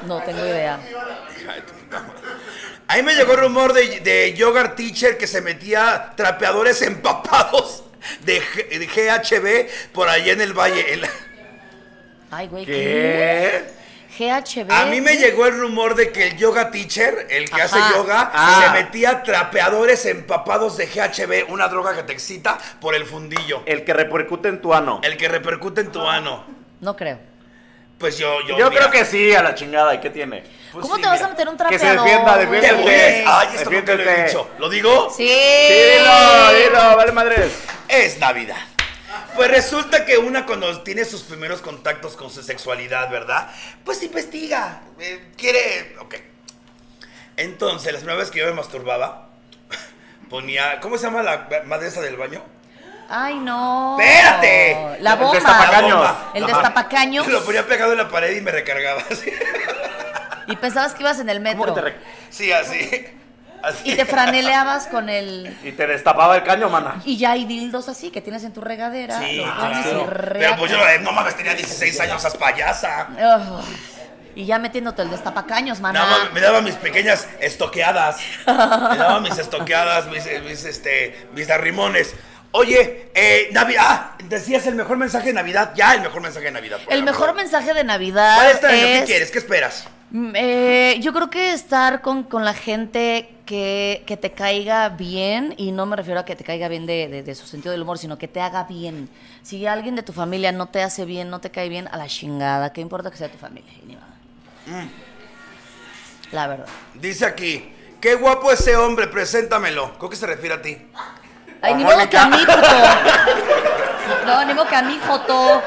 [SPEAKER 2] No tengo idea.
[SPEAKER 1] Ahí me llegó el rumor de, de Yogurt Teacher que se metía trapeadores empapados de, G- de GHB por allá en el valle. en la-
[SPEAKER 2] Ay, güey.
[SPEAKER 3] ¿Qué?
[SPEAKER 2] GHB.
[SPEAKER 1] A mí me llegó el rumor de que el yoga teacher, el que
[SPEAKER 2] Ajá.
[SPEAKER 1] hace yoga,
[SPEAKER 3] Ah.
[SPEAKER 1] se metía trapeadores empapados de GHB, una droga que te excita por el fundillo,
[SPEAKER 3] El que repercute en tu ano.
[SPEAKER 1] el que repercute en tu ano.
[SPEAKER 2] No creo.
[SPEAKER 1] Pues yo, yo.
[SPEAKER 3] Yo
[SPEAKER 1] mira,
[SPEAKER 3] creo que sí, a la chingada. ¿Y qué tiene?
[SPEAKER 1] pues
[SPEAKER 2] ¿Cómo
[SPEAKER 1] sí,
[SPEAKER 2] te vas
[SPEAKER 1] mira.
[SPEAKER 2] a meter un
[SPEAKER 3] Que
[SPEAKER 2] trapeador?
[SPEAKER 3] se defienda,
[SPEAKER 2] güey?
[SPEAKER 1] Te
[SPEAKER 3] defiéndete.
[SPEAKER 1] huyes. Ay, esto nunca lo he
[SPEAKER 3] Defiéndete.
[SPEAKER 1] dicho. ¿Lo digo?
[SPEAKER 2] Sí.
[SPEAKER 3] Sí, dilo, dilo, vale madres.
[SPEAKER 1] Es Navidad. Pues resulta que una cuando tiene sus primeros contactos con su sexualidad, ¿verdad? Pues investiga. eh, quiere. Ok. Entonces, las primeras veces que yo me masturbaba, ponía. ¿Cómo se llama la madre esa del baño?
[SPEAKER 2] Ay, no.
[SPEAKER 1] ¡Espérate!
[SPEAKER 2] Oh, La
[SPEAKER 3] El
[SPEAKER 2] bomba.
[SPEAKER 3] destapacaños.
[SPEAKER 2] El
[SPEAKER 1] Ajá.
[SPEAKER 2] destapacaños.
[SPEAKER 1] Lo ponía pegado en la pared y me recargaba así.
[SPEAKER 2] Y pensabas que ibas en el
[SPEAKER 3] ¿Cómo que
[SPEAKER 2] metro.
[SPEAKER 3] te re-
[SPEAKER 1] Sí, así. así.
[SPEAKER 2] Y te franeleabas con el.
[SPEAKER 3] Y te destapaba el caño, mana.
[SPEAKER 2] Y ya hay dildos así que tienes en tu regadera.
[SPEAKER 1] Sí,
[SPEAKER 2] lo pones
[SPEAKER 1] claro.
[SPEAKER 2] y re-
[SPEAKER 1] Pero pues yo, eh, no mames, tenía 16 años, esas payasa.
[SPEAKER 2] Ugh. Y ya metiéndote el destapacaños, mamá.
[SPEAKER 1] Nada más, me daba mis pequeñas estoqueadas. Me daba mis estoqueadas, mis, eh, mis, este, mis darrimones. Oye, eh, Navidad. Ah, decías el mejor mensaje de Navidad. Ya, el mejor mensaje de Navidad. por
[SPEAKER 2] El
[SPEAKER 1] la
[SPEAKER 2] mejor
[SPEAKER 1] verdad.
[SPEAKER 2] mensaje de Navidad
[SPEAKER 1] Para este año,
[SPEAKER 2] es...
[SPEAKER 1] ¿qué quieres? ¿Qué esperas?
[SPEAKER 2] Mm, eh, yo creo que estar con, con la gente que, que te caiga bien, y no me refiero a que te caiga bien de, de- de su sentido del humor, sino que te haga bien. Si alguien de tu familia no te hace bien, no te cae bien, a la chingada, ¿qué importa que sea tu familia? Y ni modo. Mm. La verdad.
[SPEAKER 1] Dice aquí, qué guapo ese hombre, preséntamelo. Creo que se refiere a ti.
[SPEAKER 2] Ay, ni modo que
[SPEAKER 3] Mónica.
[SPEAKER 2] a mí, puto. No, ni modo que a mí, joto.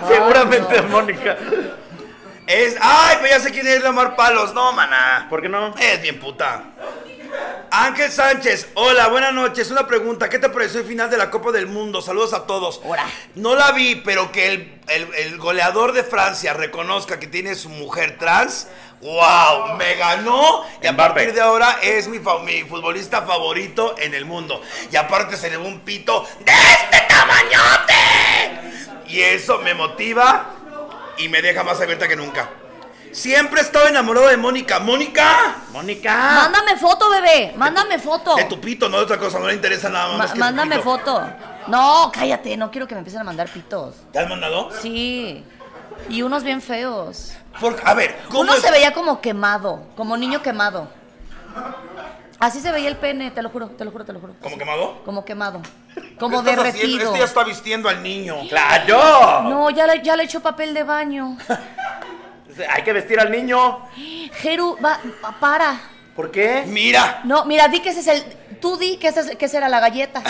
[SPEAKER 3] Ah, Seguramente,
[SPEAKER 2] no.
[SPEAKER 3] Mónica.
[SPEAKER 1] Es. ¡Ay! Pues ya sé quién es Lamar Palos. No, maná.
[SPEAKER 3] ¿Por qué no?
[SPEAKER 1] Es bien puta. Ángel Sánchez, hola, buenas noches. Una pregunta, ¿qué te pareció el final de la Copa del Mundo? Saludos a todos.
[SPEAKER 2] Ora.
[SPEAKER 1] No la vi, pero que el, el- el goleador de Francia reconozca que tiene su mujer trans. ¡Wow! Me ganó. Y a
[SPEAKER 3] Mbappé.
[SPEAKER 1] partir de ahora es mi, fa- mi futbolista favorito en el mundo. Y aparte se le va un pito de este tamañote. Y eso me motiva y me deja más abierta que nunca. Siempre he estado enamorado de Mónica. ¡Mónica!
[SPEAKER 3] ¡Mónica!
[SPEAKER 2] Mándame foto, bebé. Mándame foto.
[SPEAKER 1] De tu pito, no de otra cosa, no le interesa nada más.
[SPEAKER 2] Ma-
[SPEAKER 1] que tu
[SPEAKER 2] mándame
[SPEAKER 1] pito.
[SPEAKER 2] foto. No, cállate, no quiero que me empiecen a mandar pitos.
[SPEAKER 1] ¿Te has mandado?
[SPEAKER 2] Sí. Y unos bien feos.
[SPEAKER 1] Por- a ver, ¿cómo
[SPEAKER 2] Uno
[SPEAKER 1] es-
[SPEAKER 2] se veía como quemado, como niño quemado. Así se veía el pene, te lo juro, te lo juro, te lo juro.
[SPEAKER 1] ¿Como quemado?
[SPEAKER 2] Como quemado. Como
[SPEAKER 1] ¿Qué estás haciendo?
[SPEAKER 2] derretido.
[SPEAKER 1] Este ya está vistiendo al niño.
[SPEAKER 3] ¡Claro!
[SPEAKER 2] No, ya le, ya le echó papel de baño.
[SPEAKER 3] Hay que vestir al niño.
[SPEAKER 2] Jeru, va, va- para.
[SPEAKER 3] ¿Por qué?
[SPEAKER 1] Mira,
[SPEAKER 2] No, mira, di que ese es el. Tú di que ese, es- que esa era la galleta.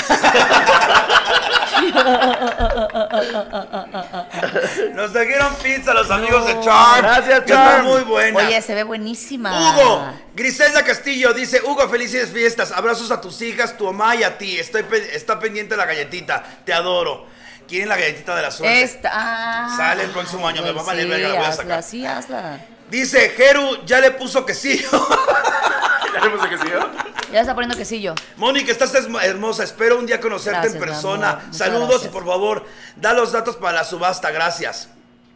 [SPEAKER 1] nos trajeron pizza los amigos de Charm.
[SPEAKER 3] Gracias,
[SPEAKER 1] que está
[SPEAKER 3] Charm.
[SPEAKER 1] muy buena.
[SPEAKER 2] Oye, se ve buenísima.
[SPEAKER 1] Hugo, Griselda Castillo dice, Hugo, felices fiestas, abrazos a tus hijas, tu mamá y a ti, Estoy pe- está pendiente la galletita, te adoro. ¿Quieren la galletita de la suerte?
[SPEAKER 2] Esta. ah.
[SPEAKER 1] Sale el próximo año, me va a valer verga, la voy a
[SPEAKER 2] hazla,
[SPEAKER 1] sacar.
[SPEAKER 2] Sí, hazla.
[SPEAKER 1] Dice, Jeru, ya le puso quesillo.
[SPEAKER 3] Ya le puse que sí, ¿no?
[SPEAKER 2] Ya le está poniendo quesillo.
[SPEAKER 1] Mónica, estás esmo- hermosa. Espero un día conocerte en
[SPEAKER 2] Gracias, mi
[SPEAKER 1] persona.
[SPEAKER 2] amor. Muchas
[SPEAKER 1] Saludos y
[SPEAKER 2] gracias.
[SPEAKER 1] por favor, da los datos para la subasta. Gracias.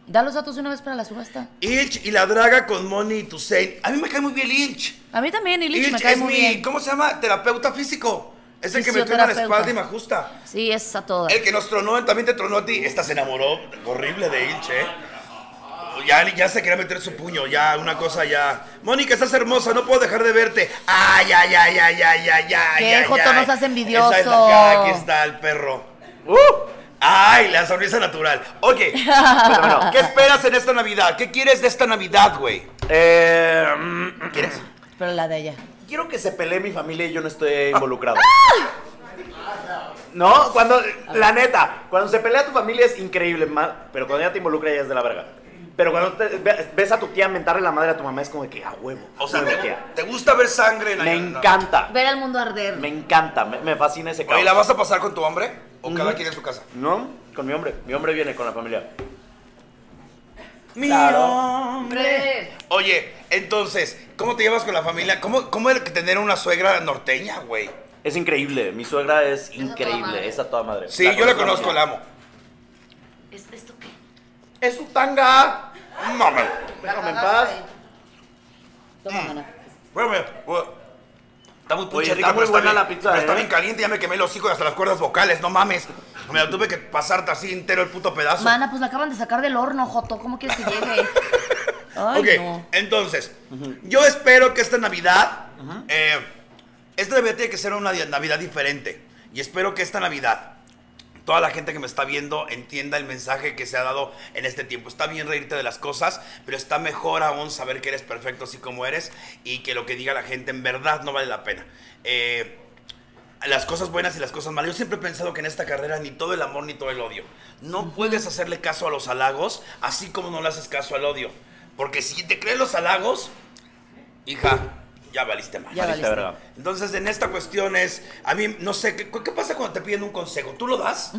[SPEAKER 2] Da los datos de una vez para la subasta.
[SPEAKER 1] Ilch y la draga con Moni y Tusein. A mí me cae muy bien Ilch.
[SPEAKER 2] A mí también, y Lich me
[SPEAKER 1] Ilch
[SPEAKER 2] cae
[SPEAKER 1] es
[SPEAKER 2] muy
[SPEAKER 1] mi,
[SPEAKER 2] bien.
[SPEAKER 1] ¿cómo se llama? Terapeuta físico. Es el que me truena la
[SPEAKER 2] Fisioterapeuta.
[SPEAKER 1] espalda y me ajusta.
[SPEAKER 2] Sí, es a todas.
[SPEAKER 1] El que nos tronó, también te tronó a ti. Esta se enamoró horrible de Ilch, ¿eh? Ya, ya se quería meter su puño, ya, una cosa ya. Mónica, estás hermosa, no puedo dejar de verte. Ay, ay, ay, ay, ay, ay, ay.
[SPEAKER 2] ¿Qué,
[SPEAKER 1] ay,
[SPEAKER 2] Joto?
[SPEAKER 1] ay.
[SPEAKER 2] No seas envidioso.
[SPEAKER 1] Esa es la cara, aquí está el perro.
[SPEAKER 3] ¡Uh!
[SPEAKER 1] Ay, la sonrisa natural. Oye,
[SPEAKER 3] Bueno,
[SPEAKER 1] ¿qué esperas en esta Navidad? ¿Qué quieres de esta Navidad, güey?
[SPEAKER 3] Eh, mm,
[SPEAKER 1] ¿Quieres?
[SPEAKER 2] Pero la de ella.
[SPEAKER 3] quiero que se pelee mi familia y yo no
[SPEAKER 1] Ah.
[SPEAKER 3] estoy involucrado. No, cuando, la neta, cuando se pelea tu familia es increíble, ma- pero cuando ya te involucra ya es de la verga. Pero cuando te- ve- ves a tu tía mentarle la madre a tu mamá es como de que a huevo.
[SPEAKER 1] O sea,
[SPEAKER 3] huevo,
[SPEAKER 1] ¿te,
[SPEAKER 3] tía.
[SPEAKER 1] te gusta ver sangre en la
[SPEAKER 3] Me
[SPEAKER 1] no.
[SPEAKER 3] encanta,
[SPEAKER 2] Ver al mundo arder.
[SPEAKER 3] me encanta, me, me fascina ese
[SPEAKER 1] Oye, ¿la
[SPEAKER 3] cabrón.
[SPEAKER 1] vas a pasar con tu hombre? ¿O cada quien en su casa?
[SPEAKER 3] No, con mi hombre, mi hombre viene con la familia.
[SPEAKER 1] Mi
[SPEAKER 3] Claro.
[SPEAKER 1] hombre. Oye, entonces, ¿cómo te llevas con la familia? ¿Cómo, cómo era que tener una suegra norteña, güey?
[SPEAKER 3] Es increíble, mi suegra es
[SPEAKER 2] toda madre.
[SPEAKER 3] increíble, es a toda madre.
[SPEAKER 1] Sí, yo la conozco,
[SPEAKER 3] mucho.
[SPEAKER 1] la amo.
[SPEAKER 2] ¿Es esto qué?
[SPEAKER 3] Es su tanga.
[SPEAKER 1] Mame.
[SPEAKER 3] Déjame en paz.
[SPEAKER 2] Toma, mana.
[SPEAKER 1] Güey, güey. Está muy
[SPEAKER 3] Oye,
[SPEAKER 1] pucha
[SPEAKER 3] está
[SPEAKER 1] rica,
[SPEAKER 3] muy
[SPEAKER 1] pero
[SPEAKER 3] buena
[SPEAKER 1] bien-
[SPEAKER 3] la pizza,
[SPEAKER 1] pero está
[SPEAKER 3] ¿eh?
[SPEAKER 1] bien caliente, ya me quemé los hocico y hasta las cuerdas vocales, no mames. Me la tuve que pasarte así entero el puto pedazo.
[SPEAKER 2] Mana, pues la acaban de sacar del horno, Joto. ¿Cómo quieres que llegue? Ay,
[SPEAKER 1] ok,
[SPEAKER 2] no.
[SPEAKER 1] entonces, yo espero que esta Navidad, eh, esta Navidad tiene que ser una di- Navidad diferente. Y espero que esta Navidad, toda la gente que me está viendo entienda el mensaje que se ha dado en este tiempo. Está bien reírte de las cosas, pero está mejor aún saber que eres perfecto así como eres y que lo que diga la gente en verdad no vale la pena. Eh, las cosas buenas y las cosas malas. Yo siempre he pensado que en esta carrera ni todo el amor ni todo el odio. No puedes hacerle caso a los halagos, así como no le haces caso al odio. Porque si te crees los halagos, hija, ya valiste mal.
[SPEAKER 2] Ya
[SPEAKER 3] Valiste
[SPEAKER 2] valiste.
[SPEAKER 3] verga.
[SPEAKER 1] Entonces, en esta cuestión es, a mí, no sé, ¿qué, qué pasa cuando te piden un consejo? ¿Tú lo das?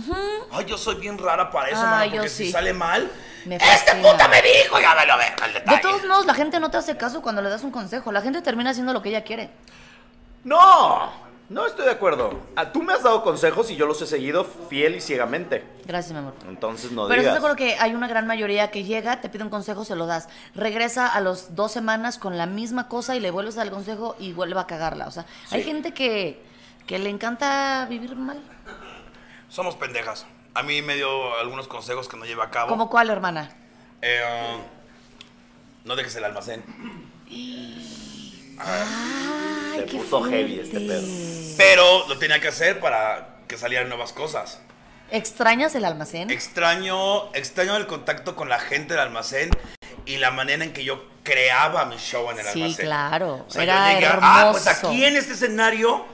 [SPEAKER 1] Ay, yo soy bien rara para eso,
[SPEAKER 2] Ay,
[SPEAKER 1] mano, porque
[SPEAKER 2] Ah, yo
[SPEAKER 1] si
[SPEAKER 2] sí.
[SPEAKER 1] sale mal,
[SPEAKER 2] Me
[SPEAKER 1] ¡este
[SPEAKER 2] fascina.
[SPEAKER 1] puta me dijo! Ya me lo ver, al detalle.
[SPEAKER 2] De todos modos, la gente no te hace caso cuando le das un consejo. La gente termina haciendo lo que ella quiere.
[SPEAKER 3] No, no estoy de acuerdo. Ah, Tú me has dado consejos y yo los he seguido fiel y ciegamente.
[SPEAKER 2] Gracias, mi amor.
[SPEAKER 3] Entonces no
[SPEAKER 2] Pero
[SPEAKER 3] digas.
[SPEAKER 2] estás de acuerdo que hay una gran mayoría que llega, te pide un consejo, se lo das. Regresa a los dos semanas con la misma cosa y le vuelves al consejo y vuelve a cagarla. O sea, hay
[SPEAKER 1] Sí.
[SPEAKER 2] gente que, que le encanta vivir mal.
[SPEAKER 1] Somos pendejas. A mí me dio algunos consejos que no lleva a cabo.
[SPEAKER 2] ¿Como cuál, hermana?
[SPEAKER 1] Eh, no dejes el almacén.
[SPEAKER 2] Ay,
[SPEAKER 3] Se
[SPEAKER 2] qué
[SPEAKER 3] puso heavy
[SPEAKER 2] fuerte.
[SPEAKER 3] este
[SPEAKER 1] Pero lo tenía que hacer para que salieran nuevas cosas.
[SPEAKER 2] ¿Extrañas el almacén?
[SPEAKER 1] Extraño, extraño el contacto con la gente del almacén y la manera en que yo creaba mi show en el
[SPEAKER 2] Sí,
[SPEAKER 1] almacén.
[SPEAKER 2] claro.
[SPEAKER 1] O sea,
[SPEAKER 2] Era
[SPEAKER 1] yo llegué, ah, pues
[SPEAKER 2] hermoso".
[SPEAKER 1] aquí en este escenario,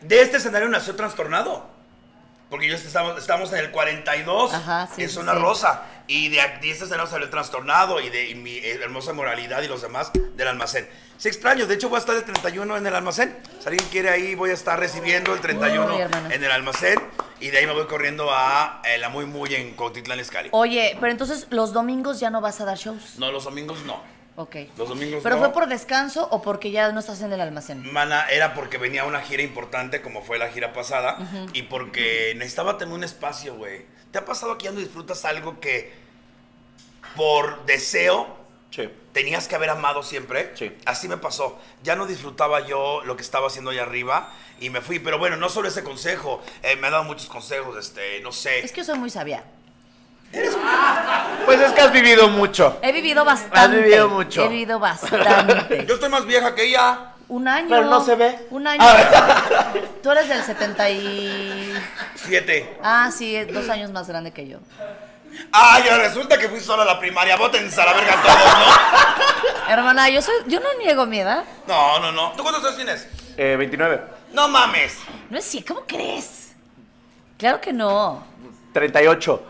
[SPEAKER 1] de este escenario nació Trastornado. Porque yo estamos, estamos en el 42,
[SPEAKER 2] Ajá, sí,
[SPEAKER 1] es
[SPEAKER 2] sí,
[SPEAKER 1] una
[SPEAKER 2] sí.
[SPEAKER 1] rosa. Y de, aquí- de este escenario salió Trastornado y de y mi eh, hermosa moralidad y los demás del almacén. Sí, extraño. De hecho, voy a estar el 31 en el almacén. Si alguien quiere ahí, voy a estar recibiendo el 31
[SPEAKER 2] Uy, hermana.
[SPEAKER 1] en el almacén. Y de ahí me voy corriendo a eh, la Muy Muy en Cotitlán Escali.
[SPEAKER 2] Oye, pero entonces los domingos ya no vas a dar shows.
[SPEAKER 1] No, los domingos no.
[SPEAKER 2] Ok.
[SPEAKER 1] Los domingos
[SPEAKER 2] ¿Pero
[SPEAKER 1] no.
[SPEAKER 2] fue por descanso o porque ya no estás en el almacén?
[SPEAKER 1] Mana era porque venía una gira importante como fue la gira pasada y porque necesitaba tener un espacio, güey. ¿Te ha pasado que ya no disfrutas algo que por deseo
[SPEAKER 3] Sí.
[SPEAKER 1] tenías que haber amado siempre.
[SPEAKER 3] Sí.
[SPEAKER 1] Así me pasó. Ya no disfrutaba yo lo que estaba haciendo allá arriba y me fui. Pero bueno, no solo ese consejo. eh, me ha dado muchos consejos, este, no sé.
[SPEAKER 2] Es que yo soy muy sabia.
[SPEAKER 3] Pues es que has vivido mucho.
[SPEAKER 2] He vivido bastante.
[SPEAKER 3] Has vivido mucho.
[SPEAKER 2] He vivido bastante.
[SPEAKER 1] Yo estoy más vieja que ella.
[SPEAKER 2] Un año.
[SPEAKER 3] Pero no se ve.
[SPEAKER 2] Un año. Tú eres del 70 y...
[SPEAKER 1] Siete.
[SPEAKER 2] Ah, sí, es dos años más grande que yo.
[SPEAKER 1] Ay, ahora resulta que fui sola a la primaria. Voten a la verga todos,
[SPEAKER 2] Hermana, yo soy, yo no niego mi edad.
[SPEAKER 1] ¿no? No, no, no. ¿Tú cuántos años tienes?
[SPEAKER 3] Eh, 29.
[SPEAKER 1] No mames.
[SPEAKER 2] No es cierto. ¿Cómo crees? Claro que no.
[SPEAKER 3] 38.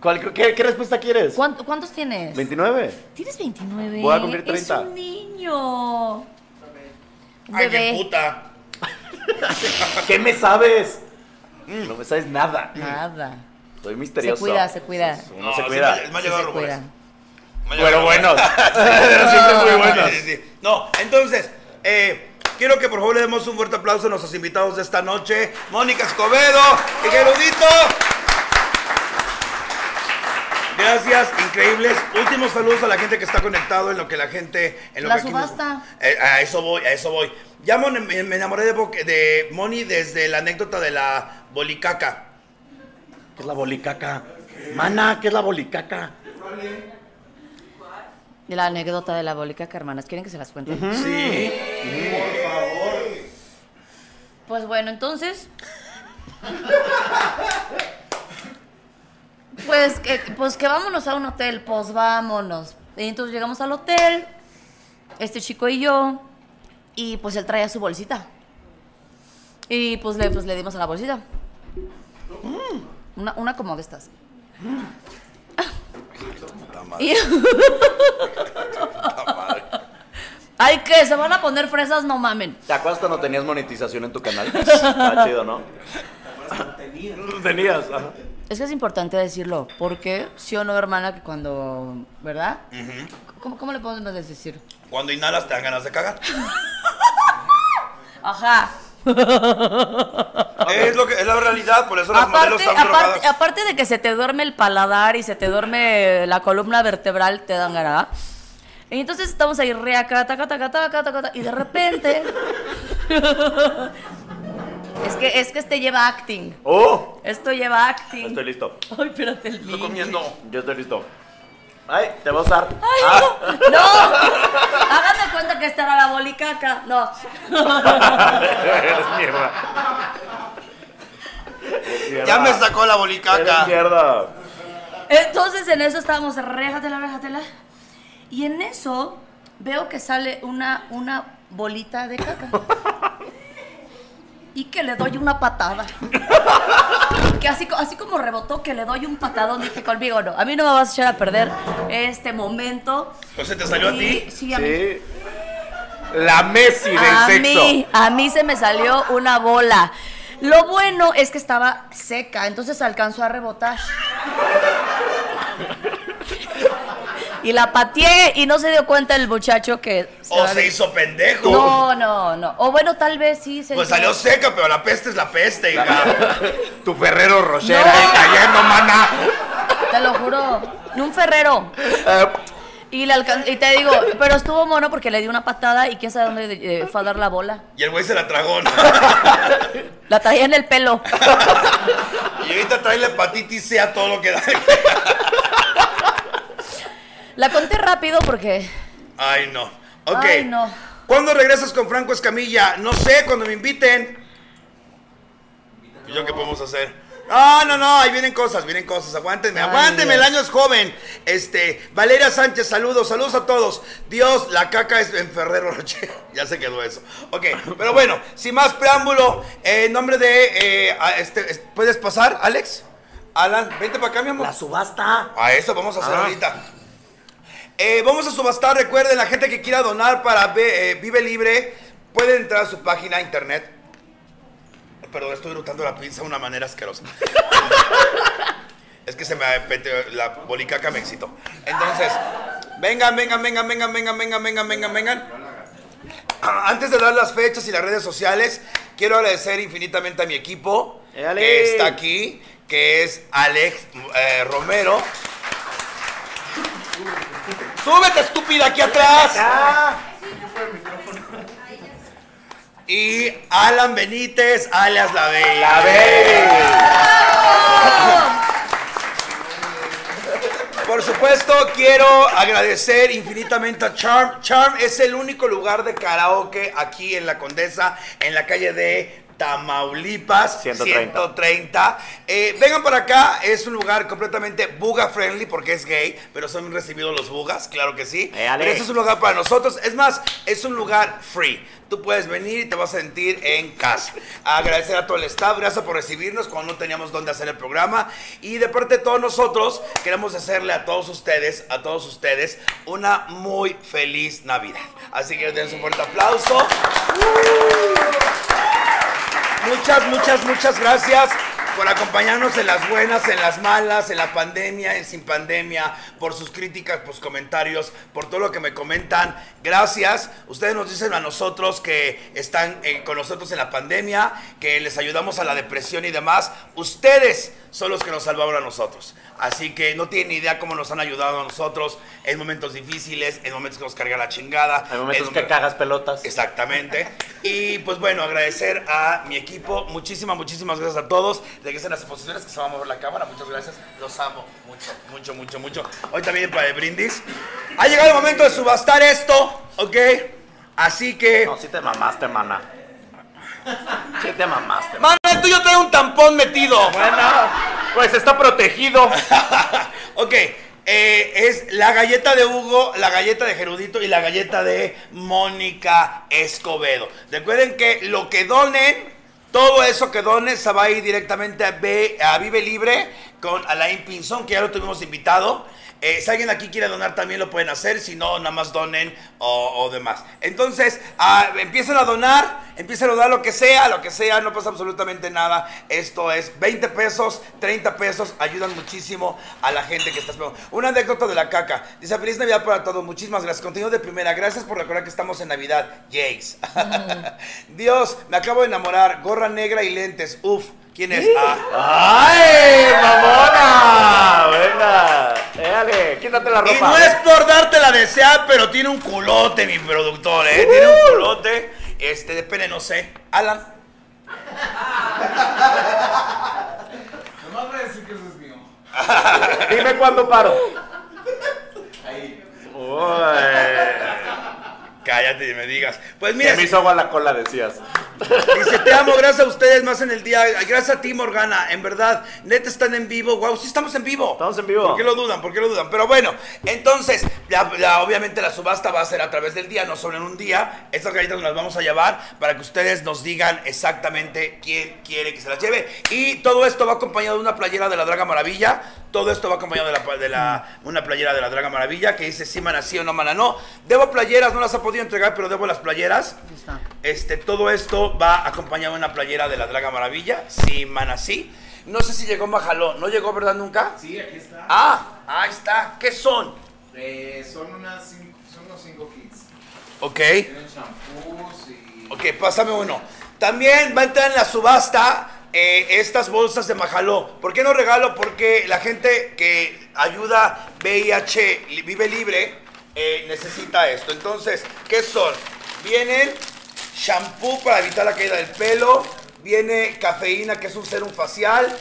[SPEAKER 3] ¿Cuál- qué, qué respuesta quieres?
[SPEAKER 2] ¿Cuánto- ¿Cuántos tienes?
[SPEAKER 3] 29.
[SPEAKER 2] Tienes 29.
[SPEAKER 3] Voy a cumplir 30.
[SPEAKER 2] Es un niño. Un
[SPEAKER 1] Ay,
[SPEAKER 2] bebé.
[SPEAKER 1] qué puta.
[SPEAKER 3] ¿Qué me sabes? Mm, No me sabes nada.
[SPEAKER 2] Nada.
[SPEAKER 3] Soy misterioso.
[SPEAKER 2] Ah. Se cuida, se cuida.
[SPEAKER 3] Uno
[SPEAKER 1] No,
[SPEAKER 3] se
[SPEAKER 1] sí
[SPEAKER 3] cuida.
[SPEAKER 1] me- me ha
[SPEAKER 2] Sí
[SPEAKER 1] llegado
[SPEAKER 2] se
[SPEAKER 1] rumores.
[SPEAKER 2] cuida.
[SPEAKER 1] Me ha llegado
[SPEAKER 3] Pero
[SPEAKER 1] rumores.
[SPEAKER 3] buenos. Siempre muy buenos.
[SPEAKER 1] Ah, Sí, sí, sí. No, entonces, eh, quiero que por favor le demos un fuerte aplauso a nuestros invitados de esta noche. Mónica Escobedo y Gerudito. Gracias, increíbles. Últimos saludos a la gente que está conectado en lo que la gente... En lo
[SPEAKER 2] La
[SPEAKER 1] que aquí nos-
[SPEAKER 2] subasta.
[SPEAKER 1] Eh, a eso voy, a eso voy. Ya mon- me, me enamoré de, Bo- de Moni desde la anécdota de la bolicaca.
[SPEAKER 3] ¿Qué es la bolicaca? Mana, ¿qué es la bolicaca?
[SPEAKER 2] La anécdota de la bólica, que hermanas, ¿quieren que se las cuente?
[SPEAKER 1] Sí.
[SPEAKER 2] Pues bueno, entonces. pues, que, pues que vámonos a un hotel, pues vámonos. Y entonces llegamos al hotel, este chico y yo, y pues él traía su bolsita. Y pues le, pues le dimos a la bolsita. Una, una como de estas. Y- Ay, que se van a poner fresas, no mamen.
[SPEAKER 3] ¿Te acuerdas cuando tenías monetización en tu canal? Está chido, ¿no? Tenías. ajá.
[SPEAKER 2] Es que es importante decirlo, porque sí o no, hermana, que cuando, ¿verdad? ¿Cómo, ¿Cómo le podemos decir?
[SPEAKER 1] Cuando inhalas te dan ganas de cagar.
[SPEAKER 2] Ajá.
[SPEAKER 1] Es, lo que, es la realidad, por eso las modelos
[SPEAKER 2] Aparte,
[SPEAKER 1] están
[SPEAKER 2] aparte, ah,
[SPEAKER 1] drogadas.
[SPEAKER 2] aparte de que se te duerme el paladar y se te duerme la columna vertebral, te dan ganas. Y entonces estamos ahí reaca, taca, taca, taca, taca, taca, y de repente... es, que, es que este lleva acting.
[SPEAKER 3] ¡Oh!
[SPEAKER 2] Esto lleva acting.
[SPEAKER 3] Estoy listo.
[SPEAKER 2] Ay, espérate el
[SPEAKER 1] Estoy
[SPEAKER 2] mini.
[SPEAKER 1] comiendo.
[SPEAKER 3] Yo estoy listo. ¡Ay! Te va a usar.
[SPEAKER 2] ¡Ay,
[SPEAKER 3] Ah,
[SPEAKER 2] no! ¡No! Háganme cuenta que esta era la bolicaca. No.
[SPEAKER 3] Eres mierda. Eres mierda.
[SPEAKER 1] Ya me sacó la
[SPEAKER 3] Eres
[SPEAKER 1] bolicaca.
[SPEAKER 3] mierda.
[SPEAKER 2] Entonces en eso estábamos, réjatela, réjatela. Y en eso veo que sale una, una bolita de caca. Y que le doy una patada. Que así, co- así como rebotó, que le doy un patadón, dije conmigo, no, a mí no me vas a echar a perder este momento.
[SPEAKER 1] Entonces te Pues, salió a
[SPEAKER 2] Y-
[SPEAKER 1] ti.
[SPEAKER 2] Sí, a mí.
[SPEAKER 3] Sí.
[SPEAKER 1] La Messi del
[SPEAKER 2] a
[SPEAKER 1] sexo.
[SPEAKER 2] mí, a mí se me salió una bola. Lo bueno es que estaba seca, entonces alcanzó a rebotar. Y la pateé y no se dio cuenta el muchacho que... se
[SPEAKER 1] O
[SPEAKER 2] había-
[SPEAKER 1] Oh, se hizo pendejo.
[SPEAKER 2] No, no, no. O bueno, tal vez sí se
[SPEAKER 1] Pues
[SPEAKER 2] hizo-
[SPEAKER 1] salió seca, pero la peste es la peste, hija. tu Ferrero Rocher
[SPEAKER 2] No.
[SPEAKER 1] ahí cayendo, mana.
[SPEAKER 2] Te lo juro. Un ferrero. Y, le alcan- y te digo, pero estuvo mono porque le di una patada y quién sabe dónde eh, fue a dar la bola.
[SPEAKER 1] Y el güey se la tragó. ¿no?
[SPEAKER 2] La traía en el pelo.
[SPEAKER 1] y ahorita trae la hepatitis C a todo lo que da.
[SPEAKER 2] La conté rápido porque
[SPEAKER 1] Ay, no. Ok.
[SPEAKER 2] Ay, no.
[SPEAKER 1] ¿Cuándo regresas con Franco Escamilla? No sé, cuando me inviten. ¿Y yo qué podemos hacer? No, no, no, ahí vienen cosas, vienen cosas. Aguántenme,
[SPEAKER 2] Ay,
[SPEAKER 1] aguántenme, el
[SPEAKER 2] Dios.
[SPEAKER 1] año es joven. Este, Valeria Sánchez, saludos, saludos a todos. Dios, la caca es en Ferrero Rocher. ya se quedó eso. Ok, pero bueno, sin más preámbulo, eh, en nombre de. eh, a- este, es- ¿Puedes pasar, Alex? Alan, vente para acá, mi amor.
[SPEAKER 4] La subasta.
[SPEAKER 1] A eso vamos a hacer
[SPEAKER 4] Ah.
[SPEAKER 1] ahorita. Eh, vamos a subastar, recuerden, la gente que quiera donar para Ve- eh, Vive Libre puede entrar a su página de internet. Perdón, estoy rotando la pinza de una manera asquerosa. es que se me apete- la bolicaca me excitó. Entonces, vengan, vengan, vengan, vengan, vengan, vengan, vengan, vengan, vengan. Antes de dar las fechas y las redes sociales, quiero agradecer infinitamente a mi equipo
[SPEAKER 3] Eh, Ale.
[SPEAKER 1] que está aquí, que es Alex eh, Romero. ¡Súbete, estúpida, aquí atrás!
[SPEAKER 4] Ah,
[SPEAKER 1] Y Alan Benítez, alias La Bella. La Por supuesto, quiero agradecer infinitamente a Charm. Charm es el único lugar de karaoke aquí en la Condesa, en la calle de Tamaulipas
[SPEAKER 3] 130.
[SPEAKER 1] 130. Eh, vengan para acá, es un lugar completamente buga friendly porque es gay, pero son recibidos los bugas, claro que sí.
[SPEAKER 3] Eh, Ale.
[SPEAKER 1] Pero este es un lugar para nosotros, es más, es un lugar free. Tú puedes venir y te vas a sentir en casa. Agradecer a todo el staff, gracias por recibirnos cuando no teníamos dónde hacer el programa. Y de parte de todos nosotros, queremos hacerle a todos ustedes, a todos ustedes, una muy feliz Navidad. Así que den un fuerte aplauso. Muchas, muchas, muchas gracias por acompañarnos en las buenas, en las malas, en la pandemia, en sin pandemia, por sus críticas, por sus comentarios, por todo lo que me comentan. Gracias. Ustedes nos dicen a nosotros que están eh, con nosotros en la pandemia, que les ayudamos a la depresión y demás. Ustedes son los que nos salvaron a nosotros. Así que no tienen idea cómo nos han ayudado a nosotros en momentos difíciles, en momentos que nos carga la chingada.
[SPEAKER 3] Hay
[SPEAKER 1] en
[SPEAKER 3] momentos que
[SPEAKER 1] momen-
[SPEAKER 3] cagas pelotas.
[SPEAKER 1] Exactamente. Y pues bueno, agradecer a mi equipo. Muchísimas, muchísimas gracias a todos. Regresen a sus posiciones que se va a mover la cámara. Muchas gracias. Los amo mucho, mucho, mucho, mucho. Hoy también para el brindis. Ha llegado el momento de subastar esto, ¿ok? Así que.
[SPEAKER 3] No, sí te mamaste, mana. Sí te mamaste.
[SPEAKER 1] Mano, el tuyo trae un tampón metido.
[SPEAKER 3] Bueno, pues está protegido.
[SPEAKER 1] ok. eh, es la galleta de Hugo, la galleta de Gerudito y la galleta de Mónica Escobedo. Recuerden que lo que donen, todo eso que donen, se va a ir directamente a, Ve- a Vive Libre con Alain Pinzón, que ya lo tuvimos invitado. Eh, si alguien aquí quiere donar también lo pueden hacer, si no, nada más donen o, o demás. Entonces, ah, empiecen a donar, empiecen a donar lo que sea, lo que sea, no pasa absolutamente nada. Esto es 20 pesos, 30 pesos, ayudan muchísimo a la gente que está esperando. Una anécdota de la caca. Dice, feliz Navidad para todos, muchísimas gracias. Contenido de primera, gracias por recordar que estamos en Navidad. Jays. Dios, me acabo de enamorar. Gorra negra y lentes. Uf, ¿quién es? Ah.
[SPEAKER 3] ¡Ay, mamona! Venga. Éale, quítate la ropa.
[SPEAKER 1] Y no es por darte la desea, pero tiene un culote mi productor, ¿eh? Tiene
[SPEAKER 3] ¡Uh!
[SPEAKER 1] un culote. Este, depende, no sé. Alan.
[SPEAKER 5] Nomás para decir que eso es mío.
[SPEAKER 3] Dime cuándo paro.
[SPEAKER 5] Ahí.
[SPEAKER 3] Uy.
[SPEAKER 1] Cállate y me digas. Pues mira,
[SPEAKER 3] Se me hizo agua la cola, decías.
[SPEAKER 1] dice, te amo, gracias a ustedes más en el día. Gracias a ti, Morgana. En verdad, neta están en vivo. Wow, sí estamos en vivo.
[SPEAKER 3] Estamos en vivo.
[SPEAKER 1] ¿Por qué lo dudan? ¿Por qué lo dudan? Pero bueno, entonces, la- la- obviamente la subasta va a ser a través del día, no solo en un día. Estas galletas nos las vamos a llevar para que ustedes nos digan exactamente quién quiere que se las lleve. Y todo esto va acompañado de una playera de la Draga Maravilla. Todo esto va acompañado de, la, de la- una playera de la Draga Maravilla que dice si mana sí o no mana no. Debo playeras, no las ha podido entregar, pero debo las playeras.
[SPEAKER 2] Ahí está.
[SPEAKER 1] Este, todo esto va acompañado de una playera de la Draga Maravilla, sí, mana sí. No sé si llegó Majalón, ¿no llegó, verdad, nunca?
[SPEAKER 5] Sí, aquí está.
[SPEAKER 1] Ah, ahí está, ¿qué son?
[SPEAKER 5] Eh, son, unas cinco, son unos 5 kits.
[SPEAKER 1] Ok,
[SPEAKER 5] Tienen champús y.
[SPEAKER 1] ok, pásame uno. También va a entrar en la subasta eh, estas bolsas de Majaló. ¿Por qué no regalo? Porque la gente que ayuda VIH, li- vive libre, eh, necesita esto. Entonces, ¿qué son? Vienen shampoo para evitar la caída del pelo. Viene cafeína, que es un serum facial.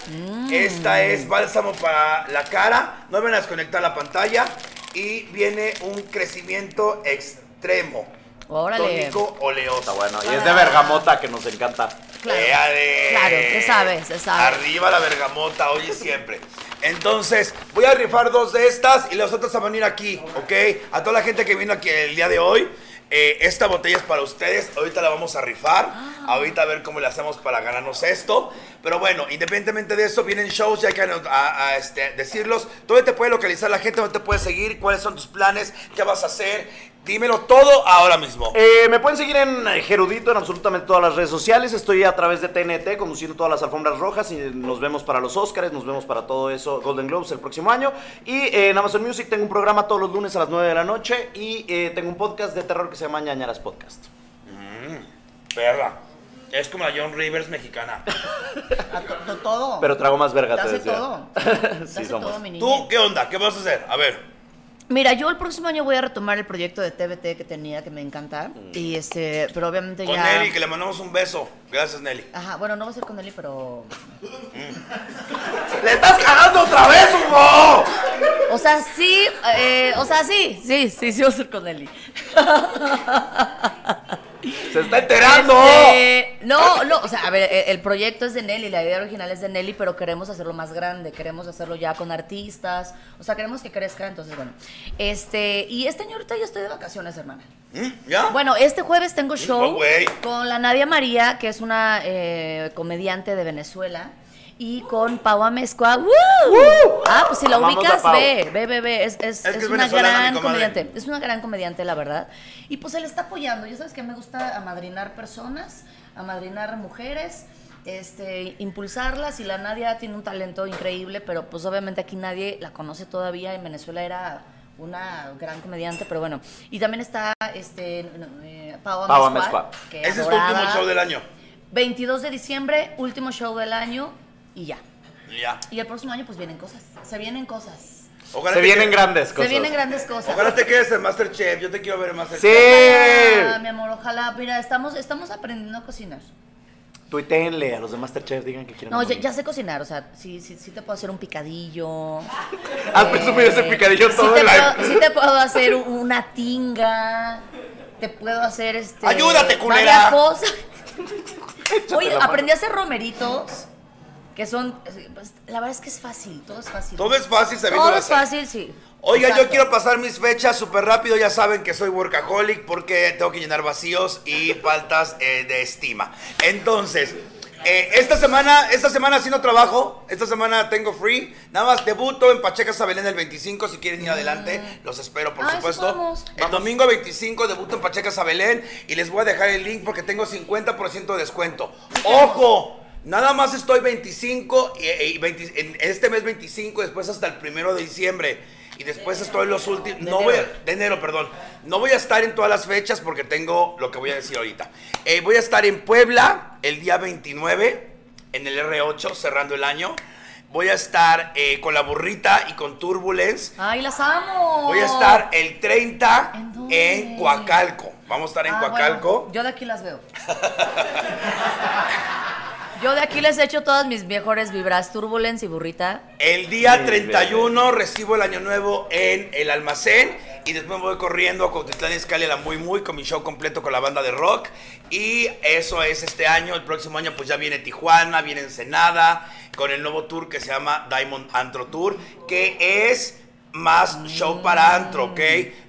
[SPEAKER 1] Esta es bálsamo para la cara. No me van a desconectar la pantalla. Y viene un crecimiento extremo.
[SPEAKER 2] Órale.
[SPEAKER 1] Tónico
[SPEAKER 3] Está
[SPEAKER 1] oleoso.
[SPEAKER 3] bueno. Y es de bergamota que nos encanta.
[SPEAKER 2] Claro,
[SPEAKER 1] Eh, ale.
[SPEAKER 2] claro, se sabe, se sabe.
[SPEAKER 1] Arriba la bergamota, oye siempre. Entonces, voy a rifar dos de estas y las otras a venir aquí, ¿ok? A toda la gente que vino aquí el día de hoy, eh, esta botella es para ustedes. Ahorita la vamos a rifar.
[SPEAKER 2] Ah.
[SPEAKER 1] Ahorita a ver cómo le hacemos para ganarnos esto. Pero bueno, independientemente de eso, vienen shows, ya hay que anot- a- a, este, decirlos. ¿Dónde te puede localizar la gente? ¿Dónde te puede seguir? ¿Cuáles son tus planes? ¿Qué vas a hacer? Dímelo todo ahora mismo.
[SPEAKER 3] Eh, me pueden seguir en eh, Gerudito en absolutamente todas las redes sociales. Estoy a través de TNT conduciendo todas las alfombras rojas y nos vemos para los Oscars, nos vemos para todo eso, Golden Globes el próximo año. Y eh, en Amazon Music tengo un programa todos los lunes a las 9 de la noche y eh, tengo un podcast de terror que se llama Ñañaras Podcast.
[SPEAKER 1] Perra. Es como la John Rivers mexicana.
[SPEAKER 2] A to- to- todo.
[SPEAKER 3] Pero trago más verga,
[SPEAKER 2] Te hace
[SPEAKER 3] decía.
[SPEAKER 2] todo. Te
[SPEAKER 3] sí,
[SPEAKER 2] hace
[SPEAKER 3] somos.
[SPEAKER 2] todo, mi niña.
[SPEAKER 1] ¿Tú qué onda? ¿Qué vas a hacer? A ver.
[SPEAKER 2] Mira, yo el próximo año voy a retomar el proyecto de TBT que tenía, que me encanta. Y este, pero obviamente
[SPEAKER 1] Con
[SPEAKER 2] ya.
[SPEAKER 1] Nelly, que le mandamos un beso. Gracias, Nelly.
[SPEAKER 2] Ajá, bueno, no va a ser con Nelly, pero.
[SPEAKER 3] ¡Le estás cagando otra vez, Hugo!
[SPEAKER 2] O sea, sí, eh, o sea, sí, sí, sí, sí va a ser con Nelly.
[SPEAKER 3] ¡Se está enterando!
[SPEAKER 2] Este, no, no, o sea, a ver, e- el proyecto es de Nelly, la idea original es de Nelly, pero queremos hacerlo más grande, queremos hacerlo ya con artistas, o sea, queremos que crezca, entonces, bueno. Este, y este año ahorita yo estoy de vacaciones, hermana.
[SPEAKER 1] ¿Mm? ¿Ya?
[SPEAKER 2] Bueno, este jueves tengo
[SPEAKER 1] No,
[SPEAKER 2] show
[SPEAKER 1] güey.
[SPEAKER 2] con la Nadia María, que es una eh, comediante de Venezuela, y con Pau Amezcua. ¡Woo! Ah, pues si la
[SPEAKER 3] Amamos
[SPEAKER 2] ubicas,
[SPEAKER 3] a Pau.
[SPEAKER 2] ve, ve, ve, ve. Es,
[SPEAKER 1] Es
[SPEAKER 2] es-
[SPEAKER 1] que
[SPEAKER 2] es
[SPEAKER 1] es
[SPEAKER 2] una
[SPEAKER 1] venezolana, mi
[SPEAKER 2] gran
[SPEAKER 1] comadre.
[SPEAKER 2] comediante. Es una gran comediante, la verdad. Y pues él está apoyando. Ya sabes que me gusta amadrinar personas, amadrinar mujeres. Este, impulsarlas y la Nadia tiene un talento increíble, pero pues obviamente aquí nadie la conoce todavía. En Venezuela era una gran comediante, pero bueno. Y también está este, no, eh, Pau
[SPEAKER 3] Pau
[SPEAKER 2] Amezcua,
[SPEAKER 3] Amezcua.
[SPEAKER 2] que
[SPEAKER 1] Ese es tu
[SPEAKER 2] adoraba.
[SPEAKER 1] último show del año.
[SPEAKER 2] 22 de diciembre, último show del año y ya.
[SPEAKER 1] Ya.
[SPEAKER 2] Y el próximo año pues vienen cosas, se vienen cosas.
[SPEAKER 1] Ojalá
[SPEAKER 3] Se
[SPEAKER 1] te
[SPEAKER 3] vienen
[SPEAKER 1] quede-
[SPEAKER 3] grandes cosas.
[SPEAKER 2] Se vienen grandes cosas.
[SPEAKER 1] Ojalá te quedes en Masterchef. Yo te quiero ver en Masterchef.
[SPEAKER 2] Ojalá,
[SPEAKER 3] ¡Sí!
[SPEAKER 2] mi amor, ojalá. Mira, estamos, estamos aprendiendo a cocinar.
[SPEAKER 3] Tuiteenle a los de Masterchef, digan que quieren.
[SPEAKER 2] No, ya,
[SPEAKER 3] morir.
[SPEAKER 2] ya sé cocinar, o sea, sí, sí, sí te puedo hacer un picadillo.
[SPEAKER 3] Has
[SPEAKER 1] Ah, pues,
[SPEAKER 2] Eh,
[SPEAKER 3] presumido ese picadillo todo
[SPEAKER 2] sí
[SPEAKER 3] el
[SPEAKER 2] te
[SPEAKER 3] año.
[SPEAKER 2] puedo, sí te puedo hacer u- una tinga, te puedo hacer este...
[SPEAKER 1] Ayúdate, culera.
[SPEAKER 2] varias cosas. Oye,
[SPEAKER 3] la mano.
[SPEAKER 2] aprendí a hacer romeritos, que son... pues, La verdad es que es fácil, todo es fácil.
[SPEAKER 1] Todo es fácil, sabiendo
[SPEAKER 2] Todo es
[SPEAKER 1] hacer.
[SPEAKER 2] fácil, sí.
[SPEAKER 1] Oiga, yo
[SPEAKER 2] Exacto.
[SPEAKER 1] quiero pasar mis fechas súper rápido. Ya saben que soy workaholic porque tengo que llenar vacíos y faltas eh, de estima. Entonces, eh, esta semana, esta semana sí no trabajo. Esta semana tengo free. Nada más debuto en Pacheca Sabelén el 25. Si quieren ir adelante, los espero, por
[SPEAKER 2] Ah, eso
[SPEAKER 1] supuesto.
[SPEAKER 2] vamos.
[SPEAKER 1] El domingo 25 debuto en Pacheca Sabelén y les voy a dejar el link porque tengo 50% de descuento. ¡Ojo! Nada más estoy 25 y, y 20 en este mes 25, después hasta el primero de diciembre. Y después estoy los últimos.
[SPEAKER 2] De
[SPEAKER 1] No voy a-
[SPEAKER 2] enero.
[SPEAKER 1] de enero, perdón. No voy a estar en todas las fechas porque tengo lo que voy a decir ahorita. Eh, voy a estar en Puebla el día 29, en el R8, cerrando el año. Voy a estar eh, con la burrita y con Turbulence.
[SPEAKER 2] Ay, las amo.
[SPEAKER 1] Voy a estar el 30
[SPEAKER 2] ¿En
[SPEAKER 1] en,
[SPEAKER 2] dónde?
[SPEAKER 1] Coacalco. Vamos a estar en
[SPEAKER 2] Ah,
[SPEAKER 1] Coacalco.
[SPEAKER 2] bueno, yo de aquí las veo. yo de aquí les echo todas mis mejores vibras, turbulence y burrita.
[SPEAKER 1] El día
[SPEAKER 3] Muy
[SPEAKER 1] 31 recibo el año nuevo en el almacén y después me voy corriendo a Cuautitlán Izcalli a la Muy Muy con mi show completo con la banda de rock y eso es este año, el próximo año pues ya viene Tijuana, viene Ensenada con el nuevo tour que se llama Diamond Antro Tour que es más show para antro, ¿ok?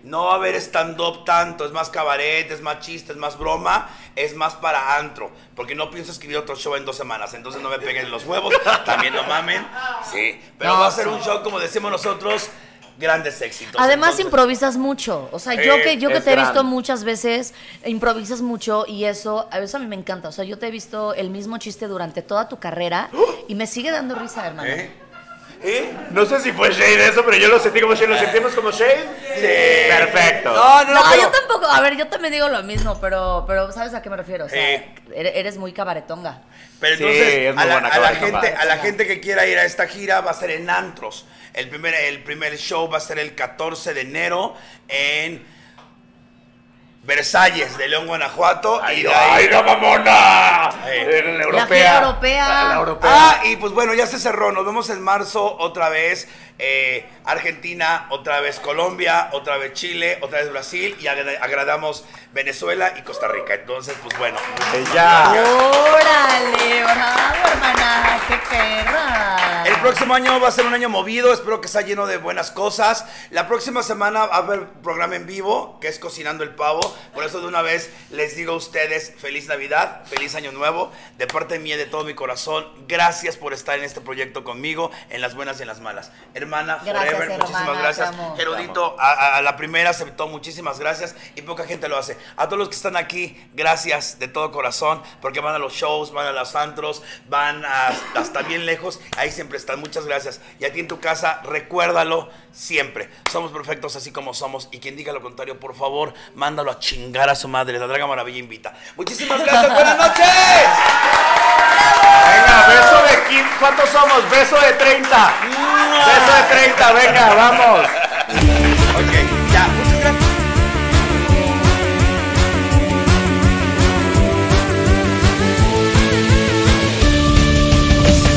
[SPEAKER 1] No va a haber stand-up tanto, es más cabaret, es más chiste, es más broma, es más para antro, porque no pienso escribir otro show en dos semanas, entonces no me peguen los huevos, también no mamen, Sí, pero
[SPEAKER 2] No,
[SPEAKER 1] va a ser
[SPEAKER 2] sí.
[SPEAKER 1] un show, como decimos nosotros, grandes éxitos.
[SPEAKER 2] Además
[SPEAKER 1] Entonces, Eh,
[SPEAKER 2] improvisas mucho, o sea,
[SPEAKER 1] Sí,
[SPEAKER 2] yo que yo que
[SPEAKER 3] es
[SPEAKER 2] te he visto
[SPEAKER 3] grande.
[SPEAKER 2] muchas veces improvisas mucho y eso a veces a mí me encanta, o sea, yo te he visto el mismo chiste durante toda tu carrera y me sigue dando risa, hermano.
[SPEAKER 1] ¿Eh? ¿Eh?
[SPEAKER 3] No sé si fue Shade eso, pero yo lo sentí como Shade. ¿Lo sentimos como Shade?
[SPEAKER 1] Sí.
[SPEAKER 3] Perfecto.
[SPEAKER 1] No, no,
[SPEAKER 2] No,
[SPEAKER 1] no. pero-
[SPEAKER 2] yo tampoco, a ver, yo también digo lo mismo, pero pero sabes a qué me refiero, o sea,
[SPEAKER 1] Eh.
[SPEAKER 2] eres eres muy cabaretonga.
[SPEAKER 1] Pero
[SPEAKER 3] Sí,
[SPEAKER 1] entonces,
[SPEAKER 3] es muy
[SPEAKER 1] a, la,
[SPEAKER 3] buena
[SPEAKER 1] a la
[SPEAKER 3] cámara,
[SPEAKER 1] gente,
[SPEAKER 3] cámara.
[SPEAKER 1] a la gente que quiera ir a esta gira va a ser en Antros. El primer, el primer show va a ser el 14 de enero en Versalles de León, Guanajuato. y de ahí-
[SPEAKER 3] la mamona!
[SPEAKER 1] Eh.
[SPEAKER 3] La
[SPEAKER 2] gira europea.
[SPEAKER 3] La europea.
[SPEAKER 1] Ah, y pues bueno, ya se cerró. Nos vemos en marzo otra vez. eh, Argentina, otra vez Colombia, otra vez Chile, otra vez Brasil. Y agra- agradamos Venezuela y Costa Rica. Entonces, pues bueno. muchísimas
[SPEAKER 3] Eh, Ya.
[SPEAKER 1] gracias.
[SPEAKER 2] Órale, bravo, hermana, qué perra.
[SPEAKER 1] El próximo año va a ser un año movido, espero que sea lleno de buenas cosas. La próxima semana va a haber programa en vivo, que es Cocinando el Pavo. Por eso de una vez les digo a ustedes feliz Navidad, feliz Año Nuevo, de parte mía, de todo mi corazón. Gracias por estar en este proyecto conmigo, en las buenas y en las malas. Hermana,
[SPEAKER 2] Gracias,
[SPEAKER 1] forever,
[SPEAKER 2] hermana,
[SPEAKER 1] muchísimas
[SPEAKER 2] te
[SPEAKER 1] gracias.
[SPEAKER 2] amo.
[SPEAKER 1] Gerudito, a, a- a la primera aceptó, muchísimas gracias y poca gente lo hace. A todos los que están aquí, gracias de todo corazón, porque van a los shows, van a los antros, van a- hasta bien lejos, ahí siempre están, muchas gracias. Y aquí en tu casa, recuérdalo siempre, somos perfectos así como somos y quien diga lo contrario, por favor, mándalo a chingar a su madre, la Draga Maravilla invita. Muchísimas gracias, buenas noches.
[SPEAKER 3] Venga, Ah, beso de 15. ¿Cuántos somos? Beso de 30. Beso de 30, venga, vamos.
[SPEAKER 4] Yeah.